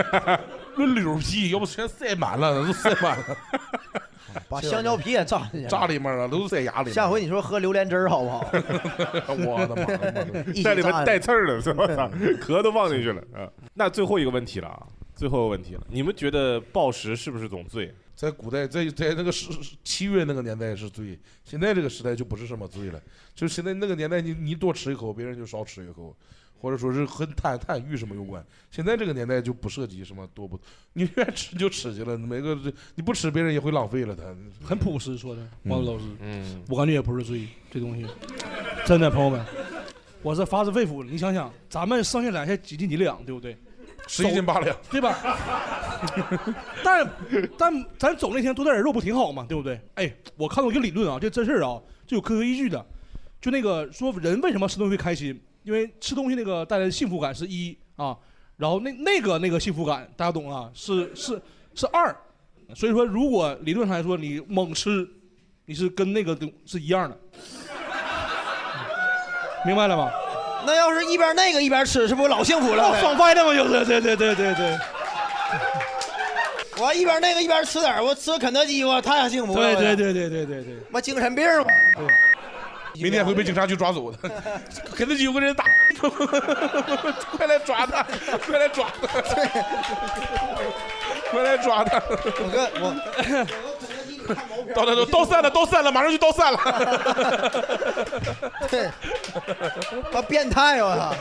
C: 他妈那柳皮，要不全塞满了，都塞满了。
D: 把香蕉皮也炸进 去，
C: 炸里面了，都在牙里面。
D: 下回你说喝榴莲汁儿好不 好？
C: 啊我的 妈！
B: 在里面带刺儿了，是吧？
C: 嗯
B: 壳都放进去了啊！那最后一个问题了啊，最后一个问题了，你们觉得暴食是不是种罪？
C: 在古代，在在那个时七月那个年代是罪，现在这个时代就不是什么罪了。就是现在那个年代你，你多吃一口，别人就少吃一口，或者说是和贪贪欲什么有关。现在这个年代就不涉及什么多不，你愿意吃就吃去了，每个你不吃别人也会浪费了他。
E: 很朴实说的，
C: 嗯
E: 王老师，
B: 嗯，
E: 我感觉也不是罪，这东西，真的朋友们，我是发自肺腑的。你想想，咱们上下来才几斤几两，对不对？
C: 11斤八两，
E: 对吧？ 但但咱走那天多带点肉不挺好吗？对不对？哎，我看到一个理论啊，这真事儿啊，这有科学依据的，就那个说人为什么吃东西会开心，因为吃东西那个带来的幸福感是一啊，然后那那个那个幸福感大家懂啊，是是是二，所以说如果理论上来说你猛吃，你是跟那个东是一样的。明白了吗？
D: 那要是一边那个一边吃，是不是老幸福了？
E: 爽哦歪了吗？就是，对对对对 对。
D: 我一边那个一边吃点儿，我吃肯德基，我太幸福了。
E: 对对
D: 我
E: 对对对对对。
D: 妈精神病吧？
C: 明天会被警察局抓走的。 肯德 基有个人打， 快来抓他，快来抓 他，快来抓他！
D: 我跟我
C: 到到到散了，到散了，马上就到散了。
D: 对，他变态我操！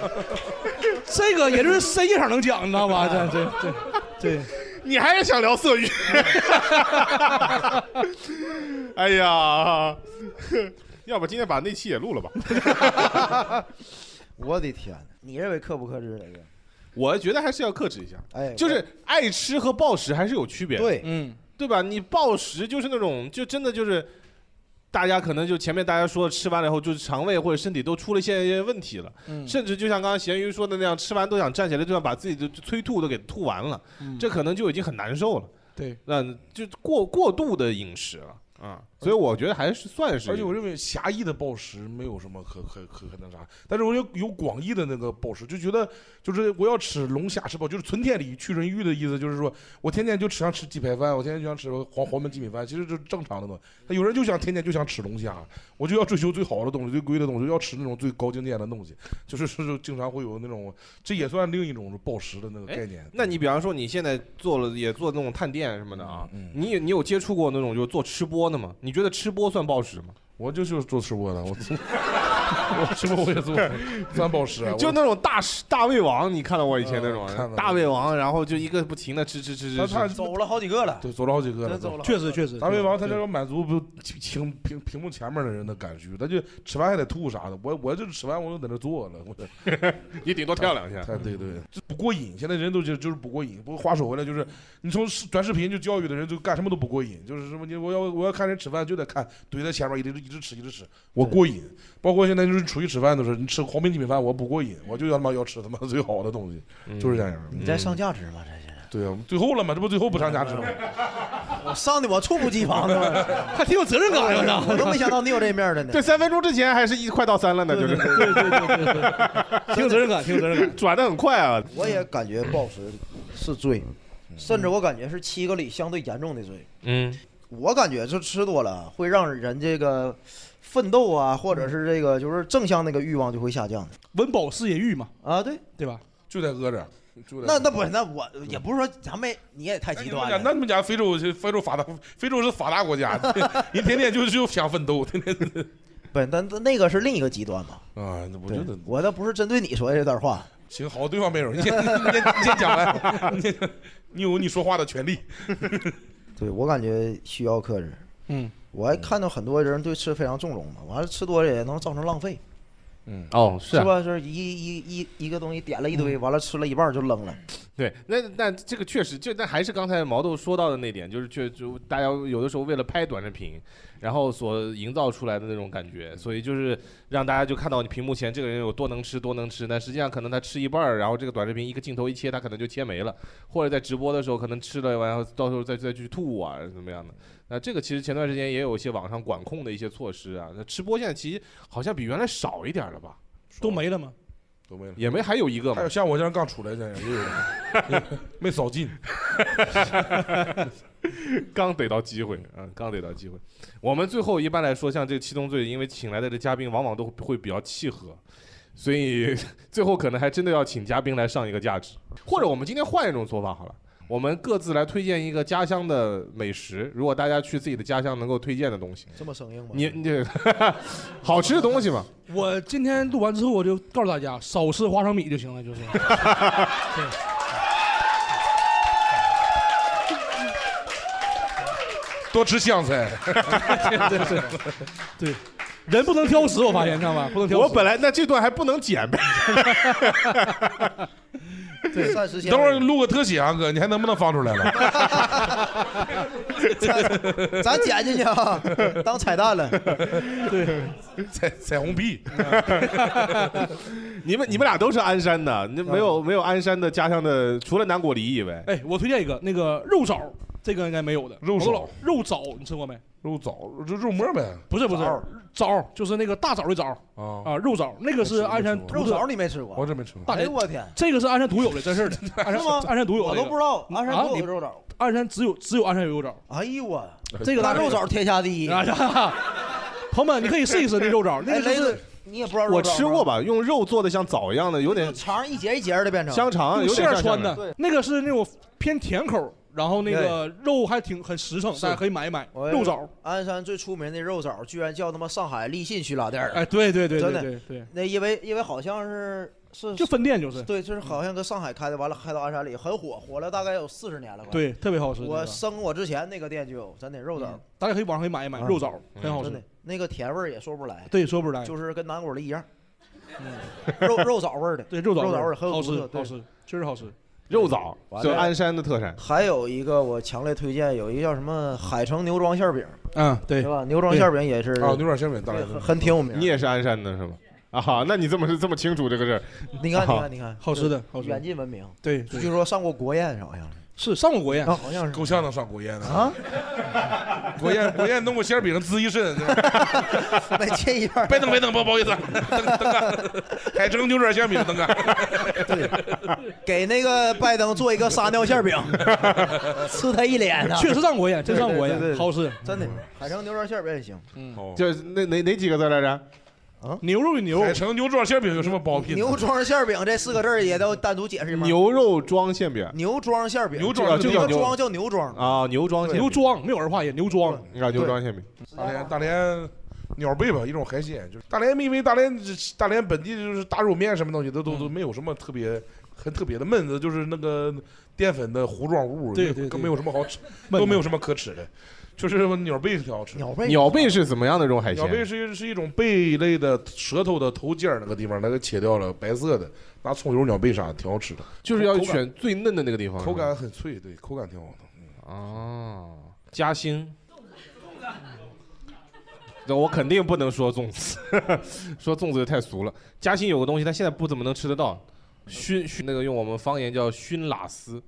E: 这个也就是深夜场能讲，你知道 吧？这这这对，
R: 你还是想聊色欲？哎 呀，要不今天把那期也录了吧？
D: 我的天，你认为克不克制这个？
B: 我觉得还是要克制一下，
D: 哎
B: 就是爱吃和暴食还是有区别的，
D: 对
B: 嗯，对吧？你暴食就是那种，就真的就是，大家可能就前面大家说吃完了以后，就是肠胃或者身体都出了一些一些问题了，
E: 嗯
B: 甚至就像刚刚咸鱼说的那样，吃完都想站起来，就想把自己的催吐都给吐完了，
E: 嗯
B: 这可能就已经很难受了，
E: 对，
B: 那就过过度的饮食了。啊，所以我觉得还是算是，
C: 而且我认为狭义的暴食没有什么可可可可那啥，但是我有有广义的那个暴食，就觉得就是我要吃龙虾吃饱，就是存天理去人欲的意思，就是说我天天就只想吃鸡排饭，我天天就想吃黄黄焖鸡米饭，其实这是正常的嘛。那有人就想天天就想吃龙虾，我就要追求最好的东西、最贵的东西，要吃那种最高境界的东西，就是是是经常会有那种，这也算另一种暴食的那个概念。
B: 那你比方说你现在做了也做那种探店什么的啊，
C: 嗯
B: 你有你有接触过那种就是做吃播的吗？你觉得吃播算暴食吗？
C: 我就是做吃播的，我我吃播我也做，算暴食啊。我呃
B: 就那种大食大胃王，你看到过以前那种、
C: 看到过
B: 大胃王，然后就一个不停的吃吃吃吃
C: 他他
B: 吃。
D: 走了好几个了，
C: 对，走了好几个了，
D: 真走了
E: 确实确实
C: 大胃王他
E: 对
C: 这要满足不屏屏屏幕前面的人的感觉，他就吃饭还得吐啥的。我我就是吃完我就在那坐了， 我
B: 你顶多跳两下
C: 太对对，这不过瘾。现在人都就就是不过瘾。不过话说回来，就是你从视短视频就教育的人就干什么都不过瘾，就是什么你我要我要看人吃饭就得看怼在前面一直一直吃一直吃，我过瘾。包括现在就是出去吃饭都是，你吃黄焖鸡米饭我不过瘾，我就要他妈要吃他妈最好的东西，
E: 嗯
C: 就是这样。
D: 你在上价值吗？这是
C: 对啊，最后了嘛，这不最后不上价值吗？
D: 我哦上的我猝不及防的，
E: 还挺有责任感呀
D: 我都没想到你有这面儿的呢。
B: 对，三分钟之前还是一快到三了呢，就是。对对对对，
E: 挺有责任感，挺有责任
B: 感，转的很
E: 哎
B: 快啊。
D: 我也感觉暴食是罪，甚至我感觉是七个里相对严重的罪。
B: 嗯，
D: 我感觉就吃多了会让人这个奋斗啊，或者是这个就是正向那个欲望就会下降的。
E: 温饱是淫欲嘛？
D: 啊，对
E: 对吧？
C: 就得饿着。就得
D: 那那不是那我也不是说咱们你也太极
C: 哎那你们
D: 端
C: 家
D: 了。
C: 那你们家非洲是非洲发达，非洲是发达国家， 人天天就就想奋斗， 天天。
D: 不是，但但那个是另一个极端嘛。
C: 啊，我觉得
D: 我倒不是针对你说的这段话。
C: 行，好，对方没有，你先 你先你先讲完， 你先你有你说话的权利。
D: 对我感觉需要克制。
E: 嗯，
D: 我还看到很多人对吃非常纵容嘛，完了吃多了也能造成浪费。
B: 嗯，哦，是啊
D: 是吧？就是一一一一个东西点了一
E: 嗯
D: 堆，完了吃了一半就扔了。
B: 对，那那这个确实，就那还是刚才毛豆说到的那点，就是确就大家有的时候为了拍短视频，然后所营造出来的那种感觉，所以就是让大家就看到你屏幕前这个人有多能吃多能吃，但实际上可能他吃一半儿，然后这个短视频一个镜头一切，他可能就切没了，或者在直播的时候可能吃了完，然后到时候再再去吐啊怎么样的。那这个其实前段时间也有一些网上管控的一些措施啊，那吃播现在其实好像比原来少一点儿了吧？
E: 都没了吗？
C: 都没了，
B: 也没还有一个嘛
C: 还有像我这样刚出来的，也有 人没扫进。
B: 刚逮到机会，嗯，刚逮到机会。我们最后一般来说，像这个七宗罪，因为请来的这嘉宾往往都会比较契合，所以 最后可能还真的要请嘉宾来上一个价值。或者我们今天换一种做法好了，我们各自来推荐一个家乡的美食，如果大家去自己的家乡能够推荐的东西，
D: 这么生硬吗？
B: 你 你好吃的东西嘛，
E: 我今天录完之后，我就告诉大家，少吃花生米就行了， 就是。对。
C: 多吃香菜
E: 对 对对，人不能挑食，我发现，你知道吗？不能挑食。
B: 我本来那这段还不能剪呗。
D: 对膳食
C: 你等会儿录个特写啊，哥，你还能不能放出来了？
D: 咱咱剪进去啊， 当 彩蛋了。
E: 对，
C: 彩彩虹屁。
B: 你们你们俩都是鞍山的，你没有没有鞍山的家乡的，除了南果梨以外，
E: 哎，我推荐一个那个肉枣，这个应该没有的。
B: 肉
E: 枣，肉枣，你吃过没？
C: 肉枣，就肉末呗。
E: 不是不是
C: 枣儿
E: 枣儿，就是那个大枣儿的枣儿
C: 啊
E: 啊，肉枣儿，那个是鞍山独特。
D: 肉枣儿你没吃过？
C: 我真没吃
E: 大
D: 哎呦我天！
E: 这个是鞍山独有的，真是 的，鞍山
D: 是吗
E: 鞍山独有的，啊
D: 我都不知道鞍山独有的肉枣
E: 枣。鞍山只有只有鞍山有肉枣。
D: 哎呦我，
E: 这个
D: 那肉枣天下第一。
E: 哎呀朋友们，你可以试一试那肉枣，那
D: 哎
E: 个
D: 雷
E: 就
D: 子
E: 是，
D: 你也不知道
B: 我
D: 肉枣吗
B: 吃过吧，用肉做的像枣一样的，有点
D: 肠一节一节的变成
B: 香肠，有
E: 用馅
B: 点
E: 儿
B: 像
E: 穿
B: 香肠
E: 的， 那个是那种偏甜口儿，然后那个肉还挺很实诚，
D: 是
E: 大家可以买一买
D: 我
E: 肉枣。
D: 鞍山最出名的肉枣，居然叫他妈上海立信去拉店儿了
E: 哎，对对对
D: 真
E: 对
D: 的
E: 对对，
D: 那因为因为好像是是
E: 就分店就是
D: 对，就是好像搁上海开的，完了开到鞍山里很火，火了大概有四十年了吧。
E: 对特别好吃那
D: 我
E: 个
D: 生我之前那个店就有，真的肉枣，
E: 大家可以网上可以买一买
D: 啊
E: 肉枣，很好
D: 真
E: 吃
D: 的。那个甜味儿也说不出来，
E: 对说不出来
D: 就是跟南果梨一样，肉肉枣味儿的，
E: 对肉枣
D: 肉枣味儿很有
E: 好
D: 独
E: 吃
D: 特，对
E: 好吃，确实好吃。
B: 肉枣
D: 完
B: 就
D: 了
B: 鞍山的特产。
D: 还有一个我强烈推荐，有一个叫什么海城牛庄馅饼，
E: 嗯，对，
D: 是吧？牛庄馅饼也是
B: 啊，牛肉馅饼当然
D: 很很挺有名。
B: 你也是鞍山的是吗？啊哈，那你这么是这么清楚这个事儿？
D: 你看，你
B: 啊
D: 看，你看，就是远近闻名。
E: 对，
D: 据说上过国宴，好像
E: 是上过国宴，
D: 哦好像是
C: 够呛能上国宴的
D: 啊！
C: 国宴 国宴弄个馅饼滋一身，
D: 再切一半。
C: 别等别等，不不好意思啊，等等啊， 海城牛肉馅饼等啊。
D: 给那个拜登做一个撒尿馅 饼，呲他一脸呢。
E: 确实上国宴真上国宴
D: 对对对对
E: 好吃
D: 真的。海城牛肉馅饼也行，嗯
B: 就是那哪哪几个字来着？
E: 啊，牛肉与牛
C: 海城牛肉馅饼有什么包庇？
D: 牛庄馅饼这四个字儿也都单独解释一下。
B: 牛肉庄馅饼
D: 牛庄馅饼，
B: 牛庄
D: 这
B: 这 叫
D: 个
B: 牛
D: 庄叫牛庄，
B: 啊，牛庄馅
E: 牛
B: 饼
E: 庄没有儿化音，牛庄
B: 啊，牛庄馅饼。
C: 大连大连鸟贝吧，一种海鲜，就是大连，因为大连大连本地就是打卤面什么东西都都都没有什么特别很特别的焖子，就是那个淀粉的糊状物，
B: 对对对
C: 更没有什么好吃，
B: 焖
C: 都
B: 的
C: 没有什么可吃的，就是鸟贝挺好吃。鸟贝
B: 鸟贝是怎么样的这种海
C: 鸟贝
B: 鲜？
C: 是一是一种贝类的舌头的头尖儿那个地方，那个切掉了，白色的，拿葱油鸟贝啥的，挺好吃的。
B: 就是要
C: 口感
B: 选最嫩的那个地方。
C: 口感很脆，对，口感挺好的。嗯
B: 哦，夹心。那我肯定不能说粽子，说粽子太俗了。夹心有个东西，它现在不怎么能吃得到，熏熏那个用我们方言叫熏喇丝，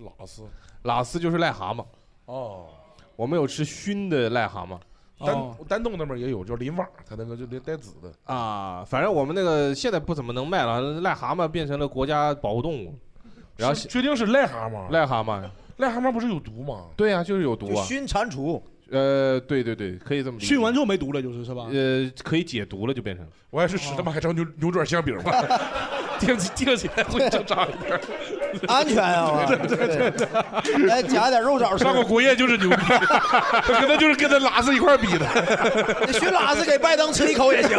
C: 喇丝，
B: 喇丝就是癞蛤蟆。
C: 哦，
B: 我们有吃熏的癞蛤蟆，
C: 丹、丹东那边也有叫林旺，它那个就带带籽的。
B: 啊，反正我们那个现在不怎么能卖了，癞蛤蟆变成了国家保护动物。然后
C: 是确定是癞蛤蟆？啊
B: 癞蛤蟆，
C: 癞蛤蟆不是有毒吗？
B: 对呀、就是有毒
D: 就
B: 啊。
D: 熏蟾蜍。
B: 呃，对对对，可以这么理解。
E: 熏完之后没毒了，就是是吧？
B: 呃，可以解毒了，就变 成。
C: 我还是吃他妈海城牛牛转馅饼吧，听起听起来会正常一点，
D: 安全 啊
C: 对对对对，
D: 来哎夹点 肉枣吃
C: 上过国宴就是牛 逼， 他跟他就是跟他喇子一块儿比的。，
D: 你熏喇子给拜登吃一口也行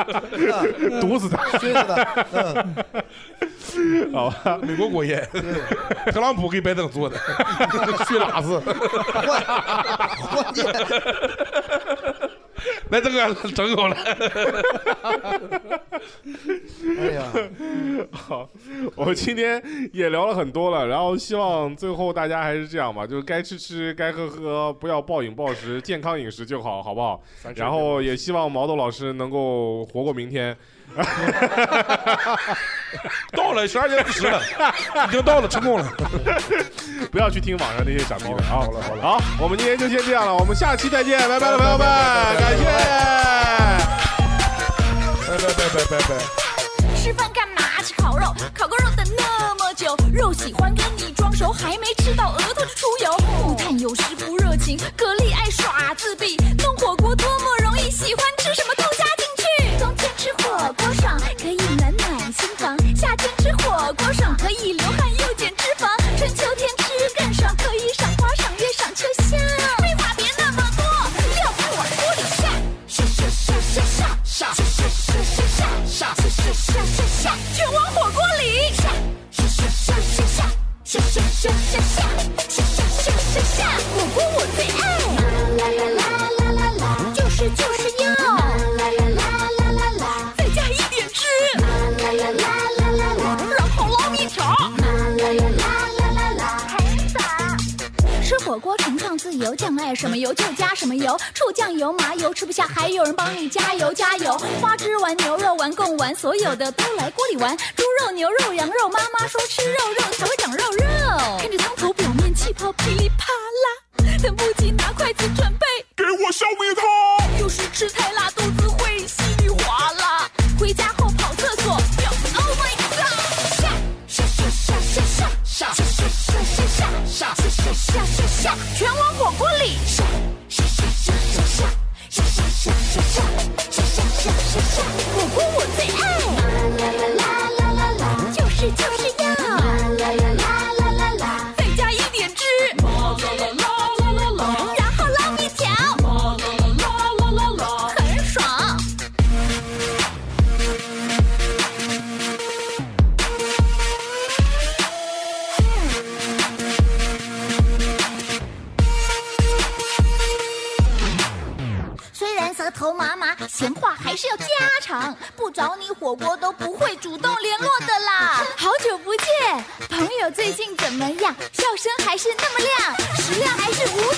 C: 毒死他，
D: 熏死他。嗯
C: 嗯
B: 好吧，
C: 美国国宴，特朗普给拜登 做的，熏喇子。来，这个整口来。
D: 哎呀，
B: 好，我们今天也聊了很多了，然后希望最后大家还是这样吧，就是该吃吃，该喝喝，不要暴饮暴食，健康饮食就好，好不好
R: 三？吃
B: 然后也希望毛豆老师能够活过明 天。
C: 到了十二点五十了，已经到了，成 功了。
B: 不要去听网上那些傻逼的啊！好了好了，好，我们今天就先这样了，我们下期再见，拜拜了，朋友们，感谢。
C: 拜拜拜拜拜拜。
S: 吃饭干嘛？吃烤肉，烤个肉等那么久，肉喜欢跟你装熟，还没吃到额头就出油。木炭有时不热情，蛤蜊爱耍自闭，弄火锅多么容易，喜欢吃什么都加进去。冬天吃火锅爽，可以暖暖心房；夏天吃火锅爽，可以流汗又减脂肪；春秋天吃更爽，可以赏花赏月赏秋香。废话别那么多，料在我锅里下。下下下下下下下下下下下下下下下，全往火锅里下下下下下下下下下下下下下下下，火锅我最爱。啦啦啦啦啦啦，就是就是要。啦啦啦啦啦啦，再加一点汁。啦啦啦啦啦啦，然后捞一条。啦啦啦啦啦啦，很爽。吃火锅崇尚自由，酱爱什么油就加什么油，醋酱油麻油吃不下，还有人帮你加油加油。花枝丸、牛肉丸、贡丸，所有的都来锅里玩。猪肉、牛肉、羊肉，妈妈说吃肉肉才会长肉肉。看着汤头表面气泡噼里啪啦，等不及拿筷
I: 筷子准备给我烧给他。有时吃太辣，肚子会稀里哗啦。回家后跑厕所哟，Oh my god！下下下下下下下下下下下下下下下下，全往火锅里下下下下下下。下下下下下下下下下下，火锅我最爱。啦啦啦啦啦，就是就是要。啦啦啦啦啦啦，再加一点汁。啦啦啦啦啦啦，然后捞面条。啦啦啦啦啦啦，很爽。虽然舌头麻麻，闲话还是要家常。不找你火锅都不会主动联络的啦。好久不见，朋友最近怎么样？笑声还是那么亮，食量还是无